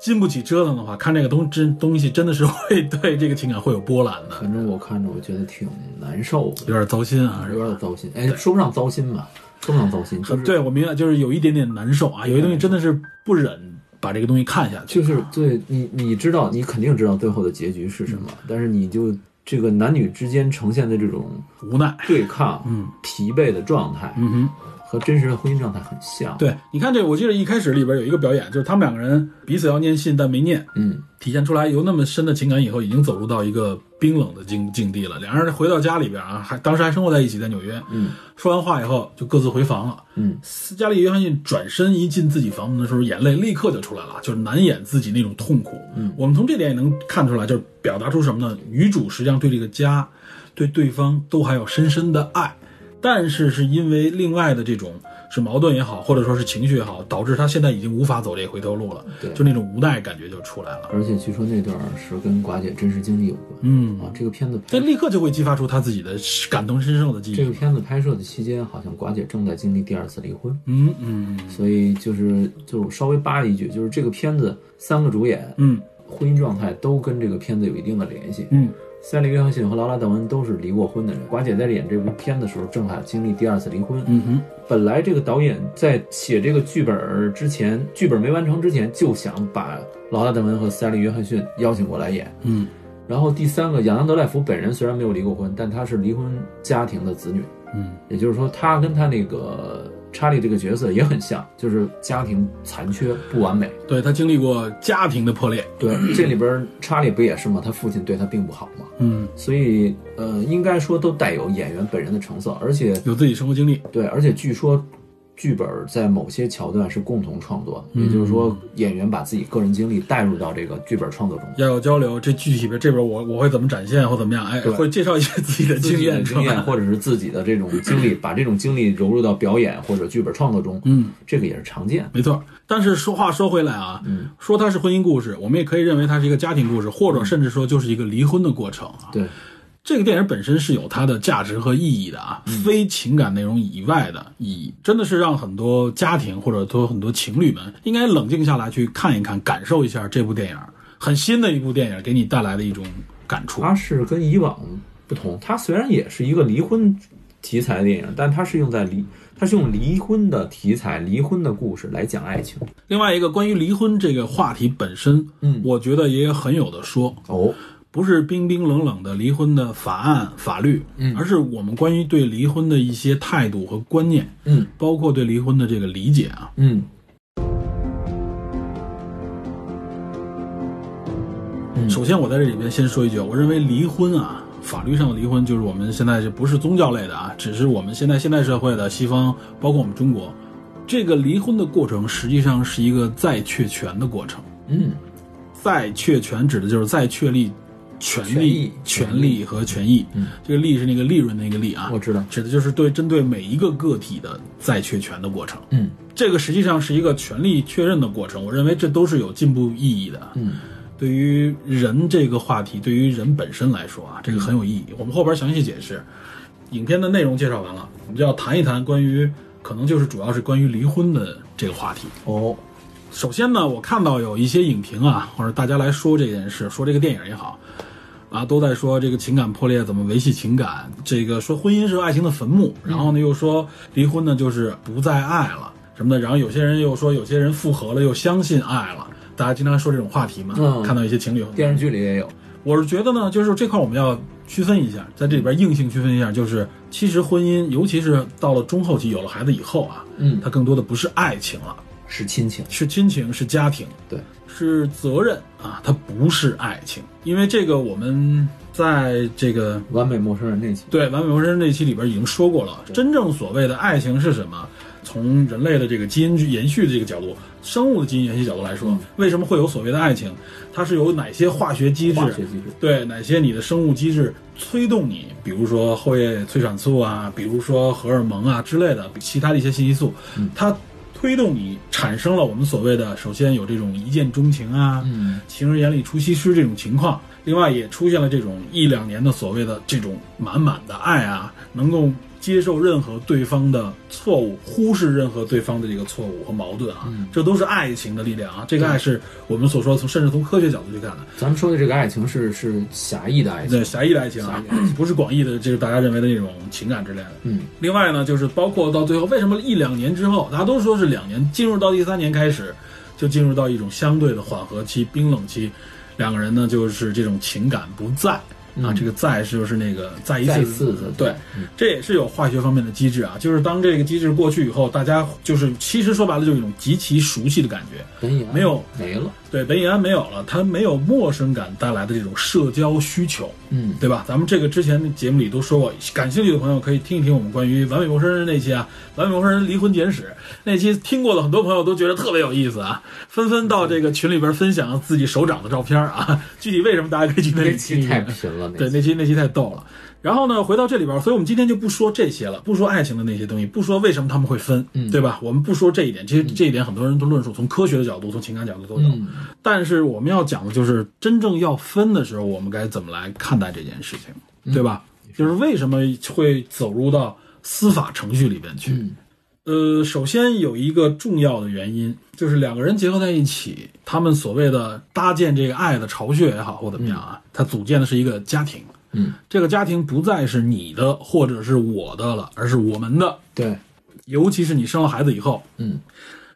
[SPEAKER 2] 经不起折腾的话，看这个东真东西真的是会对这个情感会有波澜的，
[SPEAKER 4] 反正我看着我觉得挺难受的，
[SPEAKER 2] (laughs) 有点糟心啊，是
[SPEAKER 4] 有
[SPEAKER 2] 吧？
[SPEAKER 4] 点糟心。哎，说不上糟心吧，说不上糟心，就是
[SPEAKER 2] 对，我明白，就是有一点点难受啊，有些东西真的是不忍把这个东西看下去，
[SPEAKER 4] 就是对你，你知道，你肯定知道最后的结局是什么，
[SPEAKER 2] 嗯
[SPEAKER 4] 但是你就这个男女之间呈现的这种
[SPEAKER 2] 无奈，
[SPEAKER 4] 对抗、
[SPEAKER 2] 嗯
[SPEAKER 4] 疲惫的状态，
[SPEAKER 2] 嗯哼。
[SPEAKER 4] 和真实的婚姻状态很像。，
[SPEAKER 2] 对，你看这，我记得一开始里边有一个表演，就是他们两个人彼此要念信，但没念，
[SPEAKER 4] 嗯，
[SPEAKER 2] 体现出来有那么深的情感以后，已经走入到一个冰冷的境境地了。两人回到家里边啊，还当时还生活在一起，在纽约。
[SPEAKER 4] 嗯，
[SPEAKER 2] 说完话以后就各自回房了。
[SPEAKER 4] 嗯，
[SPEAKER 2] 斯嘉丽·约翰逊转身一进自己房门的时候，眼泪立刻就出来了，就是难掩自己那种痛苦。嗯，我们从这点也能看出来，就是表达出什么呢？女主实际上对这个家、对对方都还有深深的爱。但是是因为另外的这种是矛盾也好，或者说是情绪也好，导致他现在已经无法走这回头路了，
[SPEAKER 4] 对
[SPEAKER 2] 就那种无奈感觉就出来了。
[SPEAKER 4] 而且据说那段儿是跟寡姐真实经历有关。
[SPEAKER 2] 嗯
[SPEAKER 4] 啊，这个片子拍
[SPEAKER 2] 这立刻就会激发出他自己的感同身受的记
[SPEAKER 4] 这个
[SPEAKER 2] 忆。
[SPEAKER 4] 片子拍摄的期间，好像寡姐正在经历第二次离婚，
[SPEAKER 2] 嗯嗯
[SPEAKER 4] 所以就是就是稍微扒一句，就是这个片子三个主演
[SPEAKER 2] 嗯
[SPEAKER 4] 婚姻状态都跟这个片子有一定的联系。
[SPEAKER 2] 嗯
[SPEAKER 4] 塞利·约翰逊和劳拉·邓恩都是离过婚的人。寡姐在演这部片的时候，正好经历第二次离婚。
[SPEAKER 2] 嗯哼，
[SPEAKER 4] 本来这个导演在写这个剧本儿之前，剧本没完成之前，就想把劳拉·邓恩和塞利·约翰逊邀请过来演。
[SPEAKER 2] 嗯
[SPEAKER 4] 然后第三个，亚当·德赖福本人虽然没有离过婚，但他是离婚家庭的子女，
[SPEAKER 2] 嗯
[SPEAKER 4] 也就是说，他跟他那个查理这个角色也很像，就是家庭残缺不完美。
[SPEAKER 2] 对他经历过家庭的破裂。
[SPEAKER 4] 对，
[SPEAKER 2] (clears throat)
[SPEAKER 4] 这里边儿查理不也是吗？他父亲对他并不好嘛。
[SPEAKER 2] 嗯，
[SPEAKER 4] 所以呃，应该说都带有演员本人的成色，而且
[SPEAKER 2] 有自己生活经历。
[SPEAKER 4] 对，而且据说剧本在某些桥段是共同创作
[SPEAKER 2] 嗯
[SPEAKER 4] 的，也就是说演员把自己个人经历带入到这个剧本创作中。
[SPEAKER 2] 要有交流，这具体的这边我我会怎么展现或怎么样？哎，
[SPEAKER 4] 对
[SPEAKER 2] 会介绍一些自己的
[SPEAKER 4] 自
[SPEAKER 2] 经
[SPEAKER 4] 己的
[SPEAKER 2] 验
[SPEAKER 4] 经验，
[SPEAKER 2] 出来
[SPEAKER 4] 或者是自己的这种经历，把这种经历融入到表演或者剧本创作中，
[SPEAKER 2] 嗯，
[SPEAKER 4] 这个也是常见。
[SPEAKER 2] 没错。但是说话说回来啊，
[SPEAKER 4] 嗯
[SPEAKER 2] 说它是婚姻故事，我们也可以认为它是一个家庭故事，或者甚至说就是一个离婚的过程啊。
[SPEAKER 4] 对，
[SPEAKER 2] 这个电影本身是有它的价值和意义的啊，
[SPEAKER 4] 嗯
[SPEAKER 2] 非情感内容以外的意义，真的是让很多家庭或者说很多情侣们应该冷静下来去看一看，感受一下这部电影，很新的一部电影给你带来的一种感触。
[SPEAKER 4] 它是跟以往不同，它虽然也是一个离婚题材的电影，但它是用在离，它是用离婚的题材、离婚的故事来讲爱情。
[SPEAKER 2] 另外一个关于离婚这个话题本身，
[SPEAKER 4] 嗯
[SPEAKER 2] 我觉得也很有的说，
[SPEAKER 4] 哦，
[SPEAKER 2] 不是冰冰冷冷的离婚的法案法律，嗯，而是我们关于对离婚的一些态度和观念，
[SPEAKER 4] 嗯
[SPEAKER 2] 包括对离婚的这个理解啊。
[SPEAKER 4] 嗯。嗯
[SPEAKER 2] 首先，我在这里边先说一句，我认为离婚啊，法律上的离婚就是我们现在就不是宗教类的啊，只是我们现在现代社会的西方，包括我们中国，这个离婚的过程实际上是一个再确权的过程。
[SPEAKER 4] 嗯
[SPEAKER 2] 再确权指的就是再确立权利、
[SPEAKER 4] 权益
[SPEAKER 2] 权利和权益。
[SPEAKER 4] 嗯
[SPEAKER 2] 这个利是那个利润那个利啊，
[SPEAKER 4] 我知道
[SPEAKER 2] 指的就是对针对每一个个体的再确权的过程。
[SPEAKER 4] 嗯
[SPEAKER 2] 这个实际上是一个权利确认的过程，我认为这都是有进步意义的。
[SPEAKER 4] 嗯，
[SPEAKER 2] 对于人这个话题，对于人本身来说啊，这个很有意
[SPEAKER 4] 嗯
[SPEAKER 2] 义。我们后边详细解释。影片的内容介绍完了，我们就要谈一谈关于，可能就是主要是关于离婚的这个话题。
[SPEAKER 4] 哦，
[SPEAKER 2] 首先呢，我看到有一些影评啊，或者大家来说这件事，说这个电影也好，啊，都在说这个情感破裂怎么维系情感，这个说婚姻是爱情的坟墓，然后
[SPEAKER 4] 嗯
[SPEAKER 2] 呢又说离婚呢就是不再爱了什么的，然后有些人又说有些人复合了又相信爱了，大家经常说这种话题嘛，
[SPEAKER 4] 嗯
[SPEAKER 2] 看到一些情侣，
[SPEAKER 4] 电视剧里也有。
[SPEAKER 2] 我是觉得呢，就是这块我们要区分一下，在这里边硬性区分一下，就是其实婚姻，尤其是到了中后期有了孩子以后啊，
[SPEAKER 4] 嗯，
[SPEAKER 2] 它更多的不是爱情了，
[SPEAKER 4] 是亲情。
[SPEAKER 2] 是亲情，是家庭。
[SPEAKER 4] 对，
[SPEAKER 2] 是责任啊，它不是爱情，因为这个我们在这个
[SPEAKER 4] 完美陌生人那期。
[SPEAKER 2] 对《完美陌生人》那期里边已经说过了，真正所谓的爱情是什么？从人类的这个基因延续的这个角度，生物的基因延续角度来
[SPEAKER 4] 嗯
[SPEAKER 2] 说，为什么会有所谓的爱情？它是由哪些化学机制？
[SPEAKER 4] 化学机制
[SPEAKER 2] 对哪些你的生物机制催动你，比如说后叶催产素啊，比如说荷尔蒙啊之类的，比其他的一些信息素，
[SPEAKER 4] 嗯
[SPEAKER 2] 它推动你产生了我们所谓的，首先有这种一见钟情啊，
[SPEAKER 4] 嗯
[SPEAKER 2] 情人眼里出西施这种情况。另外也出现了这种一两年的所谓的这种满满的爱啊，能够接受任何对方的错误，忽视任何对方的这个错误和矛盾啊，这都是爱情的力量啊。这个爱是我们所说从甚至从科学角度去看的，
[SPEAKER 4] 咱们说的这个爱情是是狭义的爱情
[SPEAKER 2] 对，狭义的爱情啊，不是广义的，就是大家认为的那种情感之类的。
[SPEAKER 4] 嗯，
[SPEAKER 2] 另外呢，就是包括到最后，为什么一两年之后，大家都说是两年，进入到第三年开始，就进入到一种相对的缓和期、冰冷期，两个人呢就是这种情感不在。啊，这个在是就是那个在一次
[SPEAKER 4] 嗯再一次的
[SPEAKER 2] 对，这也是有化学方面的机制啊。就是当这个机制过去以后，大家就是其实说白了就是一种极其熟悉的感觉，
[SPEAKER 4] 本也
[SPEAKER 2] 没有
[SPEAKER 4] 没了。
[SPEAKER 2] 对，本野安没有了，他没有陌生感带来的这种社交需求，
[SPEAKER 4] 嗯，
[SPEAKER 2] 对吧？咱们这个之前的节目里都说过，感兴趣的朋友可以听一听我们关于《完美陌生人》那期啊，《完美陌生人离婚简史》那期，听过的很多朋友都觉得特别有意思啊，纷纷到这个群里边分享自己手掌的照片啊，具体为什么大家可以去那 (laughs)
[SPEAKER 4] 这
[SPEAKER 2] 里
[SPEAKER 4] 期
[SPEAKER 2] 听一
[SPEAKER 4] 太
[SPEAKER 2] 听。
[SPEAKER 4] 贫了，了那
[SPEAKER 2] 对，那期那期太逗了。然后呢，回到这里边儿，所以我们今天就不说这些了，不说爱情的那些东西，不说为什么他们会分，对吧？我们不说这一点，其实这一点很多人都论述，从科学的角度，从情感角度都有。但是我们要讲的就是，真正要分的时候，我们该怎么来看待这件事情，对吧？就是为什么会走入到司法程序里边去？呃，首先有一个重要的原因，就是两个人结合在一起，他们所谓的搭建这个爱的巢穴也好，或怎么样啊，它组建的是一个家庭。
[SPEAKER 4] 嗯，
[SPEAKER 2] 这个家庭不再是你的或者是我的了，而是我们的。
[SPEAKER 4] 对，
[SPEAKER 2] 尤其是你生了孩子以后，
[SPEAKER 4] 嗯，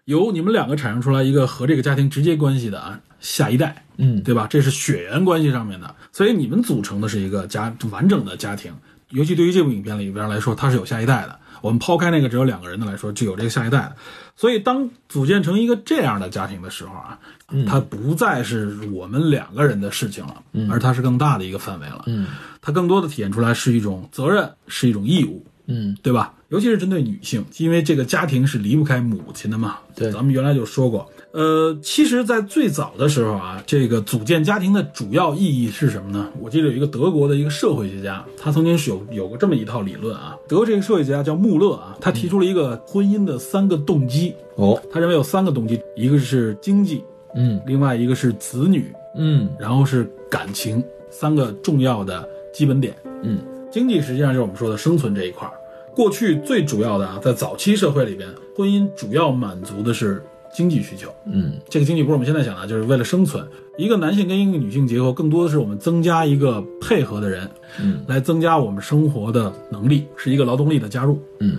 [SPEAKER 2] 由你们两个产生出来一个和这个家庭直接关系的啊下一代，
[SPEAKER 4] 嗯，
[SPEAKER 2] 对吧？这是血缘关系上面的，所以你们组成的是一个家完整的家庭。尤其对于这部影片里边来说，它是有下一代的。我们抛开那个只有两个人的来说，就有这个下一代的。所以当组建成一个这样的家庭的时候啊，
[SPEAKER 4] 嗯
[SPEAKER 2] 它不再是我们两个人的事情了，而它是更大的一个范围了。
[SPEAKER 4] 嗯，
[SPEAKER 2] 它更多的体现出来是一种责任，是一种义务。
[SPEAKER 4] 嗯，
[SPEAKER 2] 对吧？尤其是针对女性，因为这个家庭是离不开母亲的嘛。
[SPEAKER 4] 对
[SPEAKER 2] 咱们原来就说过，呃，其实，在最早的时候啊，这个组建家庭的主要意义是什么呢？我记得有一个德国的一个社会学家，他曾经是有有过这么一套理论啊。德国这个社会学家叫穆勒啊，他提出了一个婚姻的三个动机，
[SPEAKER 4] 哦，
[SPEAKER 2] 他认为有三个动机，一个是经济，
[SPEAKER 4] 嗯
[SPEAKER 2] 另外一个是子女，
[SPEAKER 4] 嗯
[SPEAKER 2] 然后是感情，三个重要的基本点。
[SPEAKER 4] 嗯
[SPEAKER 2] 经济实际上就是我们说的生存这一块儿。过去最主要的啊，在早期社会里边，婚姻主要满足的是经济需求。
[SPEAKER 4] 嗯
[SPEAKER 2] 这个经济不是我们现在想的，就是为了生存。一个男性跟一个女性结合，更多的是我们增加一个配合的人，
[SPEAKER 4] 嗯，
[SPEAKER 2] 来增加我们生活的能力，是一个劳动力的加入。
[SPEAKER 4] 嗯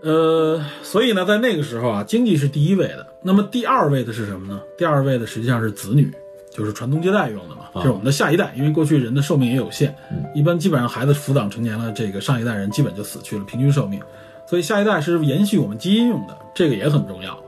[SPEAKER 2] 呃，所以呢，在那个时候啊，经济是第一位的。那么第二位的是什么呢？第二位的实际上是子女，就是传宗接代用的
[SPEAKER 4] 啊
[SPEAKER 2] 嘛，这是我们的下一代。因为过去人的寿命也有限，
[SPEAKER 4] 嗯
[SPEAKER 2] 一般基本上孩子抚养成年了，这个上一代人基本就死去了，平均寿命。所以下一代是延续我们基因用的，这个也很重要。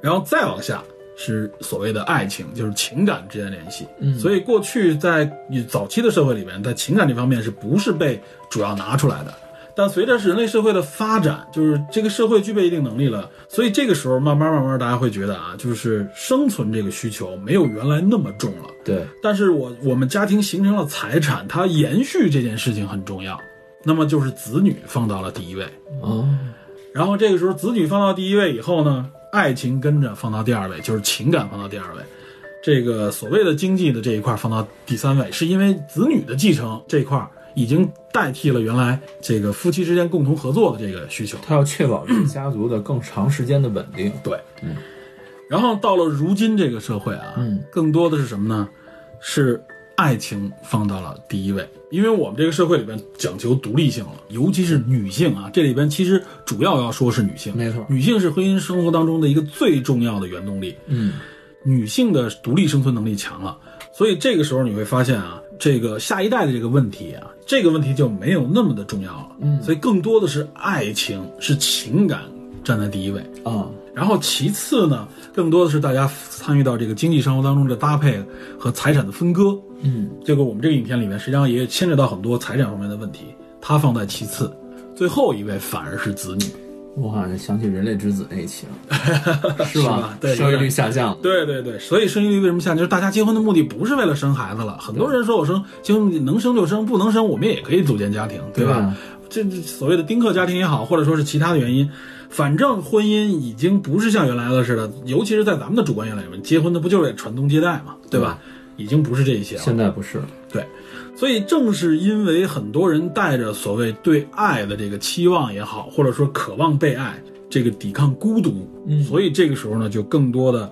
[SPEAKER 2] 然后再往下是所谓的爱情，就是情感之间的联系。嗯，所以过去在早期的社会里面，在情感这方面是不是被主要拿出来的？但随着是人类社会的发展，就是这个社会具备一定能力了，所以这个时候慢慢慢慢，大家会觉得啊，就是生存这个需求没有原来那么重了。
[SPEAKER 4] 对，
[SPEAKER 2] 但是我我们家庭形成了财产，它延续这件事情很重要。那么就是子女放到了第一位，
[SPEAKER 4] 哦，
[SPEAKER 2] 然后这个时候子女放到第一位以后呢，爱情跟着放到第二位，就是情感放到第二位。这个所谓的经济的这一块放到第三位，是因为子女的继承这一块已经代替了原来这个夫妻之间共同合作的这个需求。
[SPEAKER 4] 他要确保这个家族的更长时间的稳定。
[SPEAKER 2] 对，嗯。然后到了如今这个社会啊，嗯，更多的是什么呢？是爱情放到了第一位，因为我们这个社会里边讲求独立性了，尤其是女性啊，这里边其实主要要说是女性，
[SPEAKER 4] 没错
[SPEAKER 2] 女性是婚姻生活当中的一个最重要的原动力，
[SPEAKER 4] 嗯
[SPEAKER 2] 女性的独立生存能力强了，所以这个时候你会发现啊，这个下一代的这个问题啊，这个问题就没有那么的重要了，嗯，所以更多的是爱情是情感站在第一位，
[SPEAKER 4] 啊，
[SPEAKER 2] 然后其次呢，更多的是大家参与到这个经济生活当中的搭配和财产的分割。
[SPEAKER 4] 嗯
[SPEAKER 2] 这个我们这个影片里面实际上也牵扯到很多财产方面的问题，它放在其次，最后一位反而是子女。
[SPEAKER 4] 我好像想起《人类之子》那一期
[SPEAKER 2] (laughs)
[SPEAKER 4] 了，是
[SPEAKER 2] 是
[SPEAKER 4] 吧
[SPEAKER 2] 吧？对
[SPEAKER 4] 生育率下降了。
[SPEAKER 2] 对对对，所以生育率为什么下降？就是大家结婚的目的不是为了生孩子了。很多人说我生结婚目的能生就生，不能生我们也可以组建家庭，对
[SPEAKER 4] 对
[SPEAKER 2] 吧
[SPEAKER 4] 啊？
[SPEAKER 2] 这这所谓的丁克家庭也好，或者说是其他的原因，反正婚姻已经不是像原来的似的，尤其是在咱们的主观眼里面，结婚的不就是为了传宗接代嘛，对吧？已经不是这一些了。
[SPEAKER 4] 现在不是了，
[SPEAKER 2] 对，所以正是因为很多人带着所谓对爱的这个期望也好，或者说渴望被爱，这个抵抗孤独，嗯，所以这个时候呢，就更多的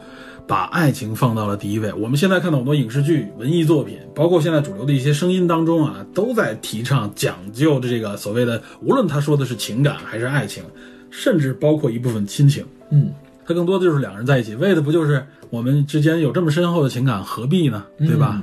[SPEAKER 2] 把爱情放到了第一位。我们现在看到很多影视剧、文艺作品，包括现在主流的一些声音当中啊，都在提倡讲究这个所谓的，无论他说的是情感还是爱情，甚至包括一部分亲情，
[SPEAKER 4] 嗯，
[SPEAKER 2] 它更多的就是两人在一起，为的不就是我们之间有这么深厚的情感，何必呢？
[SPEAKER 4] 嗯
[SPEAKER 2] 对吧？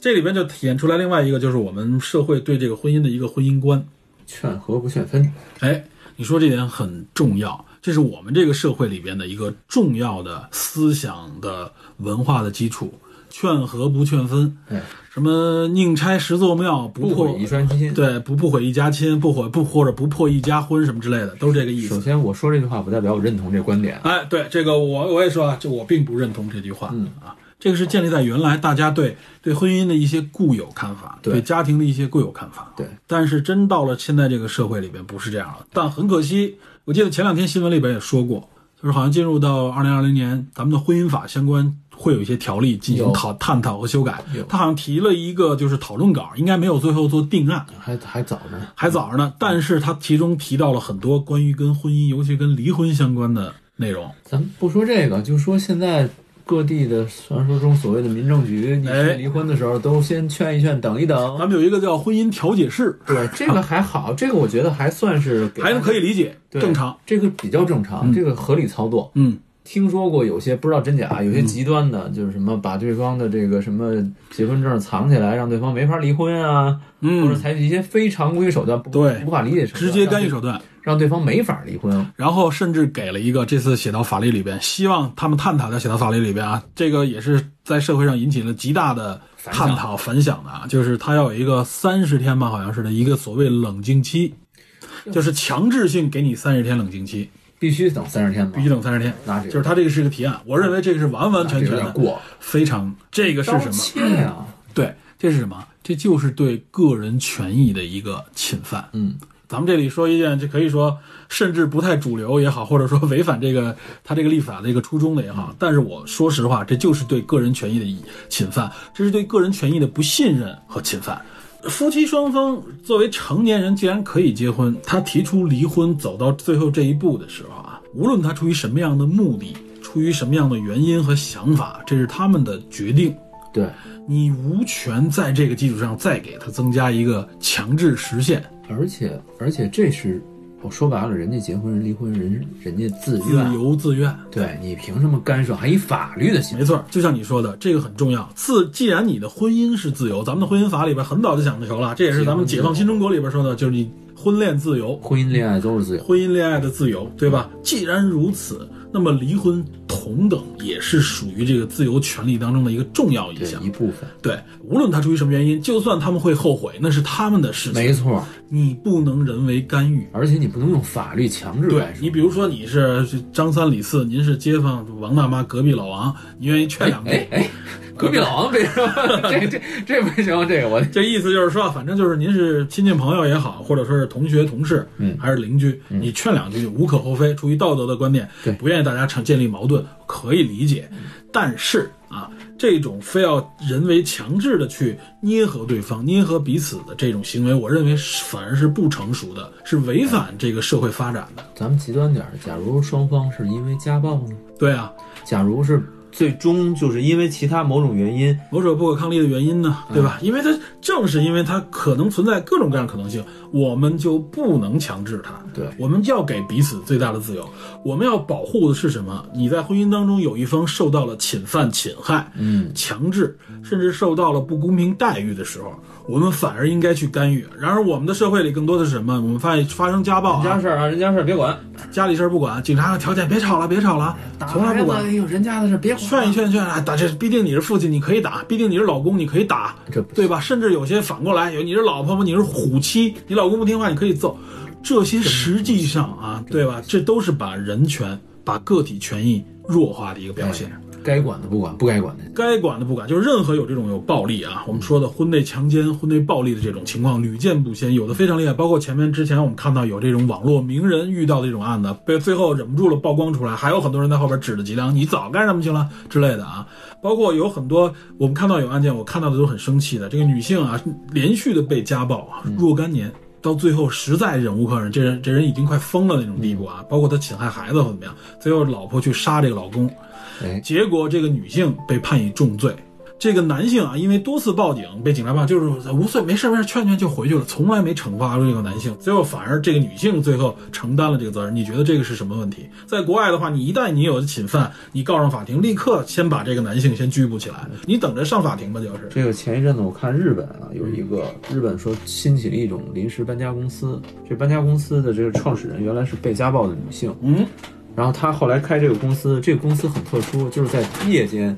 [SPEAKER 2] 这里边就体现出来另外一个，就是我们社会对这个婚姻的一个婚姻观。
[SPEAKER 4] 劝和不劝分。
[SPEAKER 2] 哎，你说这点很重要，这是我们这个社会里边的一个重要的思想的文化的基础。劝和不劝分，
[SPEAKER 4] 哎，
[SPEAKER 2] 什么宁拆十座庙，不
[SPEAKER 4] 不
[SPEAKER 2] 破
[SPEAKER 4] 毁一砖之心。，
[SPEAKER 2] 对不不毁一家亲，不毁不或者不破一家婚什么之类的，都是这个意思
[SPEAKER 4] 首。先我说这句话不代表我认同这观点啊。嗯
[SPEAKER 2] 哎，对这个我我也说啊，这我并不认同这句话、啊。这个是建立在原来大家对对婚姻的一些固有看法，
[SPEAKER 4] 对
[SPEAKER 2] 对家庭的一些固有看法。啊
[SPEAKER 4] 对，
[SPEAKER 2] 但是真到了现在这个社会里边不是这样了。但很可惜，我记得前两天新闻里边也说过，就是好像进入到二零二零年，咱们的婚姻法相关会有一些条例进行
[SPEAKER 4] 有
[SPEAKER 2] 讨探讨和修改
[SPEAKER 4] 有。
[SPEAKER 2] 他好像提了一个就是讨论稿，应该没有最后做定案。
[SPEAKER 4] 还还早着。
[SPEAKER 2] 还早着呢，但是他其中提到了很多关于跟婚姻，尤其跟离婚相关的内容。
[SPEAKER 4] 咱们不说这个，就说现在各地的传说中所谓的民政局，你
[SPEAKER 2] 哎
[SPEAKER 4] 去离婚的时候都先劝一劝，等一等。
[SPEAKER 2] 咱们有一个叫婚姻调解室，
[SPEAKER 4] 对，这个还好，这个我觉得还算是给
[SPEAKER 2] 孩子可以
[SPEAKER 4] 理
[SPEAKER 2] 理解，正常。，
[SPEAKER 4] 这个比较正常，这个合理操作。
[SPEAKER 2] 嗯，
[SPEAKER 4] 听说过有些不知道真假，有些极端的，就是什么把对方的这个什么结婚证藏起来，让对方没法离婚啊，
[SPEAKER 2] 嗯
[SPEAKER 4] 或者采取一些非常规手段，不
[SPEAKER 2] 对
[SPEAKER 4] 无法理解手段，
[SPEAKER 2] 直接干预
[SPEAKER 4] 让对
[SPEAKER 2] 手段，
[SPEAKER 4] 让对方没法离婚。
[SPEAKER 2] 然后甚至给了一个这次写到法律里边，希望他们探讨的写到法律里边啊，这个也是在社会上引起了极大的探讨反响的啊，就是他要有一个三十天吧，好像是的一个所谓冷静期，就是强制性给你三十天冷静期，
[SPEAKER 4] 必须等三十天吧
[SPEAKER 2] 必须，等三十天
[SPEAKER 4] 那这，个
[SPEAKER 2] 就是他这个是一个提案，我认为这个是完完全全的
[SPEAKER 4] 那这有点过，
[SPEAKER 2] 非常这个是什
[SPEAKER 4] 刀
[SPEAKER 2] 么？
[SPEAKER 4] 切啊呀？
[SPEAKER 2] 对，这是什么？这就是对个人权益的一个侵犯。
[SPEAKER 4] 嗯，
[SPEAKER 2] 咱们这里说一件，这可以说甚至不太主流也好，或者说违反这个他这个立法的一个初衷的也好，但是我说实话，这就是对个人权益的一侵犯，这是对个人权益的不信任和侵犯。夫妻双方作为成年人，既然可以结婚，他提出离婚走到最后这一步的时候啊，无论他出于什么样的目的，出于什么样的原因和想法，这是他们的决定。
[SPEAKER 4] 对，
[SPEAKER 2] 你无权在这个基础上再给他增加一个强制时限，
[SPEAKER 4] 而且而且这是我说白了，人家结婚人离婚人人家自
[SPEAKER 2] 自
[SPEAKER 4] 愿，
[SPEAKER 2] 由自愿。
[SPEAKER 4] 对你凭什么干涉？还以法律的形
[SPEAKER 2] 没
[SPEAKER 4] 式，
[SPEAKER 2] 错，就像你说的，这个很重要。自既然你的婚姻是自由，咱们的婚姻法里边很早就讲求了，这也是咱们解放新中国里边说的，就是你婚恋自由、
[SPEAKER 4] 婚姻恋爱都是自由。
[SPEAKER 2] 婚姻恋爱的自由，对吧？既然如此，那么离婚同等也是属于这个自由权利当中的一个重要一
[SPEAKER 4] 对
[SPEAKER 2] 项
[SPEAKER 4] 一。部分，
[SPEAKER 2] 对，无论他出于什么原因，就算他们会后悔，那是他们的事情，
[SPEAKER 4] 没错。
[SPEAKER 2] 你不能人为干预。
[SPEAKER 4] 而且你不能用法律强制
[SPEAKER 2] 对
[SPEAKER 4] 干涉
[SPEAKER 2] 你，比如说你是张三李四，您是街坊王大妈隔壁老王，你愿意劝两句，
[SPEAKER 4] 哎哎，隔壁老王别说， (laughs) 这这这不行，这个我
[SPEAKER 2] 这意思就是说，反正就是您是亲戚朋友也好，或者说是同学同事，
[SPEAKER 4] 嗯
[SPEAKER 2] 还是邻居，你劝两句无可厚非，出于道德的观点，
[SPEAKER 4] 对嗯
[SPEAKER 2] 不愿意大家成建立矛盾，可以理解。但是啊，这种非要人为强制的去捏合对方、捏合彼此的这种行为，我认为是反而是不成熟的，是违
[SPEAKER 4] 哎
[SPEAKER 2] 反这个社会发展的。
[SPEAKER 4] 咱们极端点儿，假如双方是因为家暴呢？
[SPEAKER 2] 对啊，
[SPEAKER 4] 假如是最终就是因为其他某种原因，
[SPEAKER 2] 某种不可抗力的原因呢，
[SPEAKER 4] 嗯
[SPEAKER 2] 对吧？因为它正是因为它可能存在各种各样的可能性，我们就不能强制它。
[SPEAKER 4] 对
[SPEAKER 2] 我们要给彼此最大的自由。我们要保护的是什么？你在婚姻当中有一方受到了侵犯、侵害、
[SPEAKER 4] 嗯，
[SPEAKER 2] 强制，甚至受到了不公平待遇的时候，我们反而应该去干预。然而，我们的社会里更多的是什么？我们发现发生家暴、
[SPEAKER 4] 人家
[SPEAKER 2] 啊，
[SPEAKER 4] 事儿啊，人家事儿别管，
[SPEAKER 2] 家里事儿不管，警察条件别吵了，别吵了，从来不管。
[SPEAKER 4] 哎呦，人家的事儿别管，
[SPEAKER 2] 劝一劝劝啊，打这毕竟你是父亲，你可以打；毕竟你是老公，你可以打，
[SPEAKER 4] 这不
[SPEAKER 2] 对吧？甚至有些反过来，有你是老婆嘛，你是虎妻，你老公不听话，你可以揍。这些实际上啊，对吧？这都是把人权、把个体权益弱化的一个表现。
[SPEAKER 4] 该管的不管，不该管的，
[SPEAKER 2] 该管的不管，就是任何有这种有暴力啊，我们说的婚内强奸、婚内暴力的这种情况屡见不鲜，有的非常厉害。包括前面之前我们看到有这种网络名人遇到的这种案子，被最后忍不住了曝光出来，还有很多人在后边指着脊梁，你早干什么去了之类的啊。包括有很多我们看到有案件，我看到的都很生气的，这个女性啊，连续的被家暴啊，若干年。到最后实在忍无可忍，这人这人已经快疯了那种地步啊！包括他侵害孩子或怎么样，最后老婆去杀这个老公，
[SPEAKER 4] 哎，
[SPEAKER 2] 结果这个女性被判以重罪，这个男性啊，因为多次报警被警察办，就是无罪，没事没事，劝劝就回去了，从来没惩罚过这个男性，最后反而这个女性最后承担了这个责任。你觉得这个是什么问题？在国外的话，你一旦你有侵犯，你告上法庭，立刻先把这个男性先拘捕起来，你等着上法庭吧，就是。
[SPEAKER 4] 这个前一阵子我看日本啊，有一个日本说新起了一种临时搬家公司，这搬家公司的这个创始人原来是被家暴的女性，
[SPEAKER 2] 嗯，
[SPEAKER 4] 然后她后来开这个公司，这个公司很特殊，就是在夜间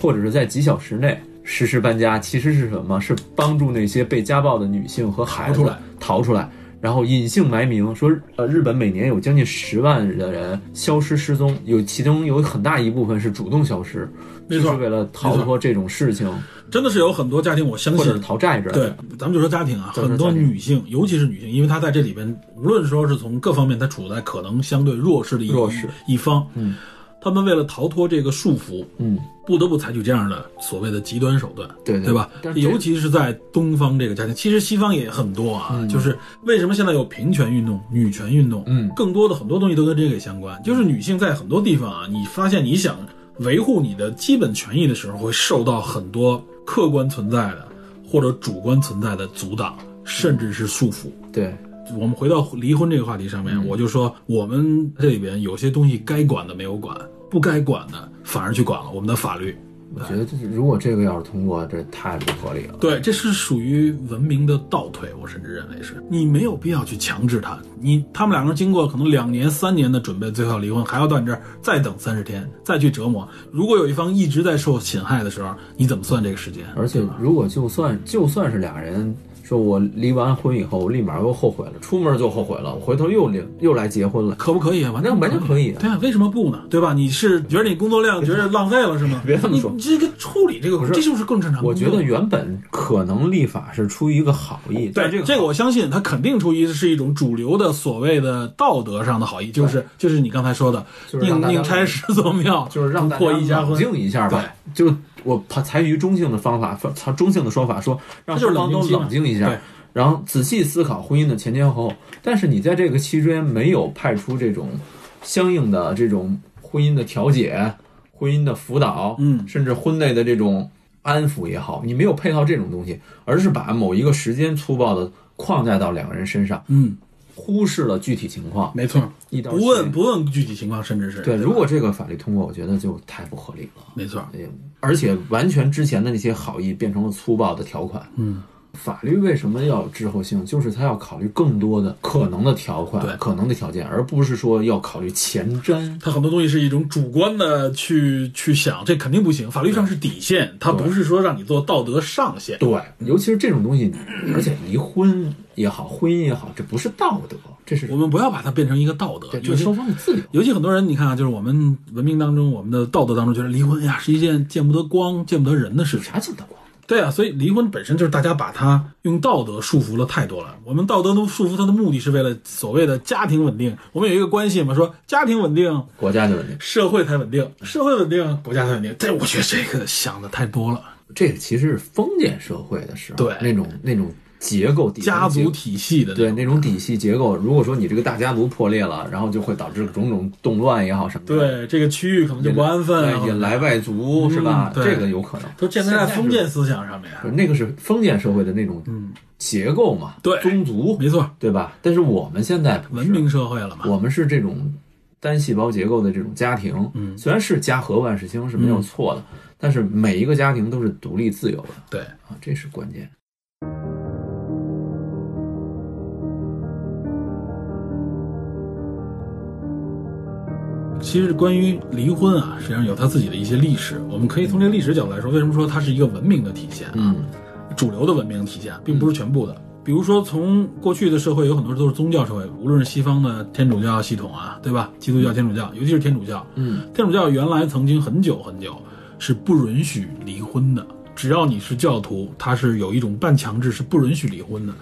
[SPEAKER 4] 或者是在几小时内实施搬家，其实是什么？是帮助那些被家暴的女性和孩子
[SPEAKER 2] 逃出来
[SPEAKER 4] 逃出来。然后隐姓埋名说，呃，日本每年有将近十万的人消失失踪，有其中有很大一部分是主动消失，
[SPEAKER 2] 没
[SPEAKER 4] 就
[SPEAKER 2] 错
[SPEAKER 4] 是为了逃脱这种事情
[SPEAKER 2] 真的是有很多家庭，我相
[SPEAKER 4] 或者是
[SPEAKER 2] 信。
[SPEAKER 4] 逃债之类
[SPEAKER 2] 对
[SPEAKER 4] 的。，
[SPEAKER 2] 咱们就说家庭啊，
[SPEAKER 4] 咱们
[SPEAKER 2] 很
[SPEAKER 4] 说
[SPEAKER 2] 多
[SPEAKER 4] 家庭嗯
[SPEAKER 2] 女性，尤其是女性，因为她在这里边，无论说是从各方面，她处在可能相对弱势的一
[SPEAKER 4] 弱势
[SPEAKER 2] 一方，
[SPEAKER 4] 嗯，
[SPEAKER 2] 她们为了逃脱这个束缚，
[SPEAKER 4] 嗯，
[SPEAKER 2] 不得不采取这样的所谓的极端手段，
[SPEAKER 4] 对
[SPEAKER 2] 对吧？
[SPEAKER 4] 但是这
[SPEAKER 2] 尤其是在东方这个家庭，其实西方也很多啊。就是为什么现在有平权运动、女权运动，
[SPEAKER 4] 嗯
[SPEAKER 2] 更多的很多东西都跟这个相关。就是女性在很多地方啊，你发现你想维护你的基本权益的时候，会受到很多客观存在的或者主观存在的阻挡，甚至是束缚。
[SPEAKER 4] 对，
[SPEAKER 2] 我们回到离婚这个话题上面，
[SPEAKER 4] 嗯
[SPEAKER 2] 我就说我们这里边有些东西该管的没有管，不该管的反而去管了。我们的法律，
[SPEAKER 4] 我觉得这如果这个要是通过，这太不合理了。
[SPEAKER 2] 对，这是属于文明的倒退，我甚至认为是你没有必要去强制他。你他们两个人经过可能两年、三年的准备，最后离婚，还要到你这儿再等三十天，再去折磨。如果有一方一直在受侵害的时候，你怎么算这个时间？
[SPEAKER 4] 而且如果就算就算是俩人说我离完婚以后，我立马又后悔了，出门就后悔了，我回头又离又来结婚了，
[SPEAKER 2] 可不可以啊？完
[SPEAKER 4] 那
[SPEAKER 2] 全
[SPEAKER 4] 完全可以啊
[SPEAKER 2] 对啊，为什么不呢？对吧？你是觉得你工作量觉得浪费了是吗？
[SPEAKER 4] (laughs) 别这么说
[SPEAKER 2] 你这个处理这个，
[SPEAKER 4] 是
[SPEAKER 2] 这就是更正常的
[SPEAKER 4] 我
[SPEAKER 2] 工
[SPEAKER 4] 觉
[SPEAKER 2] 作。
[SPEAKER 4] 得原本可能立法是出于一个好意，但
[SPEAKER 2] 对
[SPEAKER 4] 这个
[SPEAKER 2] 我相信他肯定出于是一种主流的所谓的道德上的好意，就是就是你刚才说的，
[SPEAKER 4] 就是让
[SPEAKER 2] 宁
[SPEAKER 4] 大家
[SPEAKER 2] 宁拆十座庙，
[SPEAKER 4] (laughs) 就是让大家
[SPEAKER 2] 破一家
[SPEAKER 4] 冷
[SPEAKER 2] 婚。
[SPEAKER 4] 静一下吧。就我采采取中性的方法，采中性的说法说，让
[SPEAKER 2] 这就是
[SPEAKER 4] 双方
[SPEAKER 2] 冷静
[SPEAKER 4] 都
[SPEAKER 2] 期嘛
[SPEAKER 4] 冷静一
[SPEAKER 2] 对
[SPEAKER 4] 下，然后仔细思考婚姻的前前后后。但是你在这个期间没有派出这种相应的这种婚姻的调解、婚姻的辅导，
[SPEAKER 2] 嗯
[SPEAKER 4] 甚至婚内的这种安抚也好，你没有配套这种东西，而是把某一个时间粗暴的框架到两个人身上，
[SPEAKER 2] 嗯，
[SPEAKER 4] 忽视了具体情况，
[SPEAKER 2] 没错，
[SPEAKER 4] 一刀
[SPEAKER 2] 不问不问具体情况，甚至是
[SPEAKER 4] 切。对，如果这个法律通过，我觉得就太不合理了。
[SPEAKER 2] 没错，
[SPEAKER 4] 对呃而且完全之前的那些好意变成了粗暴的条款。
[SPEAKER 2] 嗯，
[SPEAKER 4] 法律为什么要有滞后性？就是它要考虑更多的可能的条
[SPEAKER 2] 对
[SPEAKER 4] 款、可能的条件，而不是说要考虑前瞻。
[SPEAKER 2] 他很多东西是一种主观的去去想，这肯定不行，法律上是底线，他不是说让你做道德上限。
[SPEAKER 4] 对，尤其是这种东西，而且离婚也好，婚姻也好，这不是道德，这是
[SPEAKER 2] 我们不要把它变成一个道德，
[SPEAKER 4] 对，这
[SPEAKER 2] 就是
[SPEAKER 4] 双方的自由。
[SPEAKER 2] 尤其很多人，你看啊，就是我们文明当中，我们的道德当中，觉得离婚呀是一件见不得光、见不得人的事情。
[SPEAKER 4] 啥叫道德？
[SPEAKER 2] 对啊，所以离婚本身就是大家把它用道德束缚了太多了。我们道德都束缚它的目的是为了所谓的家庭稳定。我们有一个关系嘛，说家庭稳定，
[SPEAKER 4] 国家就稳定。
[SPEAKER 2] 社会才稳定，社会稳定，国家才稳定。这我觉得这个想的太多了，
[SPEAKER 4] 这个其实是封建社会的时候，
[SPEAKER 2] 对
[SPEAKER 4] 那种那种结构，底层
[SPEAKER 2] 家
[SPEAKER 4] 结
[SPEAKER 2] 族
[SPEAKER 4] 构
[SPEAKER 2] 体系的
[SPEAKER 4] 对那种底细结构，如果说你这个大家族破裂了，然后就会导致种种动乱也好什么的，
[SPEAKER 2] 对这个区域可能就不安分啊嗯
[SPEAKER 4] 对，引来外族是吧？
[SPEAKER 2] 对
[SPEAKER 4] 这个有可能。
[SPEAKER 2] 都建立在封建思想上面。啊
[SPEAKER 4] 不是那个是封建社会的那种结构嘛，
[SPEAKER 2] 嗯对
[SPEAKER 4] 宗族
[SPEAKER 2] 没错，
[SPEAKER 4] 对吧？但是我们现在不
[SPEAKER 2] 文
[SPEAKER 4] 是，
[SPEAKER 2] 明社会了嘛。
[SPEAKER 4] 我们是这种单细胞结构的这种家庭，嗯，虽然是家和万事兴是
[SPEAKER 2] 嗯
[SPEAKER 4] 没有错的，但是每一个家庭都是独立自由的
[SPEAKER 2] 对，
[SPEAKER 4] 啊，这是关键。
[SPEAKER 2] 其实关于离婚啊，实际上有它自己的一些历史。我们可以从这个历史角度来说，为什么说它是一个文明的体现啊？
[SPEAKER 4] 嗯，
[SPEAKER 2] 主流的文明体现，并不是全部的。比如说，从过去的社会有很多都是宗教社会，无论是西方的天主教系统啊，对吧？基督教、天主教，尤其是天主教，
[SPEAKER 4] 嗯，
[SPEAKER 2] 天主教原来曾经很久很久是不允许离婚的，只要你是教徒，它是有一种半强制是不允许离婚的，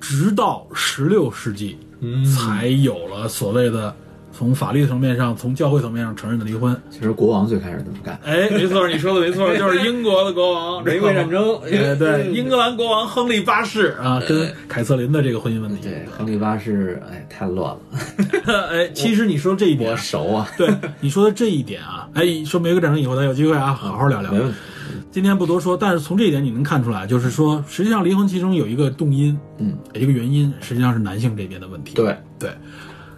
[SPEAKER 2] 直到十六世纪，才有了所谓的从法律层面上、从教会层面上承认的离婚。
[SPEAKER 4] 其实国王最开始这么干，
[SPEAKER 2] 哎，没错，你说的没错，就是英国的国
[SPEAKER 4] (laughs)
[SPEAKER 2] 王
[SPEAKER 4] 玫瑰
[SPEAKER 2] (laughs)
[SPEAKER 4] 战争，嗯
[SPEAKER 2] 对对，英格兰国王亨利八世啊，跟凯瑟琳的这个婚姻问题。
[SPEAKER 4] 对，亨利八世，哎，太乱了，
[SPEAKER 2] (laughs) 哎，其实你说这一点
[SPEAKER 4] 我，熟啊，
[SPEAKER 2] 对你说的这一点啊，哎，说玫瑰战争以后咱有机会啊，好好聊聊
[SPEAKER 4] 没。问题。
[SPEAKER 2] 今天不多说，但是从这一点你能看出来，就是说，实际上离婚其中有一个动因，
[SPEAKER 4] 嗯，
[SPEAKER 2] 有一个原因，实际上是男性这边的问题。
[SPEAKER 4] 对，
[SPEAKER 2] 对。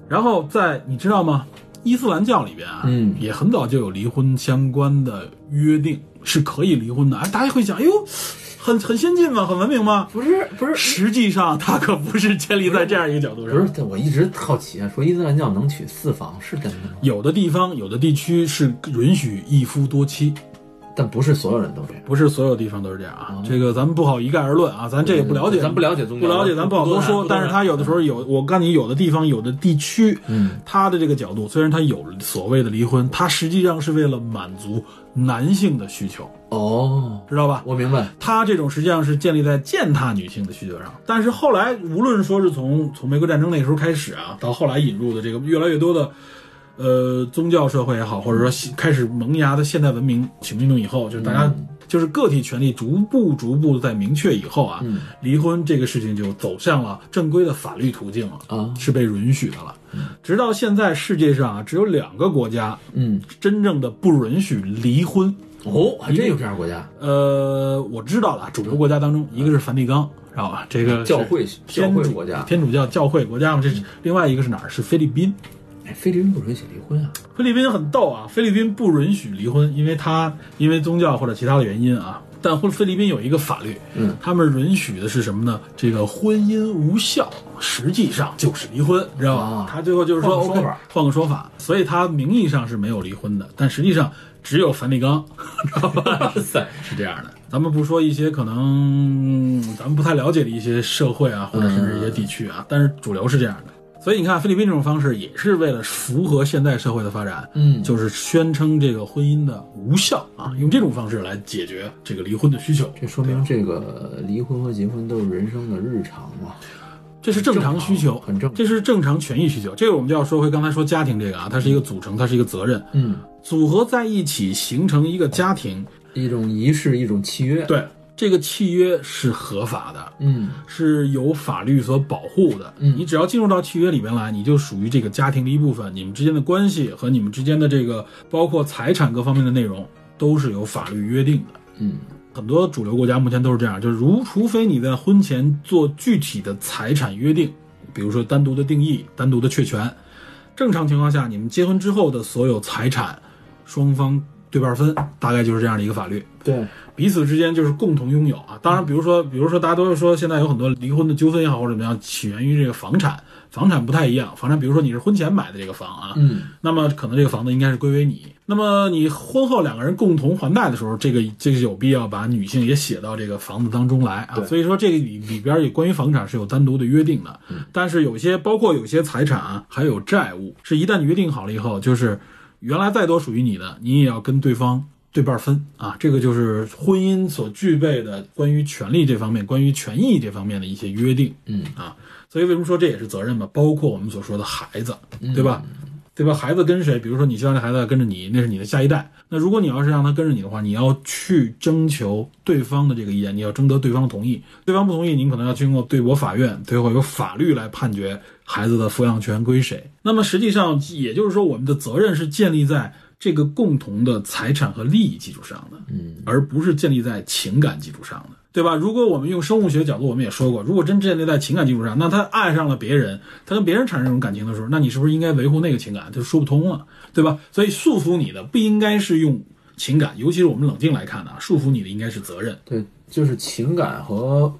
[SPEAKER 2] 然后在你知道吗？伊斯兰教里边啊，
[SPEAKER 4] 嗯
[SPEAKER 2] 也很早就有离婚相关的约定，是可以离婚的。哎，大家会想，哎呦，很很先进吗？很文明吗？
[SPEAKER 4] 不是不是
[SPEAKER 2] 实际上，它可不是建立在这样一个角度
[SPEAKER 4] 不
[SPEAKER 2] 上。
[SPEAKER 4] 是，我一直好奇啊，说伊斯兰教能娶四房是真的吗？
[SPEAKER 2] 有的地方、有的地区是允许一夫多妻，
[SPEAKER 4] 但不是所有人都这样。
[SPEAKER 2] 不是所有地方都是这样啊，这个咱们不好一概而论啊，咱这也不了解，
[SPEAKER 4] 嗯咱不了解宗
[SPEAKER 2] 不
[SPEAKER 4] 教
[SPEAKER 2] 了解，咱不好多
[SPEAKER 4] 不多谈不
[SPEAKER 2] 说。
[SPEAKER 4] 多啊
[SPEAKER 2] 但是它有的时候有，我告诉你，有的地方有的地区，
[SPEAKER 4] 嗯，
[SPEAKER 2] 它的这个角度，虽然它有所谓的离婚，它实际上是为了满足男性的需求，
[SPEAKER 4] 哦，
[SPEAKER 2] 知道吧？
[SPEAKER 4] 我明白。
[SPEAKER 2] 它这种实际上是建立在践踏女性的需求上，但是后来无论说是从从玫瑰战争那时候开始啊，到后来引入的这个越来越多的，呃，宗教社会也好，或者说西开始萌芽的现代文明起运动以后，就是大家、就是个体权利逐步逐步在明确以后啊，离婚这个事情就走向了正规的法律途径了
[SPEAKER 4] 啊
[SPEAKER 2] 是被允许的了。直到现在，世界上啊只有两个国家
[SPEAKER 4] 嗯，
[SPEAKER 2] 真正的不允许离婚。
[SPEAKER 4] 哦，还真有这样的国家，
[SPEAKER 2] 呃，我知道了，主流国家当中，一个是梵蒂冈，知道吧？这个是
[SPEAKER 4] 嗯教会教
[SPEAKER 2] 天
[SPEAKER 4] 会
[SPEAKER 2] 主
[SPEAKER 4] 国家。嗯
[SPEAKER 2] 天主教教会国家嘛，这是另外一个是哪儿？是菲律宾。
[SPEAKER 4] 哎，菲律宾不允许离婚啊。
[SPEAKER 2] 菲律宾很逗啊，菲律宾不允许离婚，因为他因为宗教或者其他的原因啊。但或菲律宾有一个法律，
[SPEAKER 4] 嗯，
[SPEAKER 2] 他们允许的是什么呢？这个婚姻无效，实际上就是离婚，知道吧？
[SPEAKER 4] 啊
[SPEAKER 2] 他最后就是说
[SPEAKER 4] 换个说
[SPEAKER 2] OK，
[SPEAKER 4] 法
[SPEAKER 2] 换个说法，所以他名义上是没有离婚的，但实际上只有梵蒂冈，知道吧？
[SPEAKER 4] 塞，
[SPEAKER 2] 是这样的，咱们不说一些可能嗯咱们不太了解的一些社会啊，或者甚至一些地区
[SPEAKER 4] 嗯
[SPEAKER 2] 啊，但是主流是这样的。所以你看，菲律宾这种方式也是为了符合现代社会的发展，
[SPEAKER 4] 嗯
[SPEAKER 2] 就是宣称这个婚姻的无效啊，用这种方式来解决这个离婚的需求，
[SPEAKER 4] 这说明这个离婚和结婚都是人生的日常嘛。
[SPEAKER 2] 这是正常需求，
[SPEAKER 4] 很正常
[SPEAKER 2] 这是正常权益需求。这个我们就要说回刚才说家庭这个啊，它是一个组成，它是一个责任，
[SPEAKER 4] 嗯，
[SPEAKER 2] 组合在一起形成一个家庭，
[SPEAKER 4] 一种仪式，一种契约。，
[SPEAKER 2] 对这个契约是合法的，
[SPEAKER 4] 嗯，
[SPEAKER 2] 是有法律所保护的。
[SPEAKER 4] 嗯
[SPEAKER 2] 你只要进入到契约里边来，你就属于这个家庭的一部分。你们之间的关系和你们之间的这个包括财产各方面的内容，都是有法律约定的。
[SPEAKER 4] 嗯，
[SPEAKER 2] 很多主流国家目前都是这样，就是如除非你在婚前做具体的财产约定，比如说单独的定义、单独的确权。正常情况下，你们结婚之后的所有财产，双方对半分，大概就是这样的一个法律。
[SPEAKER 4] 对，
[SPEAKER 2] 彼此之间就是共同拥有啊。当然，比如说，比如说，大家都是说现在有很多离婚的纠纷也好，或者怎么样，起源于这个房产。房产不太一样，房产比如说你是婚前买的这个房啊，
[SPEAKER 4] 嗯，
[SPEAKER 2] 那么可能这个房子应该是归为你。那么你婚后两个人共同还贷的时候，这个这个有必要把女性也写到这个房子当中来啊。所以说这个里里边也关于房产是有单独的约定的，但是有些包括有些财产啊，还有债务，是一旦约定好了以后，就是原来再多属于你的，你也要跟对方对半分啊。这个就是婚姻所具备的关于权利这方面、关于权益这方面的一些约定。
[SPEAKER 4] 嗯
[SPEAKER 2] 啊，所以为什么说这也是责任嘛？包括我们所说的孩子，对吧？对吧？孩子跟谁？比如说你希望这孩子跟着你，那是你的下一代。那如果你要是让他跟着你的话，你要去征求对方的这个意见，你要征得对方同意。对方不同意，您可能要经过对国法院，最后由法律来判决孩子的抚养权归谁。那么实际上，也就是说，我们的责任是建立在这个共同的财产和利益基础上的。而不是建立在情感基础上的，对吧？如果我们用生物学角度，我们也说过，如果真建立在情感基础上，那他爱上了别人，他跟别人产生这种感情的时候，那你是不是应该维护那个情感？就说不通了，对吧？所以束缚你的不应该是用情感，尤其是我们冷静来看的啊，束缚你的应该是责任。
[SPEAKER 4] 对，就是情感和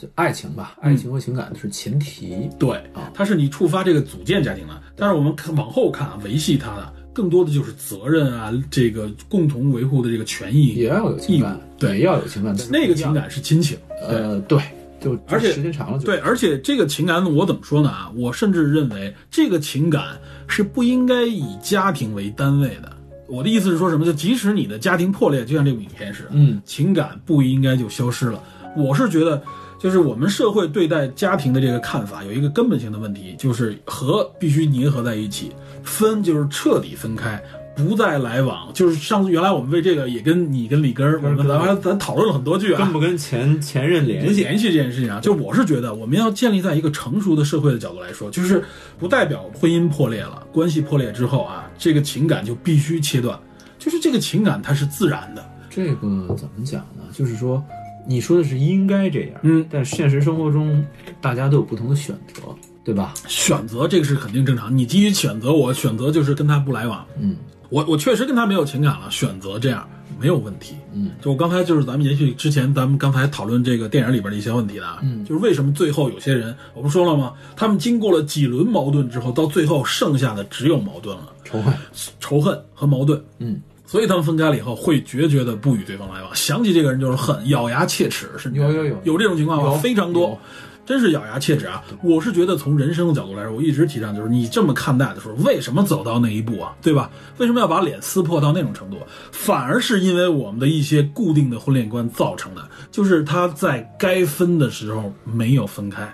[SPEAKER 4] 就爱情吧，爱情和情感是前提。
[SPEAKER 2] 对，它是你触发这个组建家庭的，但是我们看往后看啊，维系它的更多的就是责任啊，这个共同维护的这个权益
[SPEAKER 4] 也要有情
[SPEAKER 2] 义
[SPEAKER 4] 感
[SPEAKER 2] 务，对
[SPEAKER 4] 也要有情感，但是
[SPEAKER 2] 那个情感是亲情，对。
[SPEAKER 4] 呃，对，就
[SPEAKER 2] 而且
[SPEAKER 4] 时间长了就
[SPEAKER 2] 对，而且这个情感我怎么说呢啊？我甚至认为这个情感是不应该以家庭为单位的。我的意思是说什么？就即使你的家庭破裂，就像这部影片似的，
[SPEAKER 4] 嗯，
[SPEAKER 2] 情感不应该就消失了。我是觉得，就是我们社会对待家庭的这个看法有一个根本性的问题，就是和必须粘合在一起，分就是彻底分开。不再来往，就是上次原来我们为这个也跟你跟李根儿，我们咱们咱讨论了很多句啊，
[SPEAKER 4] 跟不跟前前任联系？
[SPEAKER 2] 联系这件事情啊，就我是觉得我们要建立在一个成熟的社会的角度来说，就是不代表婚姻破裂了，关系破裂之后啊，这个情感就必须切断，就是这个情感它是自然的，
[SPEAKER 4] 这个怎么讲呢？就是说，你说的是应该这样，
[SPEAKER 2] 嗯，
[SPEAKER 4] 但现实生活中大家都有不同的选择，对吧？
[SPEAKER 2] 选择这个是肯定正常，你基于选择，我选择就是跟他不来往，
[SPEAKER 4] 嗯，
[SPEAKER 2] 我我确实跟他没有情感了，选择这样没有问题。
[SPEAKER 4] 嗯，
[SPEAKER 2] 就我刚才就是咱们延续之前咱们刚才讨论这个电影里边的一些问题的啊，嗯，就是为什么最后有些人我不说了吗？他们经过了几轮 (laughs) 矛盾之后，到最后剩下的只有矛盾了。
[SPEAKER 4] 仇恨，
[SPEAKER 2] 仇恨和矛盾。
[SPEAKER 4] 嗯，
[SPEAKER 2] 所以他们分开了以后会决绝的不与对方来往，想起这个人就是恨，咬牙切齿，是
[SPEAKER 4] 有有有
[SPEAKER 2] 有这种情况吗？
[SPEAKER 4] 有
[SPEAKER 2] 非常多
[SPEAKER 4] 有。
[SPEAKER 2] 真是咬牙切齿啊！我是觉得从人生的角度来说，我一直提倡就是你这么看待的时候，为什么走到那一步啊？对吧？为什么要把脸撕破到那种程度？反而是因为我们的一些固定的婚恋观造成的，就是他在该分的时候没有分开。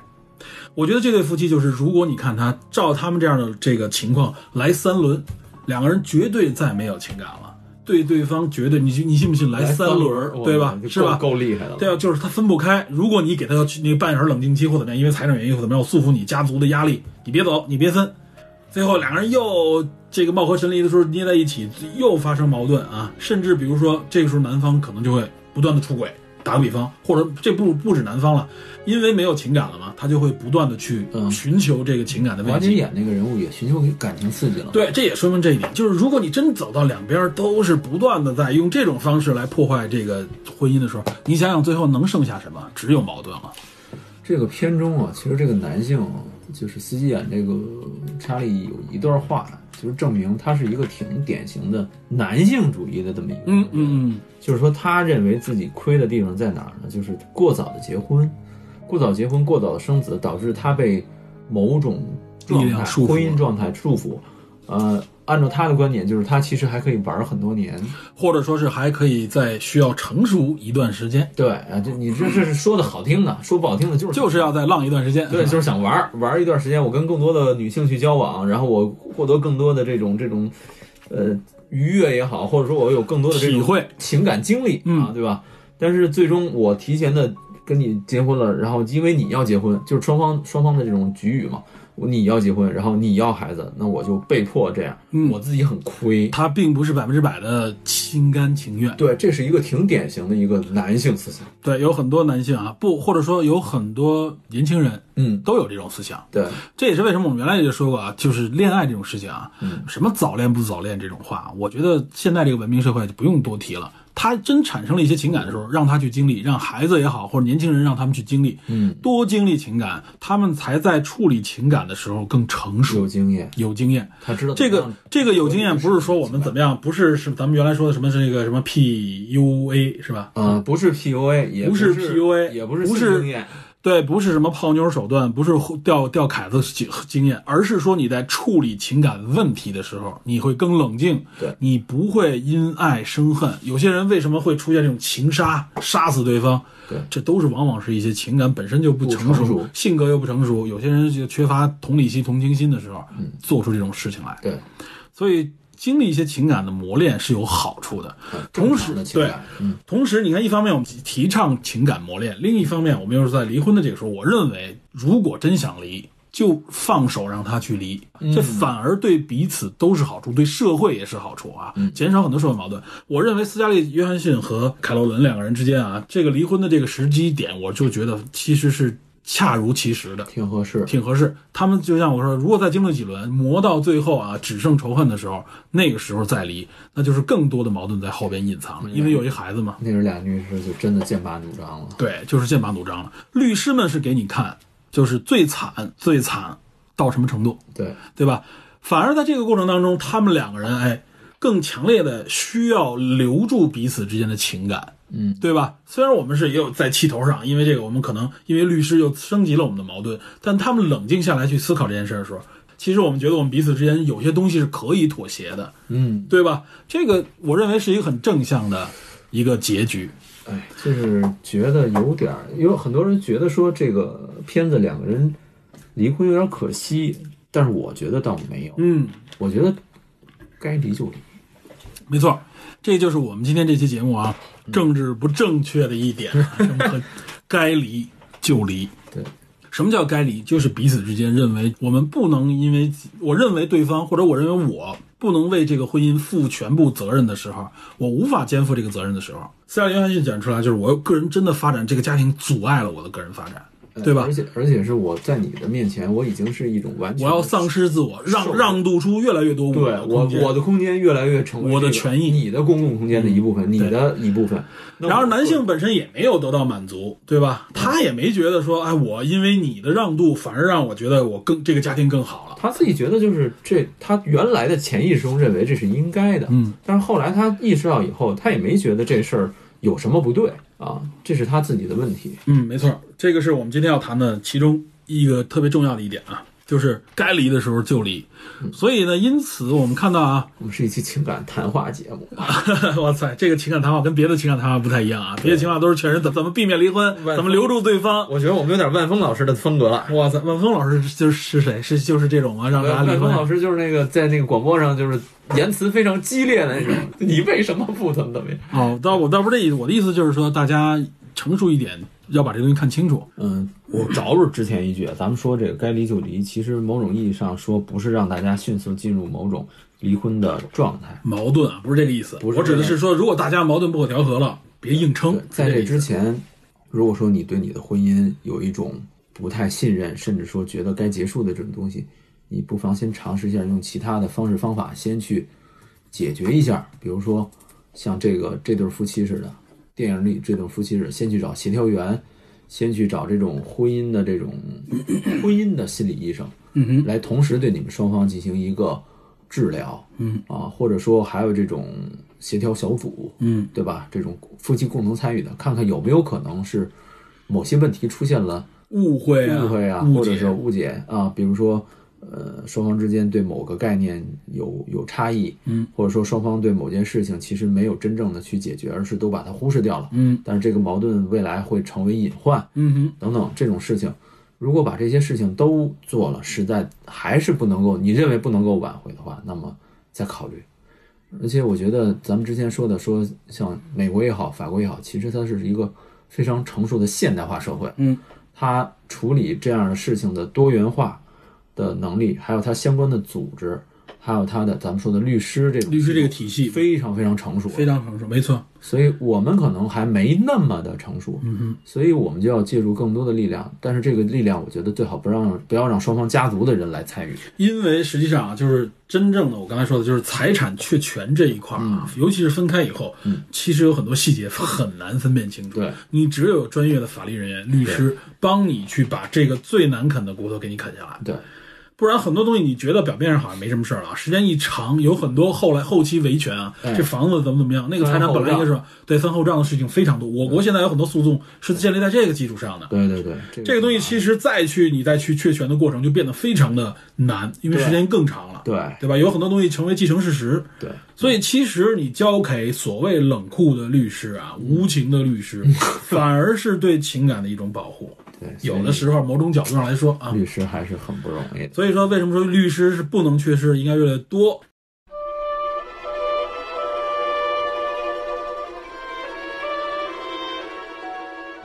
[SPEAKER 2] 我觉得这对夫妻就是，如果你看他照他们这样的这个情况来三轮，两个人绝对再没有情感了，对对方绝对，你信你信不信来三轮，
[SPEAKER 4] 我
[SPEAKER 2] 对吧
[SPEAKER 4] 就？够
[SPEAKER 2] 是吧？
[SPEAKER 4] 够厉害了。
[SPEAKER 2] 对啊，就是他分不开。如果你给他那个半小时冷静期或怎么样，因为财政原因或怎么样，我束缚你家族的压力，你别走，你别分。最后两个人又这个貌合神离的时候捏在一起，又发生矛盾啊，甚至比如说这个时候男方可能就会不断的出轨。打个比方，或者这不不止男方了，因为没有情感了嘛，他就会不断的去
[SPEAKER 4] 嗯
[SPEAKER 2] 寻求这个情感的慰
[SPEAKER 4] 王
[SPEAKER 2] 藉。
[SPEAKER 4] 晶演那个人物也寻求感情刺激了。，
[SPEAKER 2] 对，这也说明这一点，就是如果你真走到两边都是不断的在用这种方式来破坏这个婚姻的时候，你想想最后能剩下什么？只有矛盾了。
[SPEAKER 4] 这个片中啊，其实这个男性啊就是司机演这个查理有一段话，就是证明他是一个挺典型的男性主义的这么一个人。
[SPEAKER 2] 嗯嗯
[SPEAKER 4] 就是说他认为自己亏的地方在哪儿呢？就是过早的结婚，过早结婚，过早的生子，导致他被某种状
[SPEAKER 2] 力
[SPEAKER 4] 态
[SPEAKER 2] 量束缚
[SPEAKER 4] 婚姻状态束缚。呃，按照他的观点，就是他其实还可以玩很多年。
[SPEAKER 2] 嗯，或者说是还可以再需要成熟一段时间，
[SPEAKER 4] 对啊，这你这这是说的好听的，说不好听的就是
[SPEAKER 2] 就是要再浪一段时 (laughs) 间。
[SPEAKER 4] 对，就是是想玩儿玩儿一段时间，我跟更多的女性去交往，然后我获得更多的这种这种，呃，愉悦也好，或者说我有更多的这种
[SPEAKER 2] 体会
[SPEAKER 4] 情感经历、啊，
[SPEAKER 2] 嗯
[SPEAKER 4] 对吧？但是最终我提前的跟你结婚了，然后因为你要结婚，就是双方双方的这种局域嘛，你要结婚，然后你要孩子，那我就被迫这样，
[SPEAKER 2] 嗯
[SPEAKER 4] 我自己很亏。
[SPEAKER 2] 他并不是百分之百的心甘情愿。
[SPEAKER 4] 对，这是一个挺典型的一个男性思想。
[SPEAKER 2] 对，有很多男性啊，不或者说有很多年轻人
[SPEAKER 4] 嗯，
[SPEAKER 2] 都有这种思想。
[SPEAKER 4] 对，
[SPEAKER 2] 这也是为什么我们原来也就说过啊，就是恋爱这种事情啊，什么早恋不早恋这种话，啊我觉得现在这个文明社会就不用多提了。他真产生了一些情感的时候，让他去经历，让孩子也好，或者年轻人让他们去经历，
[SPEAKER 4] 嗯，
[SPEAKER 2] 多经历情感，他们才在处理情感的时候更成熟、
[SPEAKER 4] 有经验，
[SPEAKER 2] 有经验。
[SPEAKER 4] 他知道
[SPEAKER 2] 这
[SPEAKER 4] 怎么
[SPEAKER 2] 个
[SPEAKER 4] 样
[SPEAKER 2] 这个有经验不是说我们怎么样，不是是咱们原来说的什么是那个什么 PUA 是吧？
[SPEAKER 4] 啊，不是 PUA，也
[SPEAKER 2] 不
[SPEAKER 4] 是
[SPEAKER 2] 是 PUA
[SPEAKER 4] 也不是
[SPEAKER 2] 不
[SPEAKER 4] 性
[SPEAKER 2] 是
[SPEAKER 4] 经验
[SPEAKER 2] 对，不是什么泡妞手段，不是掉掉凯子经经验，而是说你在处理情感问题的时候，你会更冷静，
[SPEAKER 4] 对
[SPEAKER 2] 你不会因爱生恨。有些人为什么会出现这种情杀，杀死对方？
[SPEAKER 4] 对
[SPEAKER 2] 这都是往往是一些情感本身就不
[SPEAKER 4] 不
[SPEAKER 2] 成
[SPEAKER 4] 成熟
[SPEAKER 2] 性格又不成熟，有些人就缺乏同理心、同情心的时候，
[SPEAKER 4] 嗯
[SPEAKER 2] 做出这种事情来。
[SPEAKER 4] 对，
[SPEAKER 2] 所以经历一些情感的磨练是有好处的。同时
[SPEAKER 4] 嗯正常的，情
[SPEAKER 2] 对
[SPEAKER 4] 感，嗯，
[SPEAKER 2] 同时，你看，一方面我们提倡情感磨练，另一方面，我们又是在离婚的这个时候，我认为，如果真想离，就放手让他去离，
[SPEAKER 4] 嗯
[SPEAKER 2] 这反而对彼此都是好处，对社会也是好处啊，
[SPEAKER 4] 嗯
[SPEAKER 2] 减少很多社会矛盾。我认为斯嘉丽·约翰逊和凯罗伦两个人之间啊，这个离婚的这个时机点，我就觉得其实是恰如其时的。
[SPEAKER 4] 挺合适。
[SPEAKER 2] 挺合适。他们就像我说，如果再经历几轮磨到最后啊，只剩仇恨的时候，那个时候再离，那就是更多的矛盾在后边隐藏了，因为有一孩子嘛。
[SPEAKER 4] 那是俩律师就真的剑拔弩张了。
[SPEAKER 2] 对，就是剑拔弩张了。律师们是给你看，就是最惨最惨到什么程度，
[SPEAKER 4] 对，
[SPEAKER 2] 对吧？反而在这个过程当中，他们两个人哎，更强烈的需要留住彼此之间的情感。
[SPEAKER 4] 嗯，
[SPEAKER 2] 对吧？虽然我们是也有在气头上，因为这个我们可能因为律师又升级了我们的矛盾，但他们冷静下来去思考这件事儿的时候，其实我们觉得我们彼此之间有些东西是可以妥协的，
[SPEAKER 4] 嗯，
[SPEAKER 2] 对吧？这个我认为是一个很正向的一个结局。
[SPEAKER 4] 哎，就是觉得有点儿，有很多人觉得说这个片子两个人离婚有点可惜，但是我觉得倒没有，
[SPEAKER 2] 嗯，
[SPEAKER 4] 我觉得该离就离。
[SPEAKER 2] 没错，这就是我们今天这期节目啊，政治不正确的一点，啊什么很该离就离。
[SPEAKER 4] 对，
[SPEAKER 2] 什么叫该离？就是彼此之间认为我们不能因为我认为对方或者我认为我不能为这个婚姻负全部责任的时候，我无法肩负这个责任的时候，斯嘉丽·约翰逊讲出来就是我个人真的发展这个家庭阻碍了我的个人发展。对吧
[SPEAKER 4] 而？且而且是我在你的面前，我已经是一种完全
[SPEAKER 2] 我要丧失自我，让让渡出越来越多
[SPEAKER 4] 对
[SPEAKER 2] 的
[SPEAKER 4] 我
[SPEAKER 2] 空间
[SPEAKER 4] 我的空间越来越成为
[SPEAKER 2] 我的
[SPEAKER 4] 这个
[SPEAKER 2] 权益
[SPEAKER 4] 你的嗯公共空间的一部分，你的一部分。那
[SPEAKER 2] 然
[SPEAKER 4] 我
[SPEAKER 2] 而，男性本身也没有得到满足，对吧？他也没觉得说，哎，我因为你的让渡，反而让我觉得我更这个家庭更好了。
[SPEAKER 4] 他自己觉得就是这，他原来的潜意识中认为这是应该的，
[SPEAKER 2] 嗯，
[SPEAKER 4] 但是后来他意识到以后，他也没觉得这事儿有什么不对啊，这是他自己的问题。
[SPEAKER 2] 嗯，没错，这个是我们今天要谈的其中一个特别重要的一点啊，就是该离的时候就离。
[SPEAKER 4] 嗯
[SPEAKER 2] 所以呢，因此我们看到啊， (laughs)
[SPEAKER 4] 我们是一期情感谈话节目，
[SPEAKER 2] 哇塞，这个情感谈话跟别的情感谈话不太一样啊，别的情感话都是劝人怎怎么避免离婚，
[SPEAKER 4] 万
[SPEAKER 2] 怎么留住对方。
[SPEAKER 4] 我觉得我们有点万峰老师的风格了。
[SPEAKER 2] 哇塞，万峰老师就是是谁？是就是这种啊，让大家
[SPEAKER 4] 万
[SPEAKER 2] 离
[SPEAKER 4] 峰老
[SPEAKER 2] 婚。
[SPEAKER 4] 师就是那个在那个广播上就是言辞非常激烈的那种，你为什么不怎么怎么样？
[SPEAKER 2] 哦，倒我倒不是这意思，我的意思就是说，大家成熟一点，要把这东西看清楚。
[SPEAKER 4] 嗯，我找着之前一句，咱们说这个该离就离，其实某种意义上说，不是让大家迅速进入某种离婚的状态。
[SPEAKER 2] 矛盾啊，不是这个意思，
[SPEAKER 4] 不是
[SPEAKER 2] 我指的
[SPEAKER 4] 这个
[SPEAKER 2] 是说，如果大家矛盾不可调和了，别硬撑
[SPEAKER 4] 对，。在这
[SPEAKER 2] 这
[SPEAKER 4] 之前，如果说你对你的婚姻有一种不太信任，甚至说觉得该结束的这种东西，你不妨先尝试一下用其他的方式方法先去解决一下，比如说像这个这对夫妻似的，电影里这对夫妻似的，先去找协调员，先去找这种婚姻的这种婚姻的心理医生，嗯哼，来同时对你们双方进行一个治疗，嗯啊，或者说还有这种协调小组，
[SPEAKER 2] 嗯，
[SPEAKER 4] 对吧？这种夫妻共同参与的，看看有没有可能是某些问题出现了
[SPEAKER 2] 误会啊，
[SPEAKER 4] 误会啊，
[SPEAKER 2] 误
[SPEAKER 4] 或者
[SPEAKER 2] 解
[SPEAKER 4] 是误解啊，比如说。呃，双方之间对某个概念有有差异，嗯，或者说双方对某件事情其实没有真正的去解决，而是都把它忽视掉了，
[SPEAKER 2] 嗯，
[SPEAKER 4] 但是这个矛盾未来会成为隐患，
[SPEAKER 2] 嗯哼，
[SPEAKER 4] 等等这种事情，如果把这些事情都做了，实在还是不能够，你认为不能够挽回的话，那么再考虑。而且我觉得咱们之前说的，说像美国也好，法国也好，其实它是一个非常成熟的现代化社会，
[SPEAKER 2] 嗯，
[SPEAKER 4] 它处理这样的事情的多元化的能力，还有它相关的组织，还有它的咱们说的律师这种
[SPEAKER 2] 律师这个体系非
[SPEAKER 4] 非常非常成熟，
[SPEAKER 2] 非常成熟，没错。
[SPEAKER 4] 所以我们可能还没那么的成熟，嗯、所以我们就要借助更多的力量。但是这个力量，我觉得最好不让不要让双方家族的人来参与。
[SPEAKER 2] 因为实际上啊，就是真正的我刚才说的，就是财产确权这一块儿啊，
[SPEAKER 4] 嗯
[SPEAKER 2] 尤其是分开以后，其实有很多细节很难分辨清楚。
[SPEAKER 4] 对，
[SPEAKER 2] 你只有专业的法律人员、律师帮你去把这个最难啃的骨头给你啃下来，
[SPEAKER 4] 对，
[SPEAKER 2] 不然很多东西你觉得表面上好像没什么事儿了啊，时间一长，有很多后来后期维权啊，
[SPEAKER 4] 哎
[SPEAKER 2] 这房子怎么怎么样，那个财产本来应该是对分后账的事情非常多。我国现在有很多诉讼是建立在这个基础上的，
[SPEAKER 4] 对对对，
[SPEAKER 2] 这个东西其实再去你再去确权的过程就变得非常的难，因为时间更长了，
[SPEAKER 4] 对
[SPEAKER 2] 对吧？有很多东西成为既成事实，
[SPEAKER 4] 对，
[SPEAKER 2] 所以其实你交给所谓冷酷的律师啊，无情的律
[SPEAKER 4] (laughs)
[SPEAKER 2] 师，反而是对情感的一种保护。
[SPEAKER 4] 对，所以
[SPEAKER 2] 有的时候某种角度上来说啊，
[SPEAKER 4] 律师还是很不容易的。
[SPEAKER 2] 所以说为什么说律师是不能缺失，应该越来越多。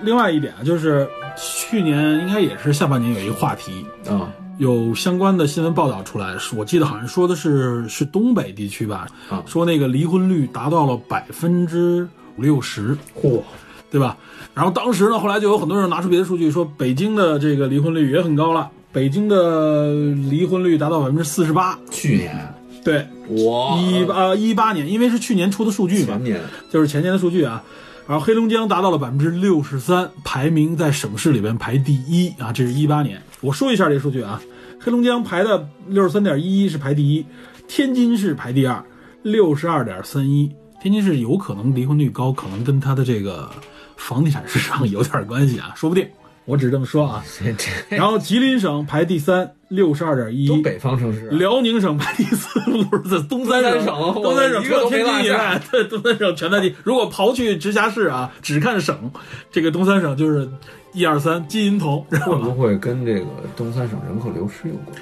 [SPEAKER 2] 另外一点啊，就是去年应该也是下半年有一个话题，
[SPEAKER 4] 啊、
[SPEAKER 2] 有相关的新闻报道出来，是我记得好像说的是是东北地区吧，
[SPEAKER 4] 啊
[SPEAKER 2] 说那个离婚率达到了百分之五六十，
[SPEAKER 4] 嚯，
[SPEAKER 2] 对吧？然后当时呢，后来就有很多人拿出别的数据说，北京的这个离婚率也很高了，北京的离婚率达到百分之四十八，
[SPEAKER 4] 去年
[SPEAKER 2] 对，
[SPEAKER 4] 我
[SPEAKER 2] 一呃一八年，因为是去年出的数据嘛
[SPEAKER 4] 前，年
[SPEAKER 2] 就是前年的数据啊。然后黑龙江达到了百分之六十三，排名在省市里边排第一啊，这是一八年。我说一下这数据啊，黑龙江排的六十三点一一是排第一，天津市排第二，六十二点三一。天津市有可能离婚率高，可能跟它的这个房地产市场有点关系啊，说不定。我只这么说啊。
[SPEAKER 4] 这这
[SPEAKER 2] 然后吉林省排第三，六十二点一。
[SPEAKER 4] 都北方城市啊、
[SPEAKER 2] 辽宁省排第四，不是东三
[SPEAKER 4] 东三省
[SPEAKER 2] 东三省
[SPEAKER 4] 我一
[SPEAKER 2] 除
[SPEAKER 4] 个
[SPEAKER 2] 了
[SPEAKER 4] 都没
[SPEAKER 2] 天津以
[SPEAKER 4] 落
[SPEAKER 2] 外 (laughs)
[SPEAKER 4] 下，
[SPEAKER 2] 对东三省全在第。如果刨去直辖市啊，只看省，这个东三省就是一二三金银铜，知道
[SPEAKER 4] 会
[SPEAKER 2] 吗？
[SPEAKER 4] 不会跟这个东三省人口流失有
[SPEAKER 2] (laughs)
[SPEAKER 4] 关？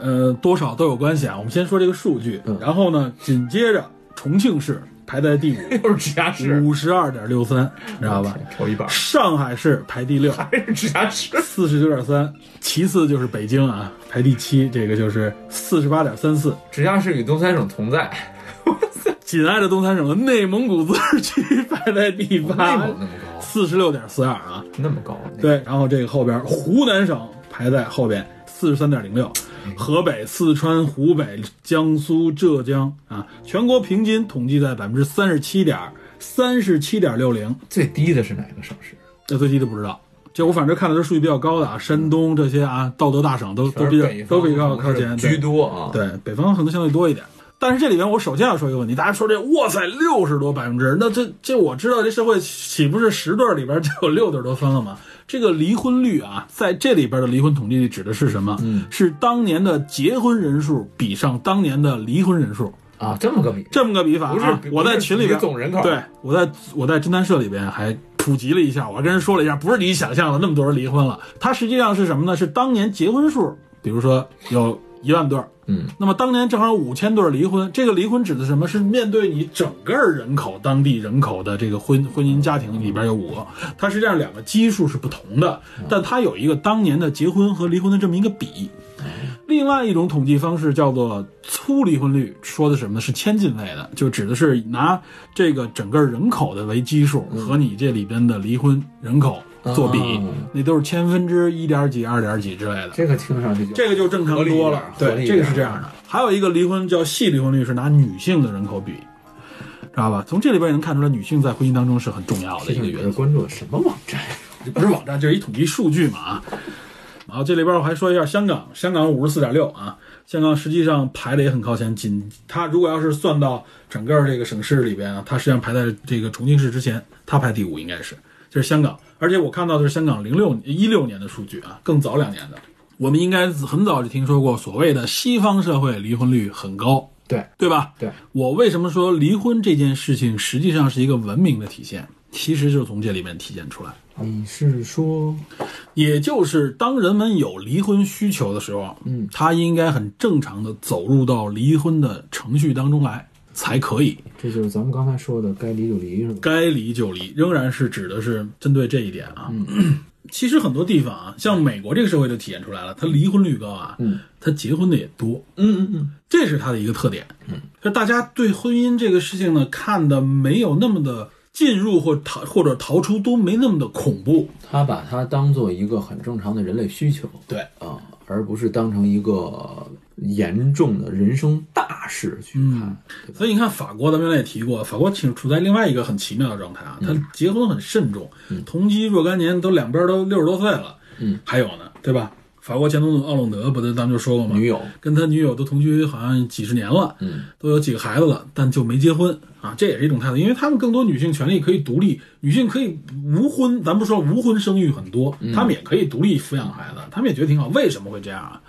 [SPEAKER 2] 呃，多少都有关系啊。我们先说这个数据，
[SPEAKER 4] 嗯
[SPEAKER 2] 然后呢，紧接着重庆市排在第五，
[SPEAKER 4] (laughs) 又是直辖，
[SPEAKER 2] 五十二点六三，知道吧？
[SPEAKER 4] 超一半儿，
[SPEAKER 2] 上海市排第六，
[SPEAKER 4] 还 (laughs) 是直辖市。
[SPEAKER 2] 四十九点三，其次就是北京啊，排第七，这个就是四十八点三四。
[SPEAKER 4] 直辖市与东三省
[SPEAKER 2] (laughs)
[SPEAKER 4] 同在，
[SPEAKER 2] 紧挨着东三省的内蒙古自治区排在第
[SPEAKER 4] 内
[SPEAKER 2] 八
[SPEAKER 4] 蒙，那么高，
[SPEAKER 2] 四十六点四二啊，
[SPEAKER 4] 那么高，那
[SPEAKER 2] 对，然后这个后边湖南省排在后边，四十三点零六，
[SPEAKER 4] 嗯
[SPEAKER 2] 河北、四川、湖北、江苏、浙江啊，全国平均统计在百分之三十七点三十七点六零，
[SPEAKER 4] 最低的是哪个省市？
[SPEAKER 2] 这最低的不知道。这我反正看的都数据比较高的啊，山东这些啊，道德大省都都比较
[SPEAKER 4] 全是北
[SPEAKER 2] 都
[SPEAKER 4] 方
[SPEAKER 2] 比较
[SPEAKER 4] 城
[SPEAKER 2] 靠
[SPEAKER 4] 市
[SPEAKER 2] 前，对
[SPEAKER 4] 居多啊。
[SPEAKER 2] 对，北方可能相对多一点。但是这里面我首先要说一个问题，大家说这哇塞六十多百分之，那这这我知道这社会岂不是十对儿里边就有六对儿都分了吗？这个离婚率啊，在这里边的离婚统计指的是什么？
[SPEAKER 4] 嗯，
[SPEAKER 2] 是当年的结婚人数比上当年的离婚人数，
[SPEAKER 4] 啊，这么个比，
[SPEAKER 2] 这么个比法、啊。
[SPEAKER 4] 不是不是
[SPEAKER 2] 我在群里边
[SPEAKER 4] 比总人口
[SPEAKER 2] 对我在我在侦探社里边还普及了一下，我还跟人说了一下，不是你想象的那么多人离婚了，它实际上是什么呢？是当年结婚数，比如说有一万对儿。
[SPEAKER 4] 嗯，
[SPEAKER 2] 那么当年正好五千对儿离婚，这个离婚指的是什么？是面对你整个人口、当地人口的这个婚婚姻家庭里边有五个，它实际上两个基数是不同的，
[SPEAKER 4] 嗯
[SPEAKER 2] 但它有一个当年的结婚和离婚的这么一个比。
[SPEAKER 4] 哎
[SPEAKER 2] 另外一种统计方式叫做粗离婚率，说的是什么呢？是千进位的，就指的是拿这个整个人口的为基数和你这里边的离婚人口作比，
[SPEAKER 4] 嗯哦
[SPEAKER 2] 那都是千分之一点几、二点几之类的。
[SPEAKER 4] 这个听上去就
[SPEAKER 2] 这个就正常多了。
[SPEAKER 4] 合理
[SPEAKER 2] 对，
[SPEAKER 4] 一点
[SPEAKER 2] 这个是这样的。还有一个离婚叫细离婚率，是拿女性的人口比，知道吧？从这里边也能看出来，女性在婚姻当中是很重要的
[SPEAKER 4] 这
[SPEAKER 2] 一个
[SPEAKER 4] 你
[SPEAKER 2] 元
[SPEAKER 4] 是
[SPEAKER 2] 素。
[SPEAKER 4] 关注的什么网站？ (laughs)
[SPEAKER 2] 这不是网站，这是一统计数据嘛啊。然后这里边我还说一下香港，香港五十四点六啊，香港实际上排的也很靠前，仅它如果要是算到整个这个省市里边啊，它实际上排在这个重庆市之前，它排第五应该是，这是香港。而且我看到的是香港零六一六年的数据啊，更早两年的，我们应该很早就听说过所谓的西方社会离婚率很高，
[SPEAKER 4] 对
[SPEAKER 2] 对吧？
[SPEAKER 4] 对，
[SPEAKER 2] 我为什么说离婚这件事情实际上是一个文明的体现，其实就是从这里面体现出来。
[SPEAKER 4] 你是说
[SPEAKER 2] 也就是当人们有离婚需求的时候，嗯，他应该很正常的走入到离婚的程序当中来才可以，
[SPEAKER 4] 这就是咱们刚才说的该离就离是吧？
[SPEAKER 2] 该离就离，仍然是指的是针对这一点啊。 (clears throat) 其实很多地方啊，像美国这个社会就体现出来了，它离婚率高啊，嗯，它结婚的也多，
[SPEAKER 4] 嗯嗯嗯，
[SPEAKER 2] 这是它的一个特点。嗯，就大家对婚姻这个事情呢，看的没有那么的进入或逃或者逃出都没那么的恐怖，
[SPEAKER 4] 他把它当做一个很正常的人类需求
[SPEAKER 2] 对。
[SPEAKER 4] 啊，而不是当成一个严重的人生大事去看。对吧
[SPEAKER 2] 所以你看，法国咱们原来也提过，法国处处在另外一个很奇妙的状态啊，他
[SPEAKER 4] 嗯
[SPEAKER 2] 结婚很慎重，同居若干年，都两边都六十多岁了，
[SPEAKER 4] 嗯，
[SPEAKER 2] 还有呢，对吧？法国前总统奥朗德不是咱们就说过吗？
[SPEAKER 4] 女友
[SPEAKER 2] 跟他女友都同居好像几十年了，
[SPEAKER 4] 嗯，
[SPEAKER 2] 都有几个孩子了，但就没结婚啊，这也是一种态度，因为他们更多女性权利可以独立，女性可以无婚，咱不说无婚生育很多，他们也可以独立抚养孩子，他们也觉得挺好。为什么会这样啊？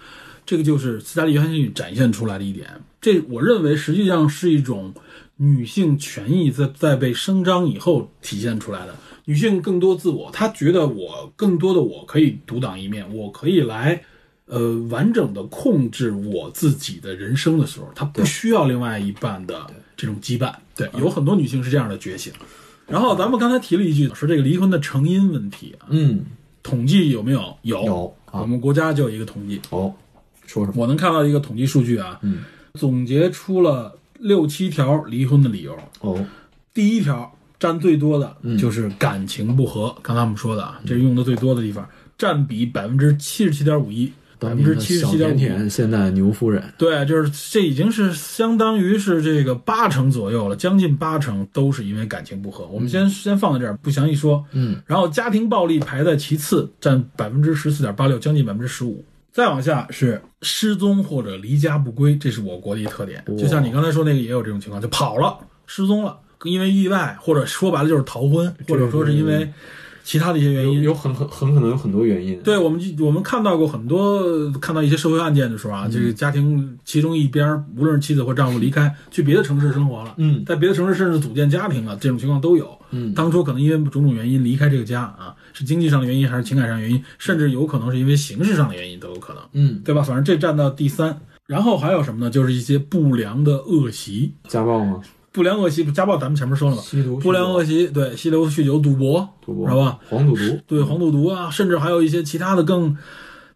[SPEAKER 2] 这个就是斯嘉丽·约翰逊展现出来的一点，这我认为实际上是一种女性权益在在被声张以后体现出来的。女性更多自我，她觉得我更多的我可以独当一面，我可以来呃完整的控制我自己的人生的时候，她不需要另外一半的这种羁绊。对，
[SPEAKER 4] 嗯
[SPEAKER 2] 有很多女性是这样的觉醒。然后咱们刚才提了一句，说这个离婚的成因问题啊，
[SPEAKER 4] 嗯，
[SPEAKER 2] 统计有没有？有，
[SPEAKER 4] 有啊
[SPEAKER 2] 我们国家就有一个统计，
[SPEAKER 4] 哦，说什么？
[SPEAKER 2] 我能看到一个统计数据啊，
[SPEAKER 4] 嗯，
[SPEAKER 2] 总结出了六七条离婚的理由。
[SPEAKER 4] 哦，
[SPEAKER 2] 第一条占最多的
[SPEAKER 4] 嗯
[SPEAKER 2] 就是感情不和，刚才我们说的啊，这是用的最多的地方，占比百分之七十七点五一，百
[SPEAKER 4] 当
[SPEAKER 2] 分
[SPEAKER 4] 年
[SPEAKER 2] 之
[SPEAKER 4] 的
[SPEAKER 2] 七十
[SPEAKER 4] 小
[SPEAKER 2] 七点
[SPEAKER 4] 甜
[SPEAKER 2] 五。
[SPEAKER 4] 甜，现在牛夫人，
[SPEAKER 2] 对，就是这已经是相当于是这个八成左右了，将近八成都是因为感情不和。我们先、先放在这儿，不详细说。
[SPEAKER 4] 嗯，
[SPEAKER 2] 然后家庭暴力排在其次，占百分之十四点八六，将近百分之十五。再往下是失踪或者离家不归，这是我国的一特点。就像你刚才说那个，也有这种情况，就跑了，失踪了，因为意外，或者说白了就是逃婚，或者说是因为其他的一些原
[SPEAKER 4] 有
[SPEAKER 2] 因。
[SPEAKER 4] 有很很很可能有很多原因。
[SPEAKER 2] 对我们就，我们看到过很多，看到一些社会案件的时候
[SPEAKER 4] 嗯
[SPEAKER 2] 啊，这个家庭其中一边儿无论是妻子或丈夫离开，去别的城市生活了，
[SPEAKER 4] 嗯
[SPEAKER 2] 在别的城市甚至组建家庭了，这种情况都有。
[SPEAKER 4] 嗯
[SPEAKER 2] 当初可能因为种种原因离开这个家啊，是经济上的原因，还是情感上的原因，甚至有可能是因为形式上的原因都有可能，
[SPEAKER 4] 嗯，
[SPEAKER 2] 对吧？反正这占到第三。然后还有什么呢？就是一些不良的恶习，
[SPEAKER 4] 家暴吗？
[SPEAKER 2] 不良恶习，家暴咱们前面说了嘛，
[SPEAKER 4] 吸毒、
[SPEAKER 2] 不良恶习，对，吸毒、酗酒、赌博，
[SPEAKER 4] 赌博
[SPEAKER 2] 是吧？？
[SPEAKER 4] 黄赌毒，
[SPEAKER 2] 对黄赌毒啊，甚至还有一些其他的更，比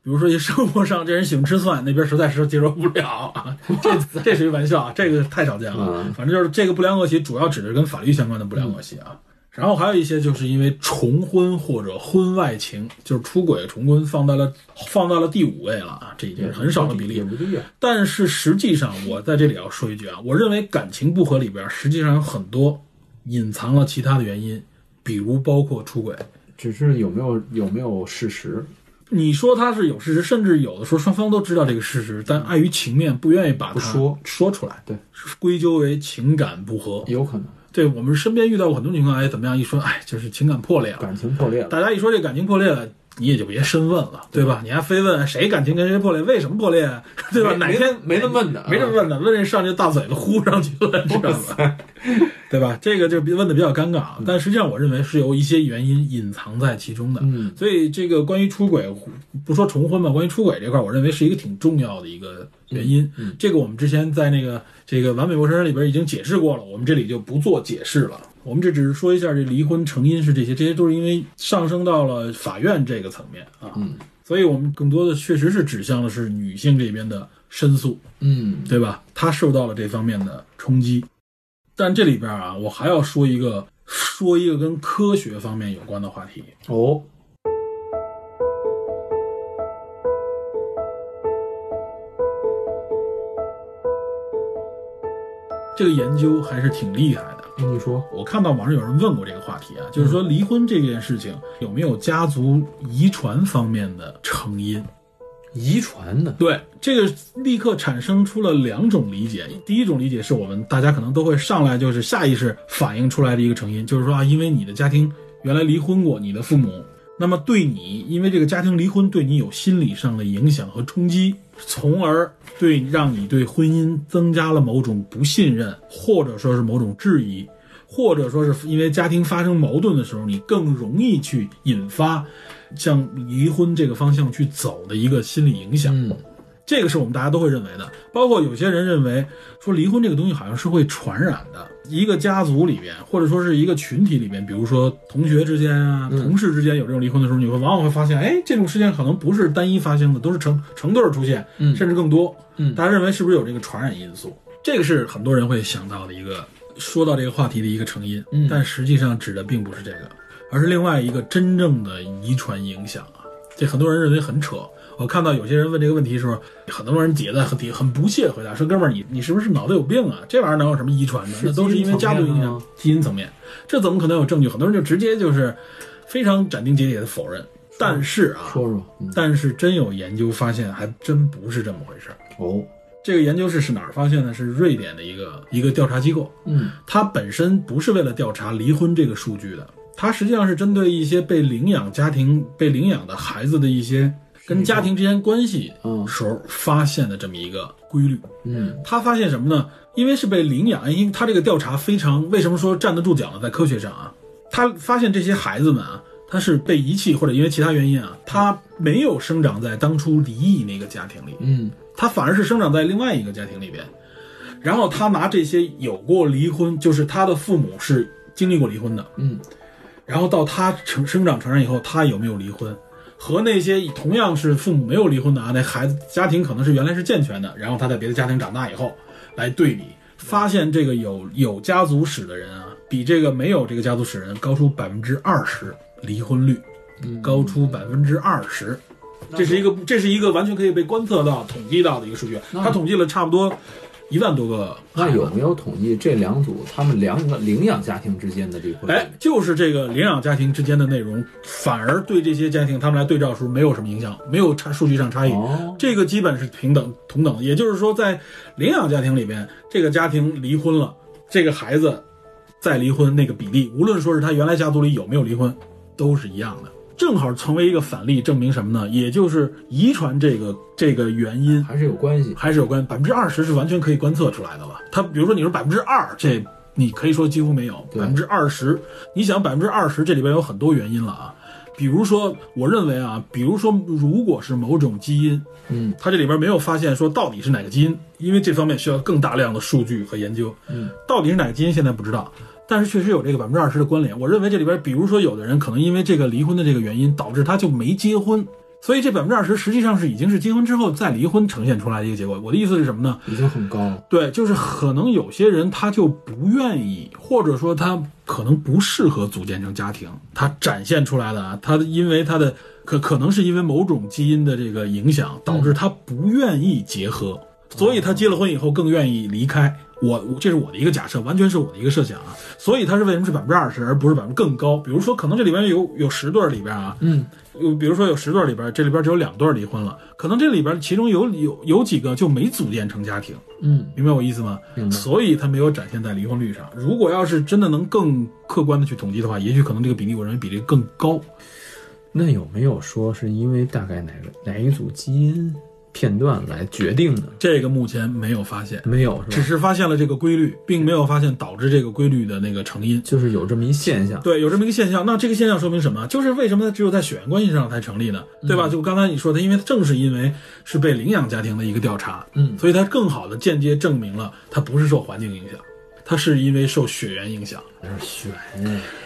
[SPEAKER 2] 如说一些生活上，这人喜欢吃蒜，那边实在是接受不了啊，这这是一玩笑啊，这个太少见了。
[SPEAKER 4] 嗯
[SPEAKER 2] 反正就是这个不良恶习，主要指的是跟法律相关的不良恶习啊。然后还有一些就是因为重婚或者婚外情，就是出轨重婚放在了放到了第五位了啊，这已经是很少的比例
[SPEAKER 4] 也。不低啊。
[SPEAKER 2] 但是实际上，我在这里要说一句啊，我认为感情不和里边实际上有很多隐藏了其他的原因，比如包括出轨。
[SPEAKER 4] 只是有没有有没有事实？
[SPEAKER 2] 你说他是有事实，甚至有的时候双方都知道这个事实，但碍于情面不愿意把它
[SPEAKER 4] 不说
[SPEAKER 2] 说出来，
[SPEAKER 4] 对，
[SPEAKER 2] 归咎为情感不和。
[SPEAKER 4] 有可能
[SPEAKER 2] 对我们身边遇到过很多情况，哎，怎么样？一说，哎，就是情感破裂了。
[SPEAKER 4] 感情破裂了，
[SPEAKER 2] 大家一说这感情破裂了，你也就别深问了，对吧？你还非问谁感情跟谁破裂，为什么破裂，啊对吧？
[SPEAKER 4] 没
[SPEAKER 2] 哪天
[SPEAKER 4] 没没那么问的啊
[SPEAKER 2] 没这么问的，问这上去大嘴巴呼上去了，知道吗？对吧？这个就比问的比较尴尬啊，但实际上我认为是有一些原因隐藏在其中的。
[SPEAKER 4] 嗯，
[SPEAKER 2] 所以这个关于出轨，不说重婚吧，关于出轨这块儿，我认为是一个挺重要的一个原因。
[SPEAKER 4] 嗯
[SPEAKER 2] 这个我们之前在那个这个《完美陌生人》里边已经解释过了，我们这里就不做解释了。我们这只是说一下这离婚成因是这些，这些都是因为上升到了法院这个层面啊。
[SPEAKER 4] 嗯，
[SPEAKER 2] 所以我们更多的确实是指向的是女性这边的申诉。
[SPEAKER 4] 嗯，
[SPEAKER 2] 对吧？他受到了这方面的冲击。但这里边啊，我还要说一个说一个跟科学方面有关的话题。
[SPEAKER 4] 哦，
[SPEAKER 2] 这个研究还是挺厉害的。
[SPEAKER 4] 你说
[SPEAKER 2] 我看到网上有人问过这个话题啊，就是说离婚这件事情有没有家族遗传方面的成因？
[SPEAKER 4] 遗传的，
[SPEAKER 2] 对，这个立刻产生出了两种理解。第一种理解是我们大家可能都会上来就是下意识反映出来的一个成因，就是说啊，因为你的家庭原来离婚过，你的父母，那么对你因为这个家庭离婚对你有心理上的影响和冲击，从而对让你对婚姻增加了某种不信任，或者说是某种质疑。或者说是因为家庭发生矛盾的时候，你更容易去引发向离婚这个方向去走的一个心理影响。
[SPEAKER 4] 嗯，
[SPEAKER 2] 这个是我们大家都会认为的，包括有些人认为说离婚这个东西好像是会传染的，一个家族里边或者说是一个群体里边，比如说同学之间啊、
[SPEAKER 4] 嗯
[SPEAKER 2] 同事之间有这种离婚的时候，你会往往会发现，哎，这种事件可能不是单一发生的，都是成成对儿出现，
[SPEAKER 4] 嗯
[SPEAKER 2] 甚至更多。
[SPEAKER 4] 嗯
[SPEAKER 2] 大家认为是不是有这个传染因素？这个是很多人会想到的一个说到这个话题的一个成因，
[SPEAKER 4] 嗯
[SPEAKER 2] 但实际上指的并不是这个，而是另外一个真正的遗传影响啊。这很多人认为很扯。我看到有些人问这个问题的时候，很多人底下很底很不屑回答说：“哥们儿，你你是不是脑子有病啊？这玩意儿能有什么遗传的？
[SPEAKER 4] 是
[SPEAKER 2] 那都是因为家族影
[SPEAKER 4] 基因层
[SPEAKER 2] 响
[SPEAKER 4] 面嗯吗，
[SPEAKER 2] 基因层面，这怎么可能有证据？”很多人就直接就是非常斩钉截铁的否认。但是啊，
[SPEAKER 4] 说说，嗯，
[SPEAKER 2] 但是真有研究发现，还真不是这么回事儿。
[SPEAKER 4] 哦，
[SPEAKER 2] 这个研究是是哪儿发现的？是瑞典的一个一个调查机构，
[SPEAKER 4] 嗯，
[SPEAKER 2] 它本身不是为了调查离婚这个数据的，它实际上是针对一些被领养家庭、被领养的孩子的一些跟家庭之间关系
[SPEAKER 4] 嗯
[SPEAKER 2] 时候发现的这么一个规律。
[SPEAKER 4] 嗯，
[SPEAKER 2] 他发现什么呢？因为是被领养，因为他这个调查非常为什么说站得住脚呢？在科学上啊，他发现这些孩子们啊，他是被遗弃或者因为其他原因啊，他没有生长在当初离异那个家庭里，
[SPEAKER 4] 嗯，
[SPEAKER 2] 他反而是生长在另外一个家庭里边。然后他拿这些有过离婚，就是他的父母是经历过离婚的，
[SPEAKER 4] 嗯，
[SPEAKER 2] 然后到他成生长成人以后，他有没有离婚，和那些同样是父母没有离婚的啊，那孩子家庭可能是原来是健全的，然后他在别的家庭长大以后来对比，发现这个有有家族史的人啊，比这个没有这个家族史的人高出百分之二十离婚率，高出百分之二十。这是一个，这是一个完全可以被观测到、统计到的一个数据。
[SPEAKER 4] 那
[SPEAKER 2] 他统计了差不多一万多个
[SPEAKER 4] 那
[SPEAKER 2] 孩子
[SPEAKER 4] 有没有统计这两组他们两个领养家庭之间的离婚率？
[SPEAKER 2] 哎，就是这个领养家庭之间的内容，反而对这些家庭他们来对照的时候没有什么影响，没有差数据上差异。
[SPEAKER 4] 哦，
[SPEAKER 2] 这个基本是平等同等的，也就是说，在领养家庭里边，这个家庭离婚了，这个孩子再离婚那个比例，无论说是他原来家族里有没有离婚，都是一样的。正好成为一个反例，证明什么呢？也就是遗传这个这个原因
[SPEAKER 4] 还是有关系。
[SPEAKER 2] 还是有关百分之二十是完全可以观测出来的了。它比如说你说百分之二，这你可以说几乎没有百
[SPEAKER 4] 对
[SPEAKER 2] 分之二十。你想百分之二十这里边有很多原因了啊，比如说我认为啊，比如说如果是某种基因，
[SPEAKER 4] 嗯，
[SPEAKER 2] 它这里边没有发现说到底是哪个基因，因为这方面需要更大量的数据和研究。
[SPEAKER 4] 嗯，
[SPEAKER 2] 到底是哪个基因现在不知道。但是确实有这个百分之二十的关联，我认为这里边，比如说有的人可能因为这个离婚的这个原因，导致他就没结婚，所以这百分之二十实际上是已经是结婚之后再离婚呈现出来的一个结果。我的意思是什么呢？
[SPEAKER 4] 已经很高了。
[SPEAKER 2] 对，就是可能有些人他就不愿意，或者说他可能不适合组建成家庭，他展现出来的啊，他因为他的可可能是因为某种基因的这个影响，导致他不愿意结合，所以他结了婚以后更愿意离开。我我这是我的一个假设，完全是我的一个设想啊，所以他是为什么是百分之二十，而不是百分更高？比如说，可能这里边有有十对儿里边啊，嗯，比如说有十对儿里边，这里边只有两对儿离婚了，可能这里边其中有有有几个就没组建成家庭，
[SPEAKER 4] 嗯，
[SPEAKER 2] 明白我意思吗？所以它没有展现在离婚率上。如果要是真的能更客观的去统计的话，也许可能这个比例，我认为比例更高。
[SPEAKER 4] 那有没有说是因为大概哪个哪一组基因片段来决定的？
[SPEAKER 2] 这个目前没有发现，
[SPEAKER 4] 没有是
[SPEAKER 2] 只
[SPEAKER 4] 吧？
[SPEAKER 2] 是发现了这个规律，并没有发现导致这个规律的那个成因。
[SPEAKER 4] 就是有这么一现象。
[SPEAKER 2] 对，有这么一个现象。那这个现象说明什么？就是为什么它只有在血缘关系上才成立呢？对吧？就刚才你说的，因为正是因为是被领养家庭的一个调查，
[SPEAKER 4] 嗯
[SPEAKER 2] 所以它更好的间接证明了它不是受环境影响，它是因为受血缘影响。
[SPEAKER 4] 有点悬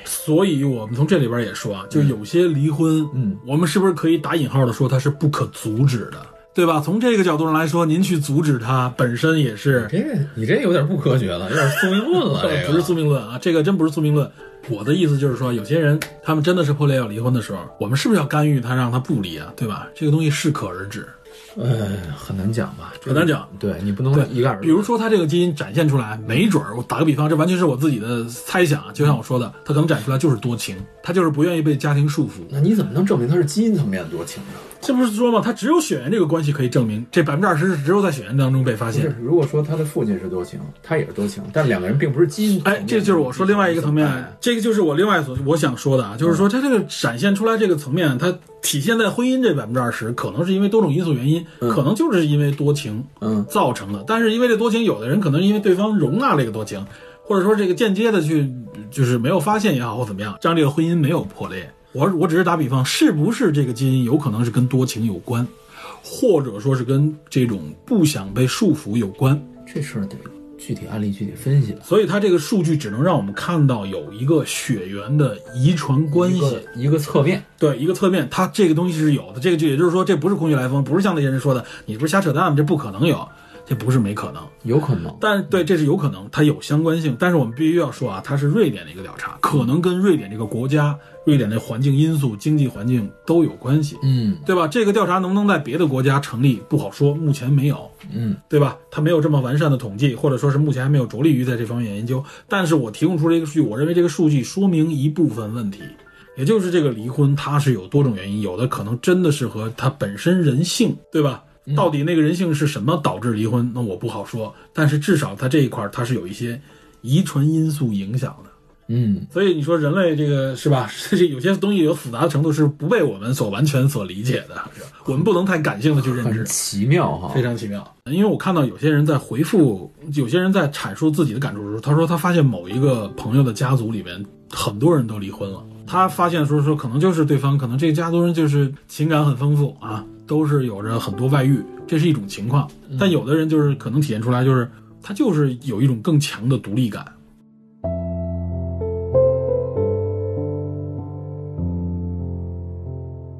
[SPEAKER 2] 所以我们从这里边也说啊，就有些离婚，
[SPEAKER 4] 嗯，
[SPEAKER 2] 我们是不是可以打引号的说它是不可阻止的，对吧？从这个角度上来说，您去阻止它本身也是，
[SPEAKER 4] 这个你这有点不科学了，有点宿命论了。这个 (laughs)
[SPEAKER 2] 不是宿命论啊，这个真不是宿命论。我的意思就是说，有些人他们真的是破裂要离婚的时候，我们是不是要干预他，让他不离啊，对吧？这个东西适可而止，
[SPEAKER 4] 呃，很难讲吧？
[SPEAKER 2] 很难讲。
[SPEAKER 4] 对你不能
[SPEAKER 2] 对
[SPEAKER 4] 一概而论。
[SPEAKER 2] 比如说，他这个基因展现出来，没准儿，我打个比方，这完全是我自己的猜想啊，就像我说的，他可能展现出来就是多情，他就是不愿意被家庭束缚，
[SPEAKER 4] 那你怎么能证明它是基因层面的多情呢？
[SPEAKER 2] 这不是说吗？他只有血缘这个关系可以证明，这百分之二十是只有在血缘当中被发
[SPEAKER 4] 不是
[SPEAKER 2] 现。，
[SPEAKER 4] 如果说他的父亲是多情，他也是多情，但两个人并不是基因。
[SPEAKER 2] 哎，这就是我说另外一个层面，这个就是我另外所我想说的啊，就是说它这个展现出来这个层面，它体现在婚姻这百分之二十，可能是因为多种因素原因，可能就是因为多情
[SPEAKER 4] 嗯
[SPEAKER 2] 造成的。但是因为这多情，有的人可能是因为对方容纳了这个多情，或者说这个间接的去就是没有发现也好或怎么样，让这个婚姻没有破裂。我我只是打比方，是不是这个基因有可能是跟多情有关？或者说是跟这种不想被束缚有关，
[SPEAKER 4] 这事儿得具体案例具体分析了。
[SPEAKER 2] 所以它这个数据只能让我们看到有一个血缘的遗传关
[SPEAKER 4] 一
[SPEAKER 2] 系，
[SPEAKER 4] 个一个侧面，
[SPEAKER 2] 对一个侧面，它这个东西是有的。这个就也就是说，这不是空穴来风，不是像那些人说的你不是瞎扯淡吗？这不可能有，这不是没可能。
[SPEAKER 4] 有可能
[SPEAKER 2] 但对，这是有可能，它有相关性。但是我们必须要说啊，它是瑞典的一个调查，可能跟瑞典这个国家、瑞典的环境因素、经济环境都有关系，
[SPEAKER 4] 嗯
[SPEAKER 2] 对吧？这个调查能不能在别的国家成立不好说，目前没有。
[SPEAKER 4] 嗯，
[SPEAKER 2] 对吧？它没有这么完善的统计，或者说是目前还没有着力于在这方面研究。但是我提供出了一个数据，我认为这个数据说明一部分问题，也就是这个离婚它是有多种原因，有的可能真的是和它本身人性，对吧？到底那个人性是什么导致离婚？那我不好说，但是至少它这一块儿它是有一些遗传因素影响的。
[SPEAKER 4] 嗯，
[SPEAKER 2] 所以你说人类这个是吧？ (laughs) 这有些东西有复杂的程度是不被我们所完全所理解的，是吧我们不能太感性的去认知
[SPEAKER 4] 很。奇妙哈
[SPEAKER 2] 非。常奇妙。因为我看到有些人在回复，有些人在阐述自己的感触的时候，他说他发现某一个朋友的家族里面很多人都离婚了。他发现的时候说，可能就是对方，可能这个家族人就是情感很丰富啊，都是有着很多外遇，这是一种情况。但有的人就是可能体现出来，就是他就是有一种更强的独立感。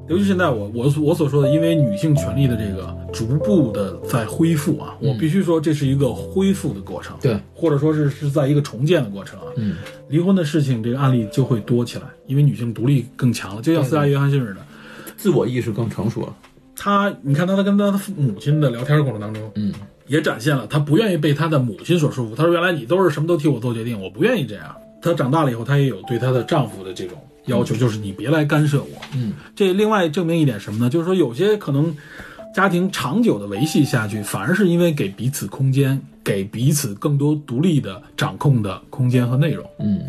[SPEAKER 2] 尤其现在我我我所说的，因为女性权利的这个逐步的在恢复啊，我必须说这是一个恢复的过程，
[SPEAKER 4] 嗯对，
[SPEAKER 2] 或者说是是在一个重建的过程啊。
[SPEAKER 4] 嗯，
[SPEAKER 2] 离婚的事情这个案例就会多起来，因为女性独立更强了，就像斯嘉丽约翰逊似的，
[SPEAKER 4] 自我意识更成熟了。
[SPEAKER 2] 她你看她她跟她父母亲的聊天过程当中，
[SPEAKER 4] 嗯，
[SPEAKER 2] 也展现了她不愿意被她的母亲所束缚。她说原来你都是什么都替我做决定，我不愿意这样。她长大了以后，她也有对她的丈夫的这种要求，就是你别来干涉我。
[SPEAKER 4] 嗯，
[SPEAKER 2] 这另外证明一点什么呢？就是说有些可能家庭长久的维系下去，反而是因为给彼此空间，给彼此更多独立的掌控的空间和内容。
[SPEAKER 4] 嗯，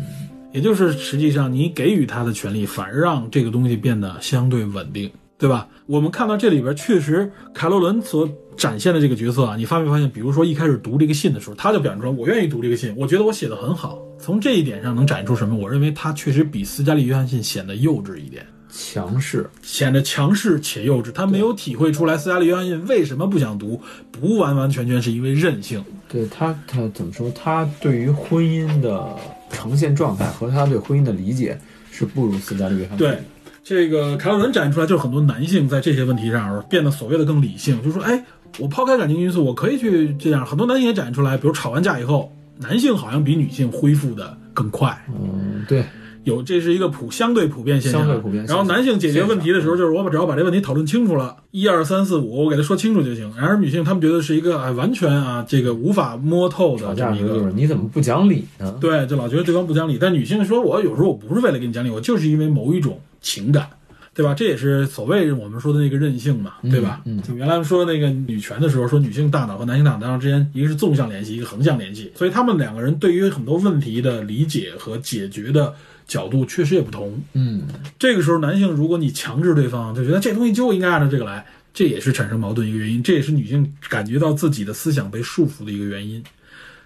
[SPEAKER 2] 也就是实际上你给予他的权利，反而让这个东西变得相对稳定，对吧？我们看到这里边确实凯洛伦所展现的这个角色啊，你发没发现？比如说一开始读这个信的时候，他就表现出来我愿意读这个信，我觉得我写的很好。从这一点上能展现出什么？我认为他确实比斯嘉丽·约翰逊显得幼稚一点，
[SPEAKER 4] 强势。
[SPEAKER 2] 显得强势且幼稚。他没有体会出来斯嘉丽·约翰逊为什么不想读，不完完全全是因为任性。
[SPEAKER 4] 对他，他怎么说？他对于婚姻的呈现状态和他对婚姻的理解是不如斯嘉丽·约翰逊。
[SPEAKER 2] 对，这个凯尔文展现出来，就是很多男性在这些问题上变得所谓的更理性，就是说，哎，我抛开感情因素，我可以去这样。很多男性也展现出来，比如吵完架以后，男性好像比女性恢复的更快。
[SPEAKER 4] 嗯，对，
[SPEAKER 2] 有，这是一个普相对普遍现象，啊
[SPEAKER 4] 相对普遍
[SPEAKER 2] 然
[SPEAKER 4] 现象
[SPEAKER 2] 后男性解决问题的时候，就是我把只要把这问题讨论清楚了，一二三四五，我给他说清楚就行。然而女性她们觉得是一个哎完全啊这个无法摸透的
[SPEAKER 4] 吵
[SPEAKER 2] 呃这
[SPEAKER 4] 架
[SPEAKER 2] 么
[SPEAKER 4] 的
[SPEAKER 2] 一
[SPEAKER 4] 时候就
[SPEAKER 2] 个。
[SPEAKER 4] 是你怎么不讲理呢？
[SPEAKER 2] 对，就老觉得对方不讲理，但女性说，我有时候我不是为了跟你讲理，我就是因为某一种情感，对吧？这也是所谓我们说的那个任性嘛，对吧？
[SPEAKER 4] 嗯
[SPEAKER 2] 就原来说那个女权的时候，说女性大脑和男性大脑之间，一个是纵向联系，一个横向联系，所以他们两个人对于很多问题的理解和解决的角度确实也不同。
[SPEAKER 4] 嗯，
[SPEAKER 2] 这个时候，男性如果你强制对方，就觉得这东西就应该按照这个来，这也是产生矛盾一个原因，这也是女性感觉到自己的思想被束缚的一个原因。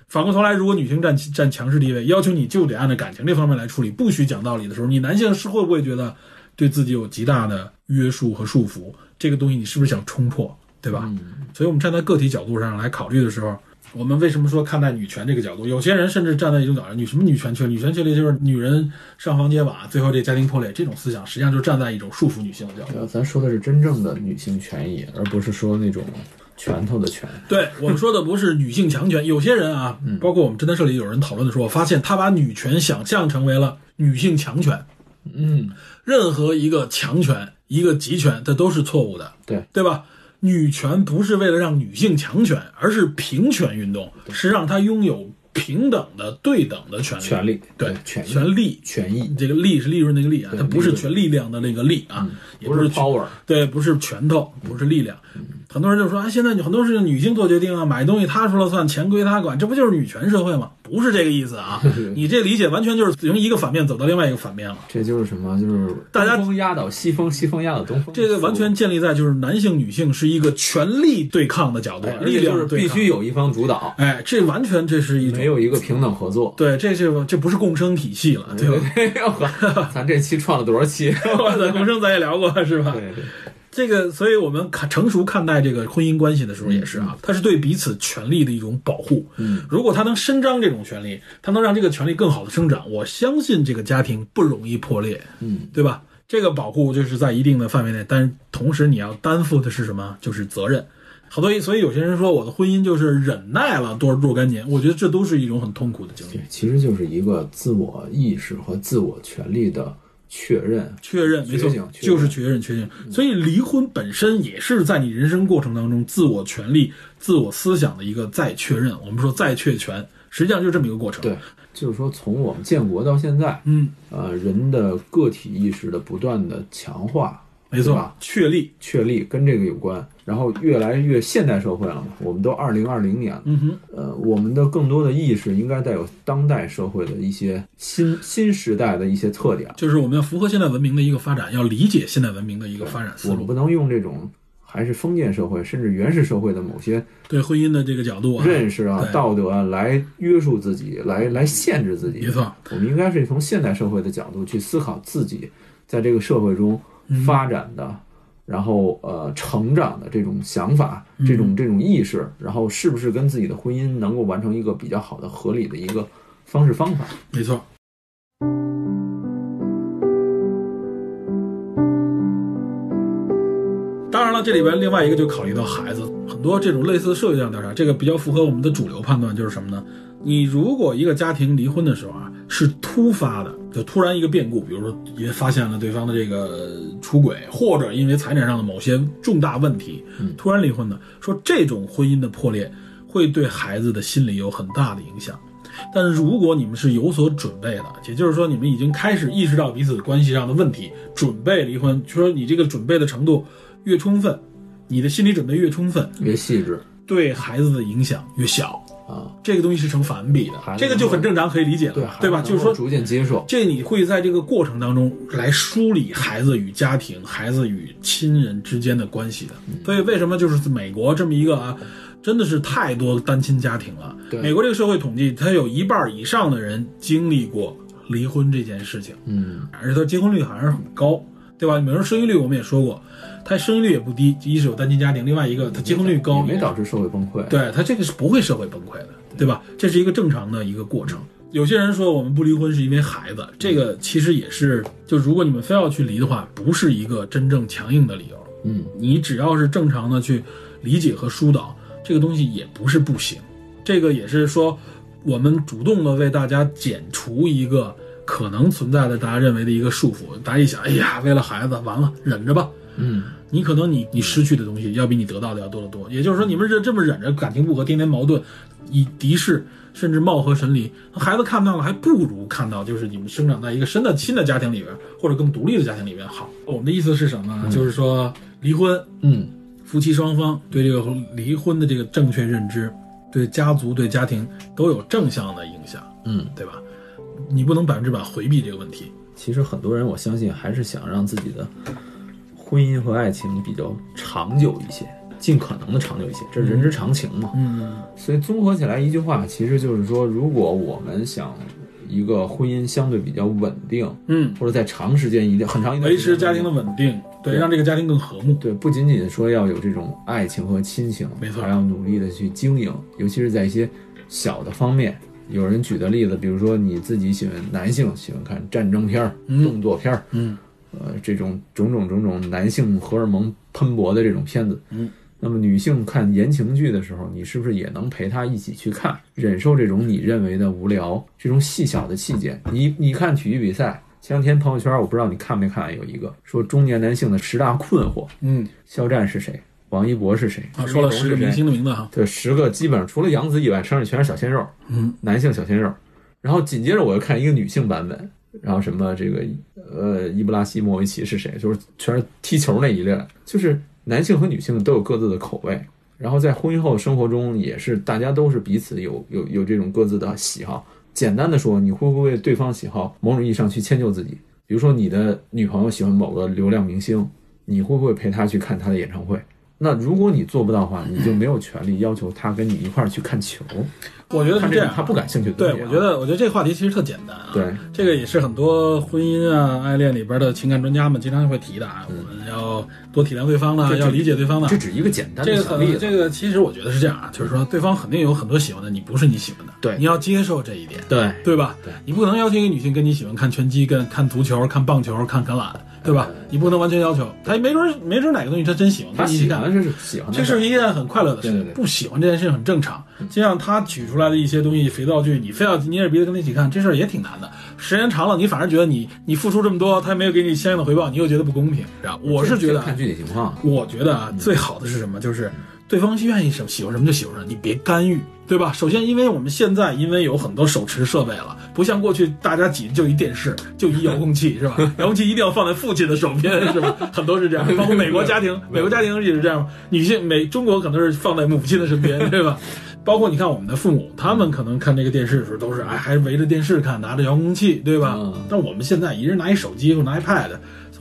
[SPEAKER 2] 反过头来，如果女性占占强势地位，要求你就得按照感情这方面来处理，不许讲道理的时候，你男性是会不会觉得对自己有极大的约束和束缚？这个东西你是不是想冲破，对吧？所以，我们站在个体角度上来考虑的时候，我们为什么说看待女权这个角度？有些人甚至站在一种角度，女什么女权确立？女权确立就是女人上房揭瓦，最后这家庭破裂，这种思想实际上就站在一种束缚女性的角度。
[SPEAKER 4] 呃咱说的是真正的女性权益，而不是说那种拳头的拳。
[SPEAKER 2] 对我们说的不是女性强权，有些人啊，
[SPEAKER 4] 嗯
[SPEAKER 2] 包括我们侦探社里有人讨论的时候，我发现他把女权想象成为了女性强权，
[SPEAKER 4] 嗯，
[SPEAKER 2] 任何一个强权、一个集权，这都是错误的，
[SPEAKER 4] 对
[SPEAKER 2] 对吧？女权不是为了让女性强权，而是平权运动，是让她拥有平等的、对等的权利。
[SPEAKER 4] 权利，
[SPEAKER 2] 对
[SPEAKER 4] 权益，
[SPEAKER 2] 权利，
[SPEAKER 4] 权益，
[SPEAKER 2] 这个利是利润那个利啊，
[SPEAKER 4] 对
[SPEAKER 2] 它不是
[SPEAKER 4] 利润嗯
[SPEAKER 2] 全力量的那个力啊，也不是拳
[SPEAKER 4] power，
[SPEAKER 2] 对，不是拳头，不是力量。很多人就说啊，现在很多事情女性做决定啊，买东西她说了算，钱归她管，这不就是女权社会吗？不是这个意思啊，你这理解完全就是从一个反面走到另外一个反面了。
[SPEAKER 4] 这就是什么？就是
[SPEAKER 2] 大家
[SPEAKER 4] 东风压倒西风，西风压倒东风，
[SPEAKER 2] 这个完全建立在就是男性女性是一个权力对抗的角度
[SPEAKER 4] 对，，而
[SPEAKER 2] 力
[SPEAKER 4] 且就
[SPEAKER 2] 量
[SPEAKER 4] 是
[SPEAKER 2] 对
[SPEAKER 4] 必
[SPEAKER 2] 抗
[SPEAKER 4] 须。有一方主导，
[SPEAKER 2] 哎，这完全这是一种
[SPEAKER 4] 没有一个平等合作。
[SPEAKER 2] 对，这这这不是共生体系了，
[SPEAKER 4] (laughs)
[SPEAKER 2] 对吧？
[SPEAKER 4] 咱这期创了多少期？ (laughs)
[SPEAKER 2] (laughs) 我的共生咱也聊过是吧？
[SPEAKER 4] 对对，
[SPEAKER 2] 这个，所以我们看成熟看待这个婚姻关系的时候，也是啊，它是对彼此权利的一种保护。
[SPEAKER 4] 嗯，
[SPEAKER 2] 如果他能伸张这种权利，他能让这个权利更好的生长，我相信这个家庭不容易破裂，
[SPEAKER 4] 嗯，
[SPEAKER 2] 对吧？这个保护就是在一定的范围内，但是同时你要担负的是什么？就是责任。好多，所以有些人说我的婚姻就是忍耐了多若干年，我觉得这都是一种很痛苦的经历。
[SPEAKER 4] 其实就是一个自我意识和自我权利的确认。
[SPEAKER 2] 确认，没错
[SPEAKER 4] 确认，确认嗯
[SPEAKER 2] 就是确认，确认。所以离婚本身也是在你人生过程当中自我权利、自我思想的一个再确认。我们说再确权，实际上就是这么一个过程。，
[SPEAKER 4] 对，就是说从我们建国到现在，
[SPEAKER 2] 嗯，
[SPEAKER 4] 呃，人的个体意识的不断的强化。
[SPEAKER 2] 没
[SPEAKER 4] 对
[SPEAKER 2] 错
[SPEAKER 4] 吧，
[SPEAKER 2] 确立。
[SPEAKER 4] 确立跟这个有关，然后越来越现代社会了嘛，我们都二零二零年了，
[SPEAKER 2] 嗯哼，
[SPEAKER 4] 呃，我们的更多的意识应该带有当代社会的一些新新时代的一些特点，
[SPEAKER 2] 就是我们要符合现代文明的一个发展，要理解现代文明的一个发展思
[SPEAKER 4] 我们
[SPEAKER 2] 路
[SPEAKER 4] 不。能用这种还是封建社会甚至原始社会的某些
[SPEAKER 2] 对婚姻的这个角度啊，
[SPEAKER 4] 认识啊、
[SPEAKER 2] 对
[SPEAKER 4] 道德啊来约束自己，来来限制自己。
[SPEAKER 2] 没错，
[SPEAKER 4] 我们应该是从现代社会的角度去思考自己在这个社会中发展的，然后呃成长的这种想法、这种这种意识，然后是不是跟自己的婚姻能够完成一个比较好的、合理的一个方式方法？
[SPEAKER 2] 没错。当然了，这里边另外一个就考虑到孩子，很多这种类似的社会上调查，这个比较符合我们的主流判断就是什么呢？你如果一个家庭离婚的时候啊，是突发的，就突然一个变故，比如说也发现了对方的这个呃出轨，或者因为财产上的某些重大问题，突然离婚的，说这种婚姻的破裂会对孩子的心理有很大的影响。但是如果你们是有所准备的，也就是说你们已经开始意识到彼此关系上的问题，准备离婚，就说你这个准备的程度越充分，你的心理准备越充分，
[SPEAKER 4] 越细致
[SPEAKER 2] 对孩子的影响越小。
[SPEAKER 4] 啊，
[SPEAKER 2] 这个东西是成反比的
[SPEAKER 4] 孩，子
[SPEAKER 2] 这个就很正常，可以理解了，
[SPEAKER 4] 对
[SPEAKER 2] 对吧？
[SPEAKER 4] 还能
[SPEAKER 2] 就是说，
[SPEAKER 4] 逐渐接受。
[SPEAKER 2] 这你会在这个过程当中来梳理孩子与家庭、孩子与亲人之间的关系的。所以为什么就是美国这么一个啊，真的是太多单亲家庭了。
[SPEAKER 4] 对
[SPEAKER 2] 美国这个社会统计，它有一半以上的人经历过离婚这件事情，
[SPEAKER 4] 嗯，
[SPEAKER 2] 而且它结婚率好像是很高，对吧？美国生育率我们也说过，它生育率也不低，一是有单亲家庭，另外一个它结婚率高，
[SPEAKER 4] 也没导致社会崩溃。
[SPEAKER 2] 对，它这个是不会社会崩溃的，对吧？这是一个正常的一个过程。有些人说我们不离婚是因为孩子，这个其实也是，就如果你们非要去离的话，不是一个真正强硬的理由。
[SPEAKER 4] 嗯，
[SPEAKER 2] 你只要是正常的去理解和疏导，这个东西也不是不行。这个也是说，我们主动的为大家减除一个可能存在的大家认为的一个束缚。大家一想，哎呀，为了孩子，完了，忍着吧。
[SPEAKER 4] 嗯，
[SPEAKER 2] 你可能你你失去的东西要比你得到的要多得多。也就是说，你们这这么忍着感情不和、天天矛盾，以敌视甚至貌合神离，孩子看到了还不如看到就是你们生长在一个新的新的家庭里边，或者更独立的家庭里边好。我们的意思是什么呢？就是说离婚，
[SPEAKER 4] 嗯，
[SPEAKER 2] 夫妻双方对这个离婚的这个正确认知，对家族对家庭都有正向的影响，
[SPEAKER 4] 嗯，
[SPEAKER 2] 对吧？你不能百分之百回避这个问题。
[SPEAKER 4] 其实很多人我相信还是想让自己的婚姻和爱情比较长久一些，尽可能的长久一些，这是人之常情嘛。
[SPEAKER 2] 嗯，
[SPEAKER 4] 所以综合起来一句话，其实就是说，如果我们想一个婚姻相对比较稳定，
[SPEAKER 2] 嗯，
[SPEAKER 4] 或者在长时间一定很长一段
[SPEAKER 2] 维
[SPEAKER 4] 时间
[SPEAKER 2] 持家庭的稳定，对，让这个家庭更和睦。
[SPEAKER 4] (laughs) 对，不仅仅说要有这种爱情和亲情，
[SPEAKER 2] 没错
[SPEAKER 4] 还要努力的去经营，尤其是在一些小的方面。有人举的例子，比如说你自己喜欢男性喜欢看战争片儿、动作片儿，
[SPEAKER 2] 嗯，
[SPEAKER 4] 呃，这种种种种种男性荷尔蒙喷薄的这种片子，
[SPEAKER 2] 嗯，
[SPEAKER 4] 那么女性看言情剧的时候，你是不是也能陪她一起去看，忍受这种你认为的无聊，这种细小的细节？你你看体育比赛，前两天朋友圈我不知道你看没看，有一个说中年男性的十大困惑，
[SPEAKER 2] 嗯，
[SPEAKER 4] 肖战是谁？王一博是谁？
[SPEAKER 2] 啊，说了十个明星的名字哈，
[SPEAKER 4] 对，十个基本上除了杨紫以外，剩下全是小鲜肉，
[SPEAKER 2] 嗯，
[SPEAKER 4] 男性小鲜肉。然后紧接着我又看一个女性版本，然后什么这个呃伊布拉希莫维奇是谁，就是全是踢球那一类，就是男性和女性都有各自的口味。然后在婚后生活中也是，大家都是彼此有有有这种各自的喜好。简单的说，你会不会为对方喜好某种意义上去迁就自己？比如说你的女朋友喜欢某个流量明星，你会不会陪她去看她的演唱会？那如果你做不到的话，你就没有权利要求他跟你一块儿去看球，
[SPEAKER 2] 我觉得
[SPEAKER 4] 他
[SPEAKER 2] 是嗯这
[SPEAKER 4] 这样他
[SPEAKER 2] 样。
[SPEAKER 4] 不感兴趣的东
[SPEAKER 2] 对，
[SPEAKER 4] 西啊。
[SPEAKER 2] 我觉得，我觉得这个话题其实特简单啊。
[SPEAKER 4] 对，
[SPEAKER 2] 这个也是很多婚姻啊、爱恋里边的情感专家们经常会提的啊。我们要多体谅对方啦，
[SPEAKER 4] 嗯这这
[SPEAKER 2] 要理解对方啦
[SPEAKER 4] 这。只是一个简单
[SPEAKER 2] 这
[SPEAKER 4] 的
[SPEAKER 2] 个
[SPEAKER 4] 小
[SPEAKER 2] 可
[SPEAKER 4] 例
[SPEAKER 2] 能，
[SPEAKER 4] 子。
[SPEAKER 2] 这个其实我觉得是这样啊，就是说对方肯定有很多喜欢的，你不是你喜欢的，
[SPEAKER 4] 对
[SPEAKER 2] 你要接受这一点，
[SPEAKER 4] 对
[SPEAKER 2] 对吧？
[SPEAKER 4] 对
[SPEAKER 2] 你不可能要求一个女性跟你喜欢看拳击、跟看足球、看棒球、看橄榄，对吧？你不能完全要求她，没准儿没准儿哪个东西她真喜欢，
[SPEAKER 4] 他
[SPEAKER 2] 跟你一起
[SPEAKER 4] 喜
[SPEAKER 2] 干
[SPEAKER 4] 欢是喜欢的
[SPEAKER 2] 这是一件很快乐的事
[SPEAKER 4] 对嗯
[SPEAKER 2] 情
[SPEAKER 4] 对，对
[SPEAKER 2] 不喜欢这件事情很正常。就像他举出来的一些东西，肥皂剧，你非要捏着鼻子跟他一起看，这事儿也挺难的。时间长了，你反而觉得你你付出这么多，他没有给你相应的回报，你又觉得不公平，是吧？我是觉得啊，
[SPEAKER 4] 看具体情况。
[SPEAKER 2] 我觉得啊，最好的是什么？就是对方愿意什么喜欢什么就喜欢什么，你别干预，对吧？首先，因为我们现在因为有很多手持设备了，不像过去大家挤就一电视，就一遥控器，是吧？遥控器一定要放在父亲的手边，是吧？很多是这样，包括美国家庭，美国家庭也是这样，女性美中国可能是放在母亲的身边，对吧？包括你看我们的父母，他们可能看这个电视的时候都是哎，还围着电视看，拿着遥控器，对吧？
[SPEAKER 4] 嗯
[SPEAKER 2] 但我们现在一人拿一手机或拿 iPad，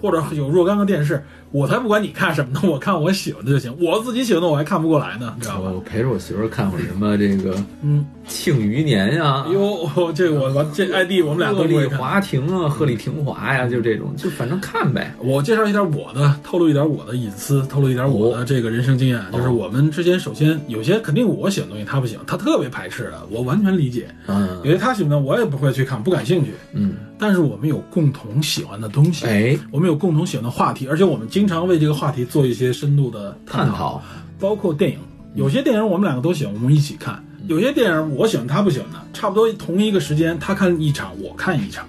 [SPEAKER 2] 或者有若干个电视，我才不管你看什么呢，我看我喜欢的就行。我自己喜欢的我还看不过来呢，你知道吧？
[SPEAKER 4] 我陪着我媳妇儿看会儿什么这个
[SPEAKER 2] 嗯，
[SPEAKER 4] 《庆余年》呀
[SPEAKER 2] 哎，呦，我这我我这 ID 我们俩都
[SPEAKER 4] 鹤
[SPEAKER 2] 不
[SPEAKER 4] 唳
[SPEAKER 2] 会看。
[SPEAKER 4] 华亭啊，鹤唳亭华呀，就这种，就反正看呗。
[SPEAKER 2] 我介绍一点我的，透露一点我的隐私，透露一点我的这个人生经验，就是我们之间首先有些肯定我喜欢的东西他不喜欢，他特别排斥的，我完全理解。
[SPEAKER 4] 嗯
[SPEAKER 2] 有些他喜欢的我也不会去看，不感兴趣。
[SPEAKER 4] 嗯，
[SPEAKER 2] 但是我们有共同喜欢的东西，
[SPEAKER 4] 哎，
[SPEAKER 2] 我们有共同喜欢的话题，而且我们经常为这个话题做一些深度的
[SPEAKER 4] 探
[SPEAKER 2] 探讨。
[SPEAKER 4] 讨
[SPEAKER 2] 包括电影，有些电影我们两个都喜欢，我们一起看；
[SPEAKER 4] 嗯
[SPEAKER 2] 有些电影我喜欢他不喜欢的，差不多同一个时间他看一场，我看一场，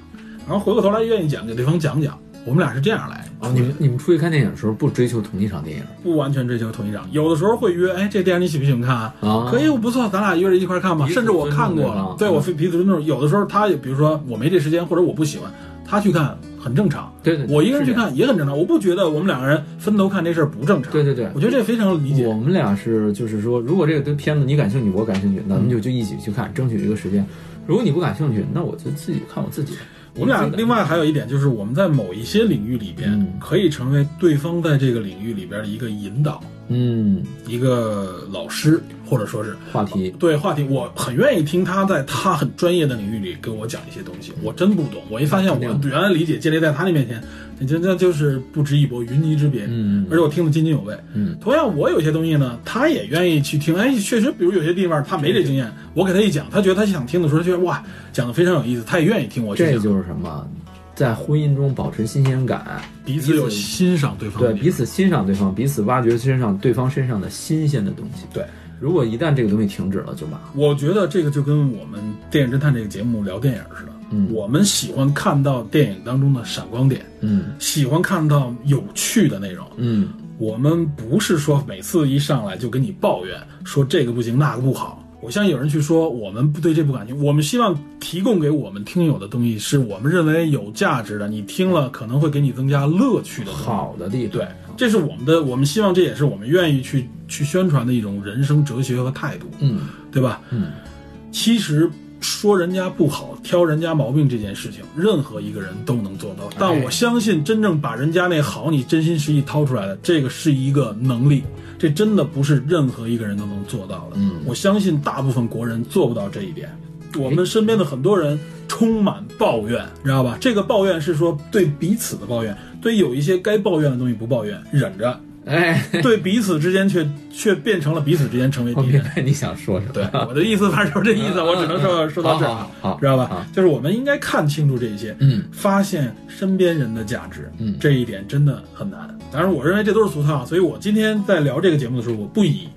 [SPEAKER 2] 然后回过头来愿意讲给对方讲讲，我们俩是这样来。
[SPEAKER 4] 哦，你们你们出去看电影的时候不追求同一场电影
[SPEAKER 2] 不完全追求同一场，有的时候会约，哎，这电影你喜不喜欢看啊？
[SPEAKER 4] 啊？
[SPEAKER 2] 可以，不错，咱俩约着一块儿看吧。
[SPEAKER 4] 彼此
[SPEAKER 2] 甚至我看过
[SPEAKER 4] 尊重对
[SPEAKER 2] 了
[SPEAKER 4] 吧，
[SPEAKER 2] 对我非彼此尊重。有的时候他也，比如说我没这时间，或者我不喜欢，他去看很正常。
[SPEAKER 4] 对对，对
[SPEAKER 2] 我一个人去，
[SPEAKER 4] 是
[SPEAKER 2] 看也很正常，我不觉得我们两个人分头看这事儿不正常。
[SPEAKER 4] 这样对对对，
[SPEAKER 2] 我觉得这非常理解
[SPEAKER 4] 我。们俩是就是说，如果这个对片子你感兴趣，我感兴趣，
[SPEAKER 2] 嗯
[SPEAKER 4] 那咱们就就一起去看，争取一个时间。如果你不感兴趣，那我就自己看我自己的。
[SPEAKER 2] 我们俩
[SPEAKER 4] 自己的
[SPEAKER 2] 另外还有一点就是，我们在某一些领域里边
[SPEAKER 4] 嗯
[SPEAKER 2] 可以成为对方在这个领域里边的一个引导，
[SPEAKER 4] 嗯，
[SPEAKER 2] 一个老师，或者说是
[SPEAKER 4] 话题
[SPEAKER 2] 对话题，我很愿意听他在他很专业的领域里给我讲一些东
[SPEAKER 4] 嗯
[SPEAKER 2] 西，我真不懂。我一发现我原来理解建立在他那面前，那真的就是不值一驳，云泥之别。
[SPEAKER 4] 嗯
[SPEAKER 2] 而且我听得津津有味。
[SPEAKER 4] 嗯，
[SPEAKER 2] 同样我有些东西呢，他也愿意去听。哎，确实，比如有些地方他没这经验，我给他一讲，他觉得他想听的时候，他觉得哇，讲的非常有意思，他也愿意听我去
[SPEAKER 4] 这
[SPEAKER 2] 讲。
[SPEAKER 4] 就是什么，在婚姻中保持新鲜感，
[SPEAKER 2] 彼此有欣赏对方的
[SPEAKER 4] 对
[SPEAKER 2] 地方，
[SPEAKER 4] 彼此欣赏对方，彼此挖掘身上对方身上的新鲜的东西。
[SPEAKER 2] 对，
[SPEAKER 4] 如果一旦这个东西停止了，就麻烦。
[SPEAKER 2] 我觉得这个就跟我们《电影侦探》这个节目聊电影似的，
[SPEAKER 4] 嗯
[SPEAKER 2] 我们喜欢看到电影当中的闪光点，
[SPEAKER 4] 嗯
[SPEAKER 2] 喜欢看到有趣的内容。
[SPEAKER 4] 嗯，
[SPEAKER 2] 我们不是说每次一上来就跟你抱怨说这个不行那个不好。我相信有人去说我们不对这不感兴趣，我们希望提供给我们听友的东西是我们认为有价值的，你听了可能会给你增加乐趣的东西。
[SPEAKER 4] 好的地方。
[SPEAKER 2] 对，这是我们的，我们希望这也是我们愿意去去宣传的一种人生哲学和态度，
[SPEAKER 4] 嗯
[SPEAKER 2] 对吧？
[SPEAKER 4] 嗯，
[SPEAKER 2] 其实说人家不好、挑人家毛病这件事情，任何一个人都能做到。但我相信，真正把人家那好，你真心实意掏出来的，这个是一个能力，这真的不是任何一个人都能做到的。
[SPEAKER 4] 嗯
[SPEAKER 2] 我相信大部分国人做不到这一点。我们身边的很多人充满抱怨，知道吧？这个抱怨是说对彼此的抱怨，对有一些该抱怨的东西不抱怨，忍着； (laughs)
[SPEAKER 4] 哎，
[SPEAKER 2] 对彼此之间却却变成了彼此之间成为
[SPEAKER 4] 我
[SPEAKER 2] 敌
[SPEAKER 4] 明
[SPEAKER 2] 人。
[SPEAKER 4] 白你想说什么。
[SPEAKER 2] 对，我的意思反正就是这意思，
[SPEAKER 4] 嗯
[SPEAKER 2] 我只能说说到这儿
[SPEAKER 4] 好，好好
[SPEAKER 2] 知道吧
[SPEAKER 4] 好？
[SPEAKER 2] 就是我们应该看清楚这些，
[SPEAKER 4] 嗯
[SPEAKER 2] 发现身边人的价值，
[SPEAKER 4] 嗯
[SPEAKER 2] 这一点真的很难。当然，我认为这都是俗套，所以我今天在聊这个节目的时候，我不以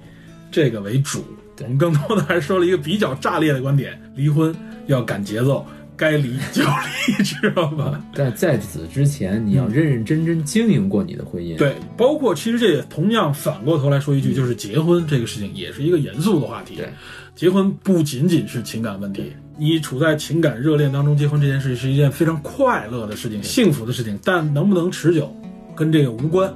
[SPEAKER 2] 这个为主，我们更多的还是说了一个比较炸裂的观点：离婚要赶节奏，该离就离， (laughs) 知道吧？
[SPEAKER 4] 在在此之前，你要认认真真经营过你的婚姻。，
[SPEAKER 2] 嗯对，包括其实这也同样反过头来说一句，就是结婚这个事情也是一个严肃的话题。
[SPEAKER 4] 对，
[SPEAKER 2] 结婚不仅仅是情感问题，你处在情感热恋当中，结婚这件事是一件非常快乐的事情、幸福的事情，但能不能持久，跟这个无关。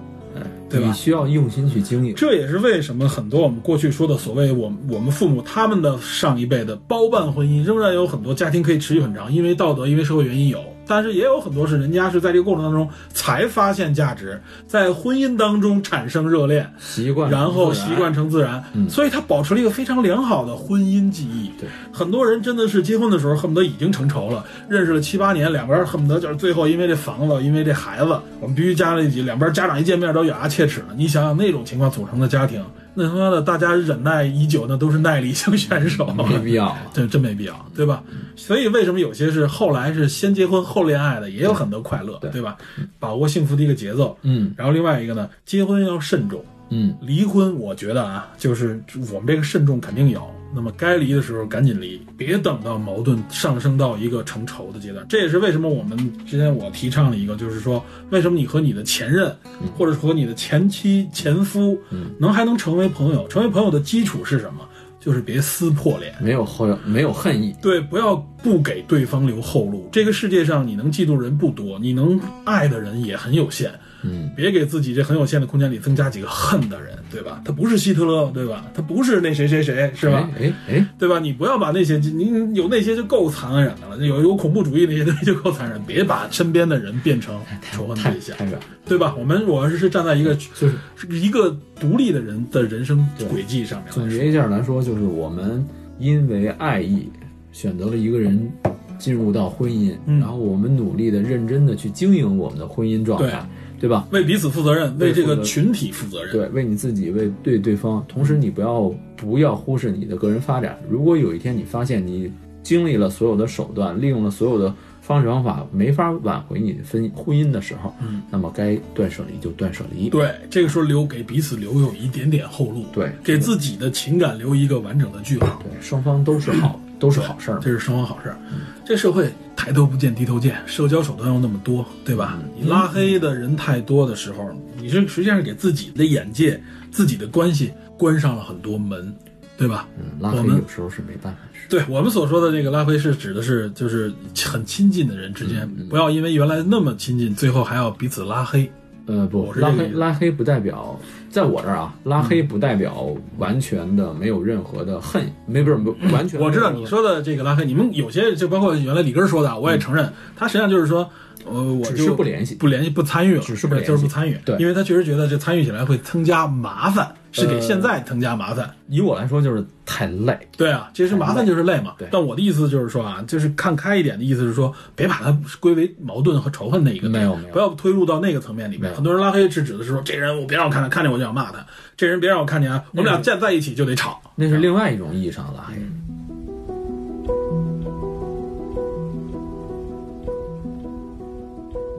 [SPEAKER 2] 对吧
[SPEAKER 4] 你需要用心去经营。
[SPEAKER 2] 这也是为什么很多我们过去说的所谓我们我们父母他们的上一辈的包办婚姻，仍然有很多家庭可以持续很长，因为道德，因为社会原因有。但是也有很多是人家是在这个过程当中才发现价值，在婚姻当中产生热恋，
[SPEAKER 4] 习惯，
[SPEAKER 2] 然后习惯。成自然，
[SPEAKER 4] 嗯
[SPEAKER 2] 所以他保持了一个非常良好的婚姻记忆。
[SPEAKER 4] 对，
[SPEAKER 2] 很多人真的是结婚的时候恨不得已经成仇了，认识了七八年，两边恨不得就是最后因为这房子，因为这孩子，我们必须加在一起，两边家长一见面都咬牙切齿了。你想想那种情况组成的家庭，那他妈的大家忍耐已久，那都是耐力型选手。
[SPEAKER 4] 没必要。
[SPEAKER 2] 这真没必要， (laughs) 对吧？所以为什么有些是后来是先结婚后恋爱的，也有很多快乐，
[SPEAKER 4] 对
[SPEAKER 2] 对吧？把握幸福的一个节奏。
[SPEAKER 4] 嗯
[SPEAKER 2] 然后另外一个呢，结婚要慎重，
[SPEAKER 4] 嗯，
[SPEAKER 2] 离婚，我觉得啊，就是我们这个慎重肯定有。那么该离的时候赶紧离，别等到矛盾上升到一个成仇的阶段。这也是为什么我们之前我提倡了一个，就是说为什么你和你的前任，或者是和你的前妻、前夫，能还能成为朋友？成为朋友的基础是什么？就是别撕破脸。
[SPEAKER 4] 嗯没有后没有恨意。
[SPEAKER 2] 对，不要不给对方留后路。这个世界上你能嫉妒人不多，你能爱的人也很有限。
[SPEAKER 4] 嗯，
[SPEAKER 2] 别给自己这很有限的空间里增加几个恨的人，对吧？他不是希特勒，对吧？他不是那谁谁谁，是吧？
[SPEAKER 4] 哎哎哎，
[SPEAKER 2] 对吧？你不要把那些，你你有那些就够残忍的了，有有恐怖主义那些东西就够残忍，别把身边的人变成仇恨
[SPEAKER 4] 太
[SPEAKER 2] 对象
[SPEAKER 4] 太，远了。
[SPEAKER 2] 对吧？我们我是站在一个
[SPEAKER 4] 就是
[SPEAKER 2] 是一个独立的人的人生轨迹上面来说
[SPEAKER 4] 总结一下来说，就是我们因为爱意选择了一个人进入到婚姻，
[SPEAKER 2] 嗯
[SPEAKER 4] 然后我们努力的、认真的去经营我们的婚姻状态，对吧？
[SPEAKER 2] 为彼此负责任，为这
[SPEAKER 4] 为
[SPEAKER 2] 个
[SPEAKER 4] 负责
[SPEAKER 2] 群体负责任。
[SPEAKER 4] 对，为你自己，为对对方，同时你不要不要忽视你的个人发展。如果有一天你发现你经历了所有的手段，利用了所有的方式方法，没法挽回你的婚婚姻的时候，
[SPEAKER 2] 嗯，
[SPEAKER 4] 那么该断舍离就断舍离。
[SPEAKER 2] 对，这个时候留给彼此留有一点点后路，
[SPEAKER 4] 对
[SPEAKER 2] 给自己的情感留一个完整的句号，
[SPEAKER 4] 对，双方都是
[SPEAKER 2] (clears throat)
[SPEAKER 4] 好，都是好事儿嘛。
[SPEAKER 2] 这是双方好事儿。这社会抬头不见低头见，社交手段又那么多，对吧？你拉黑的人太多的时候，你是实际上给自己的眼界、自己的关系关上了很多门，对吧？
[SPEAKER 4] 嗯拉
[SPEAKER 2] 我
[SPEAKER 4] 黑
[SPEAKER 2] 们
[SPEAKER 4] 有时候是没办法的事。
[SPEAKER 2] 对我们所说的这个拉黑是指的是就是很亲近的人之间，不要因为原来那么亲近，最后还要彼此拉黑。
[SPEAKER 4] 呃，不
[SPEAKER 2] 我，是这
[SPEAKER 4] 拉
[SPEAKER 2] 个
[SPEAKER 4] 黑
[SPEAKER 2] 意思嗯
[SPEAKER 4] 拉黑不代表，在我这儿啊，拉黑不代表完全的没有任何的恨，没不是不完全。
[SPEAKER 2] 我知道你，说的这个拉黑，你们有些就包括原来李根说的啊，我也承认，他实际上就是说，呃，我
[SPEAKER 4] 嗯只
[SPEAKER 2] 就是
[SPEAKER 4] 不联系
[SPEAKER 2] 不联系，不参与了，
[SPEAKER 4] 只是不联系
[SPEAKER 2] 就是不参与，
[SPEAKER 4] 对呃
[SPEAKER 2] 因为他确实觉得这参与起来会增加麻烦，是给现在增加麻烦。
[SPEAKER 4] 以我来说就是太累，
[SPEAKER 2] 对啊，其实麻烦就是累嘛。
[SPEAKER 4] 对
[SPEAKER 2] 但我的意思就是说啊，就是看开一点的意思是说，别把它归为矛盾和仇恨那一个点，
[SPEAKER 4] 没有没有
[SPEAKER 2] 不要推入到那个层面里
[SPEAKER 4] 没
[SPEAKER 2] 面。
[SPEAKER 4] 有
[SPEAKER 2] 很多人拉黑是指的是说，这人我别让我看见，看见我就想骂他；这人别让我看见，啊，我们俩站在一起就得吵。
[SPEAKER 4] 那是另外一种意义上的拉黑。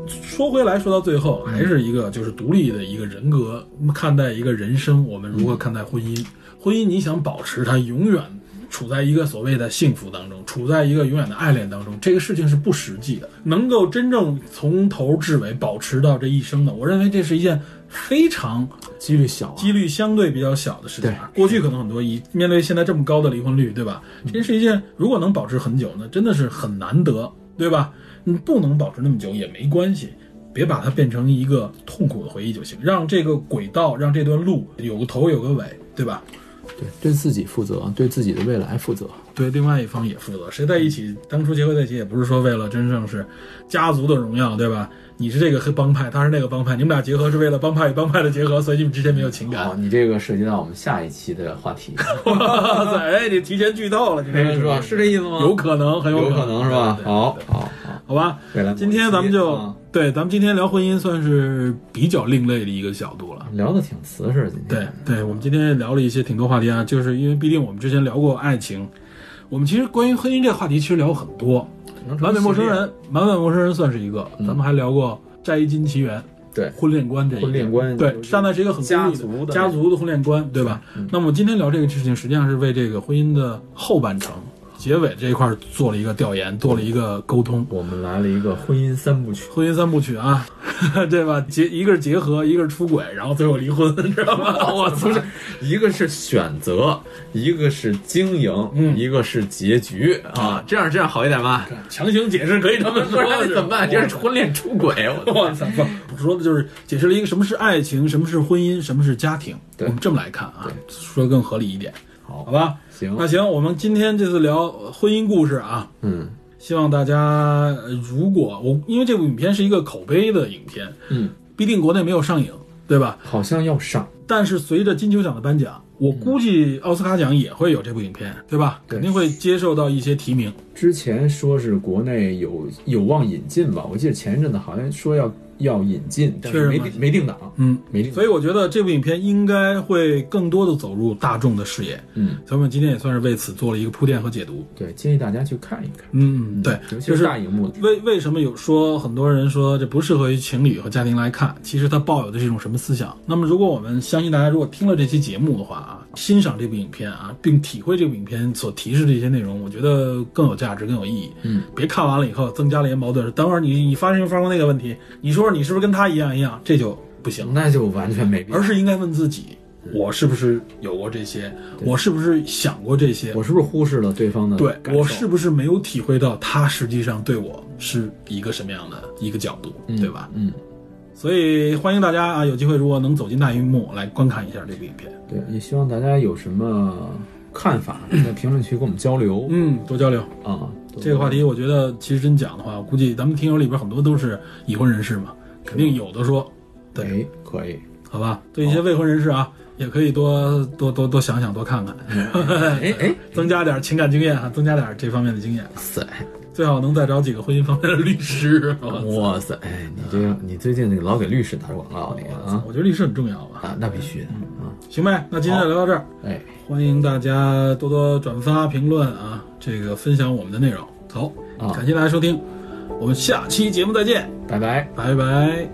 [SPEAKER 2] 说回来，说到最后，还是一个就是独立的一个人格看待一个人生，我们如何看待婚姻？婚姻你想保持它永远处在一个所谓的幸福当中，处在一个永远的爱恋当中，这个事情是不实际的。能够真正从头至尾保持到这一生的，我认为这是一件非常
[SPEAKER 4] 几率小、啊，
[SPEAKER 2] 几率相对比较小的事情啊。过去可能很多以面对现在这么高的离婚率，对吧？这是一件如果能保持很久呢，真的是很难得，对吧？你不能保持那么久也没关系。别把它变成一个痛苦的回忆就行，让这个轨道，让这段路有个头有个尾，对吧？
[SPEAKER 4] 对，对自己负责，对自己的未来负责。
[SPEAKER 2] 对另外一方也负责。谁在一起，当初结合在一起，也不是说为了真正是家族的荣耀，对吧？你是这个黑帮派，他是那个帮派，你们俩结合是为了帮派与帮派的结合，所以你们之间没有情感。
[SPEAKER 4] 啊好，你这个涉及到我们下一期的话
[SPEAKER 2] (laughs)
[SPEAKER 4] 题，
[SPEAKER 2] 哇塞，哎，你提前剧透了，你这个
[SPEAKER 4] 是吧？是这意思吗？
[SPEAKER 2] 有可能，很
[SPEAKER 4] 有
[SPEAKER 2] 可
[SPEAKER 4] 可能是吧？
[SPEAKER 2] 对对对
[SPEAKER 4] 好
[SPEAKER 2] 对
[SPEAKER 4] 好好，
[SPEAKER 2] 好吧。
[SPEAKER 4] 未来
[SPEAKER 2] 今天咱们就、
[SPEAKER 4] 啊
[SPEAKER 2] 对，咱们今天聊婚姻算是比较另类的一个角度了。
[SPEAKER 4] 聊的挺瓷实，今天
[SPEAKER 2] 对对，我们今天也聊了一些挺多话题啊，就是因为毕竟我们之前聊过爱情，我们其实关于婚姻这个话题其实聊过很多，《
[SPEAKER 4] 完
[SPEAKER 2] 满
[SPEAKER 4] 美
[SPEAKER 2] 美陌生人》《满满陌生人》算是一个，
[SPEAKER 4] 嗯
[SPEAKER 2] 咱们还聊过《摘金奇缘》。
[SPEAKER 4] 对
[SPEAKER 2] 婚恋观这一个
[SPEAKER 4] 婚恋观
[SPEAKER 2] 对，
[SPEAKER 4] 就是
[SPEAKER 2] 上代是一个很孤立
[SPEAKER 4] 家族的嗯
[SPEAKER 2] 家族的婚恋观，对吧？那么我今天聊这个事情，实际上是为这个婚姻的后半程、结尾这一块做了一个调研，做了一个沟通。
[SPEAKER 4] 我们来了一个婚姻三部曲，
[SPEAKER 2] 婚姻三部曲啊， (laughs) 对吧？结一个是结合，一个是出轨，然后最后离婚， (laughs) 知道
[SPEAKER 4] (laughs)
[SPEAKER 2] 吗？我操
[SPEAKER 4] 不！是一个是选择，一个是经营，
[SPEAKER 2] 嗯
[SPEAKER 4] 一个是结局啊，这样这样好一点吧？
[SPEAKER 2] 强
[SPEAKER 4] (laughs)
[SPEAKER 2] 行解释可以这么
[SPEAKER 4] 不 (laughs)
[SPEAKER 2] 说，
[SPEAKER 4] 然怎么办？这是
[SPEAKER 2] 出。
[SPEAKER 4] 婚恋出轨，我
[SPEAKER 2] (laughs) 我操！我说的就是解释了一个什么是爱情，什么是婚姻，什么是家庭。
[SPEAKER 4] 对
[SPEAKER 2] 我们这么来看啊，说的更合理一点，
[SPEAKER 4] 好
[SPEAKER 2] 好吧？
[SPEAKER 4] 行
[SPEAKER 2] 那行，我们今天这次聊婚姻故事啊，
[SPEAKER 4] 嗯，
[SPEAKER 2] 希望大家呃如果我因为这部影片是一个口碑的影片，
[SPEAKER 4] 嗯，
[SPEAKER 2] 必定国内没有上映，对吧？
[SPEAKER 4] 好像要上，
[SPEAKER 2] 但是随着金球奖的颁奖，我估计奥斯卡奖也会有这部影片，对吧？
[SPEAKER 4] 嗯对
[SPEAKER 2] 肯定会接受到一些提名。
[SPEAKER 4] 之前说是国内有有望引进吧，我记得前一阵子好像说要要引进，但
[SPEAKER 2] 确
[SPEAKER 4] 是
[SPEAKER 2] 认
[SPEAKER 4] 没
[SPEAKER 2] 吗
[SPEAKER 4] 定没定档，
[SPEAKER 2] 嗯，
[SPEAKER 4] 没定档，
[SPEAKER 2] 所以我觉得这部影片应该会更多的走入大众的视野。
[SPEAKER 4] 嗯，
[SPEAKER 2] 所以我们今天也算是为此做了一个铺垫和解读。
[SPEAKER 4] 对，建议大家去看一看，
[SPEAKER 2] 嗯，对，
[SPEAKER 4] 尤其
[SPEAKER 2] 就是是
[SPEAKER 4] 大荧幕，
[SPEAKER 2] 为为什么有说很多人说这不适合于情侣和家庭来看，其实它抱有的是一种什么思想？那么如果我们相信大家如果听了这期节目的话啊，欣赏这部影片啊，并体会这部影片所提示的一些内容，我觉得更有价值，更有意义。
[SPEAKER 4] 嗯，
[SPEAKER 2] 别看完了以后增加了一些矛盾，等会儿你你发生发生那个问题，你说说你是不是跟他一样一样，这就不行了。
[SPEAKER 4] 那就完全没必要
[SPEAKER 2] 而。是应该问自己：我是不是有过这些？我是不是想过这些
[SPEAKER 4] 我？是不是忽视了对方的
[SPEAKER 2] 对
[SPEAKER 4] 感受？
[SPEAKER 2] 我是不是没有体会到他实际上对我是一个什么样的一个角度，对吧？
[SPEAKER 4] 嗯，
[SPEAKER 2] 所以欢迎大家啊，有机会如果能走进大荧幕来观看一下这部影片，
[SPEAKER 4] 对，也希望大家有什么
[SPEAKER 2] (laughs)
[SPEAKER 4] 看法，在评论区跟我们交流
[SPEAKER 2] 嗯，多交流。
[SPEAKER 4] 啊。都
[SPEAKER 2] 这个话题，我觉得其实真讲的话，我估计咱们听友里边很多都是已婚人士嘛，肯定有的说，对，
[SPEAKER 4] 哎，可以，
[SPEAKER 2] 好吧？对一些未婚人士啊，也可以多多多多想想，多看 (laughs) 看，
[SPEAKER 4] 哎哎，
[SPEAKER 2] 增加点情感经验啊，增加点这方面的经验。
[SPEAKER 4] 哇塞，
[SPEAKER 2] 最好能再找几个婚姻方面的律师。我
[SPEAKER 4] 哇塞，哎，你这
[SPEAKER 2] 啊
[SPEAKER 4] 个你最近这个老给律师打广告，你啊
[SPEAKER 2] 我觉得律师很重要吧。
[SPEAKER 4] 啊，那必须的啊，
[SPEAKER 2] 行呗，那今天就聊到这儿，
[SPEAKER 4] 哎，
[SPEAKER 2] 欢迎大家多多转发、评论啊，这个分享我们的内容。好
[SPEAKER 4] 啊，
[SPEAKER 2] 感谢大家收听，我们下期节目再见，
[SPEAKER 4] 拜拜。
[SPEAKER 2] 拜拜。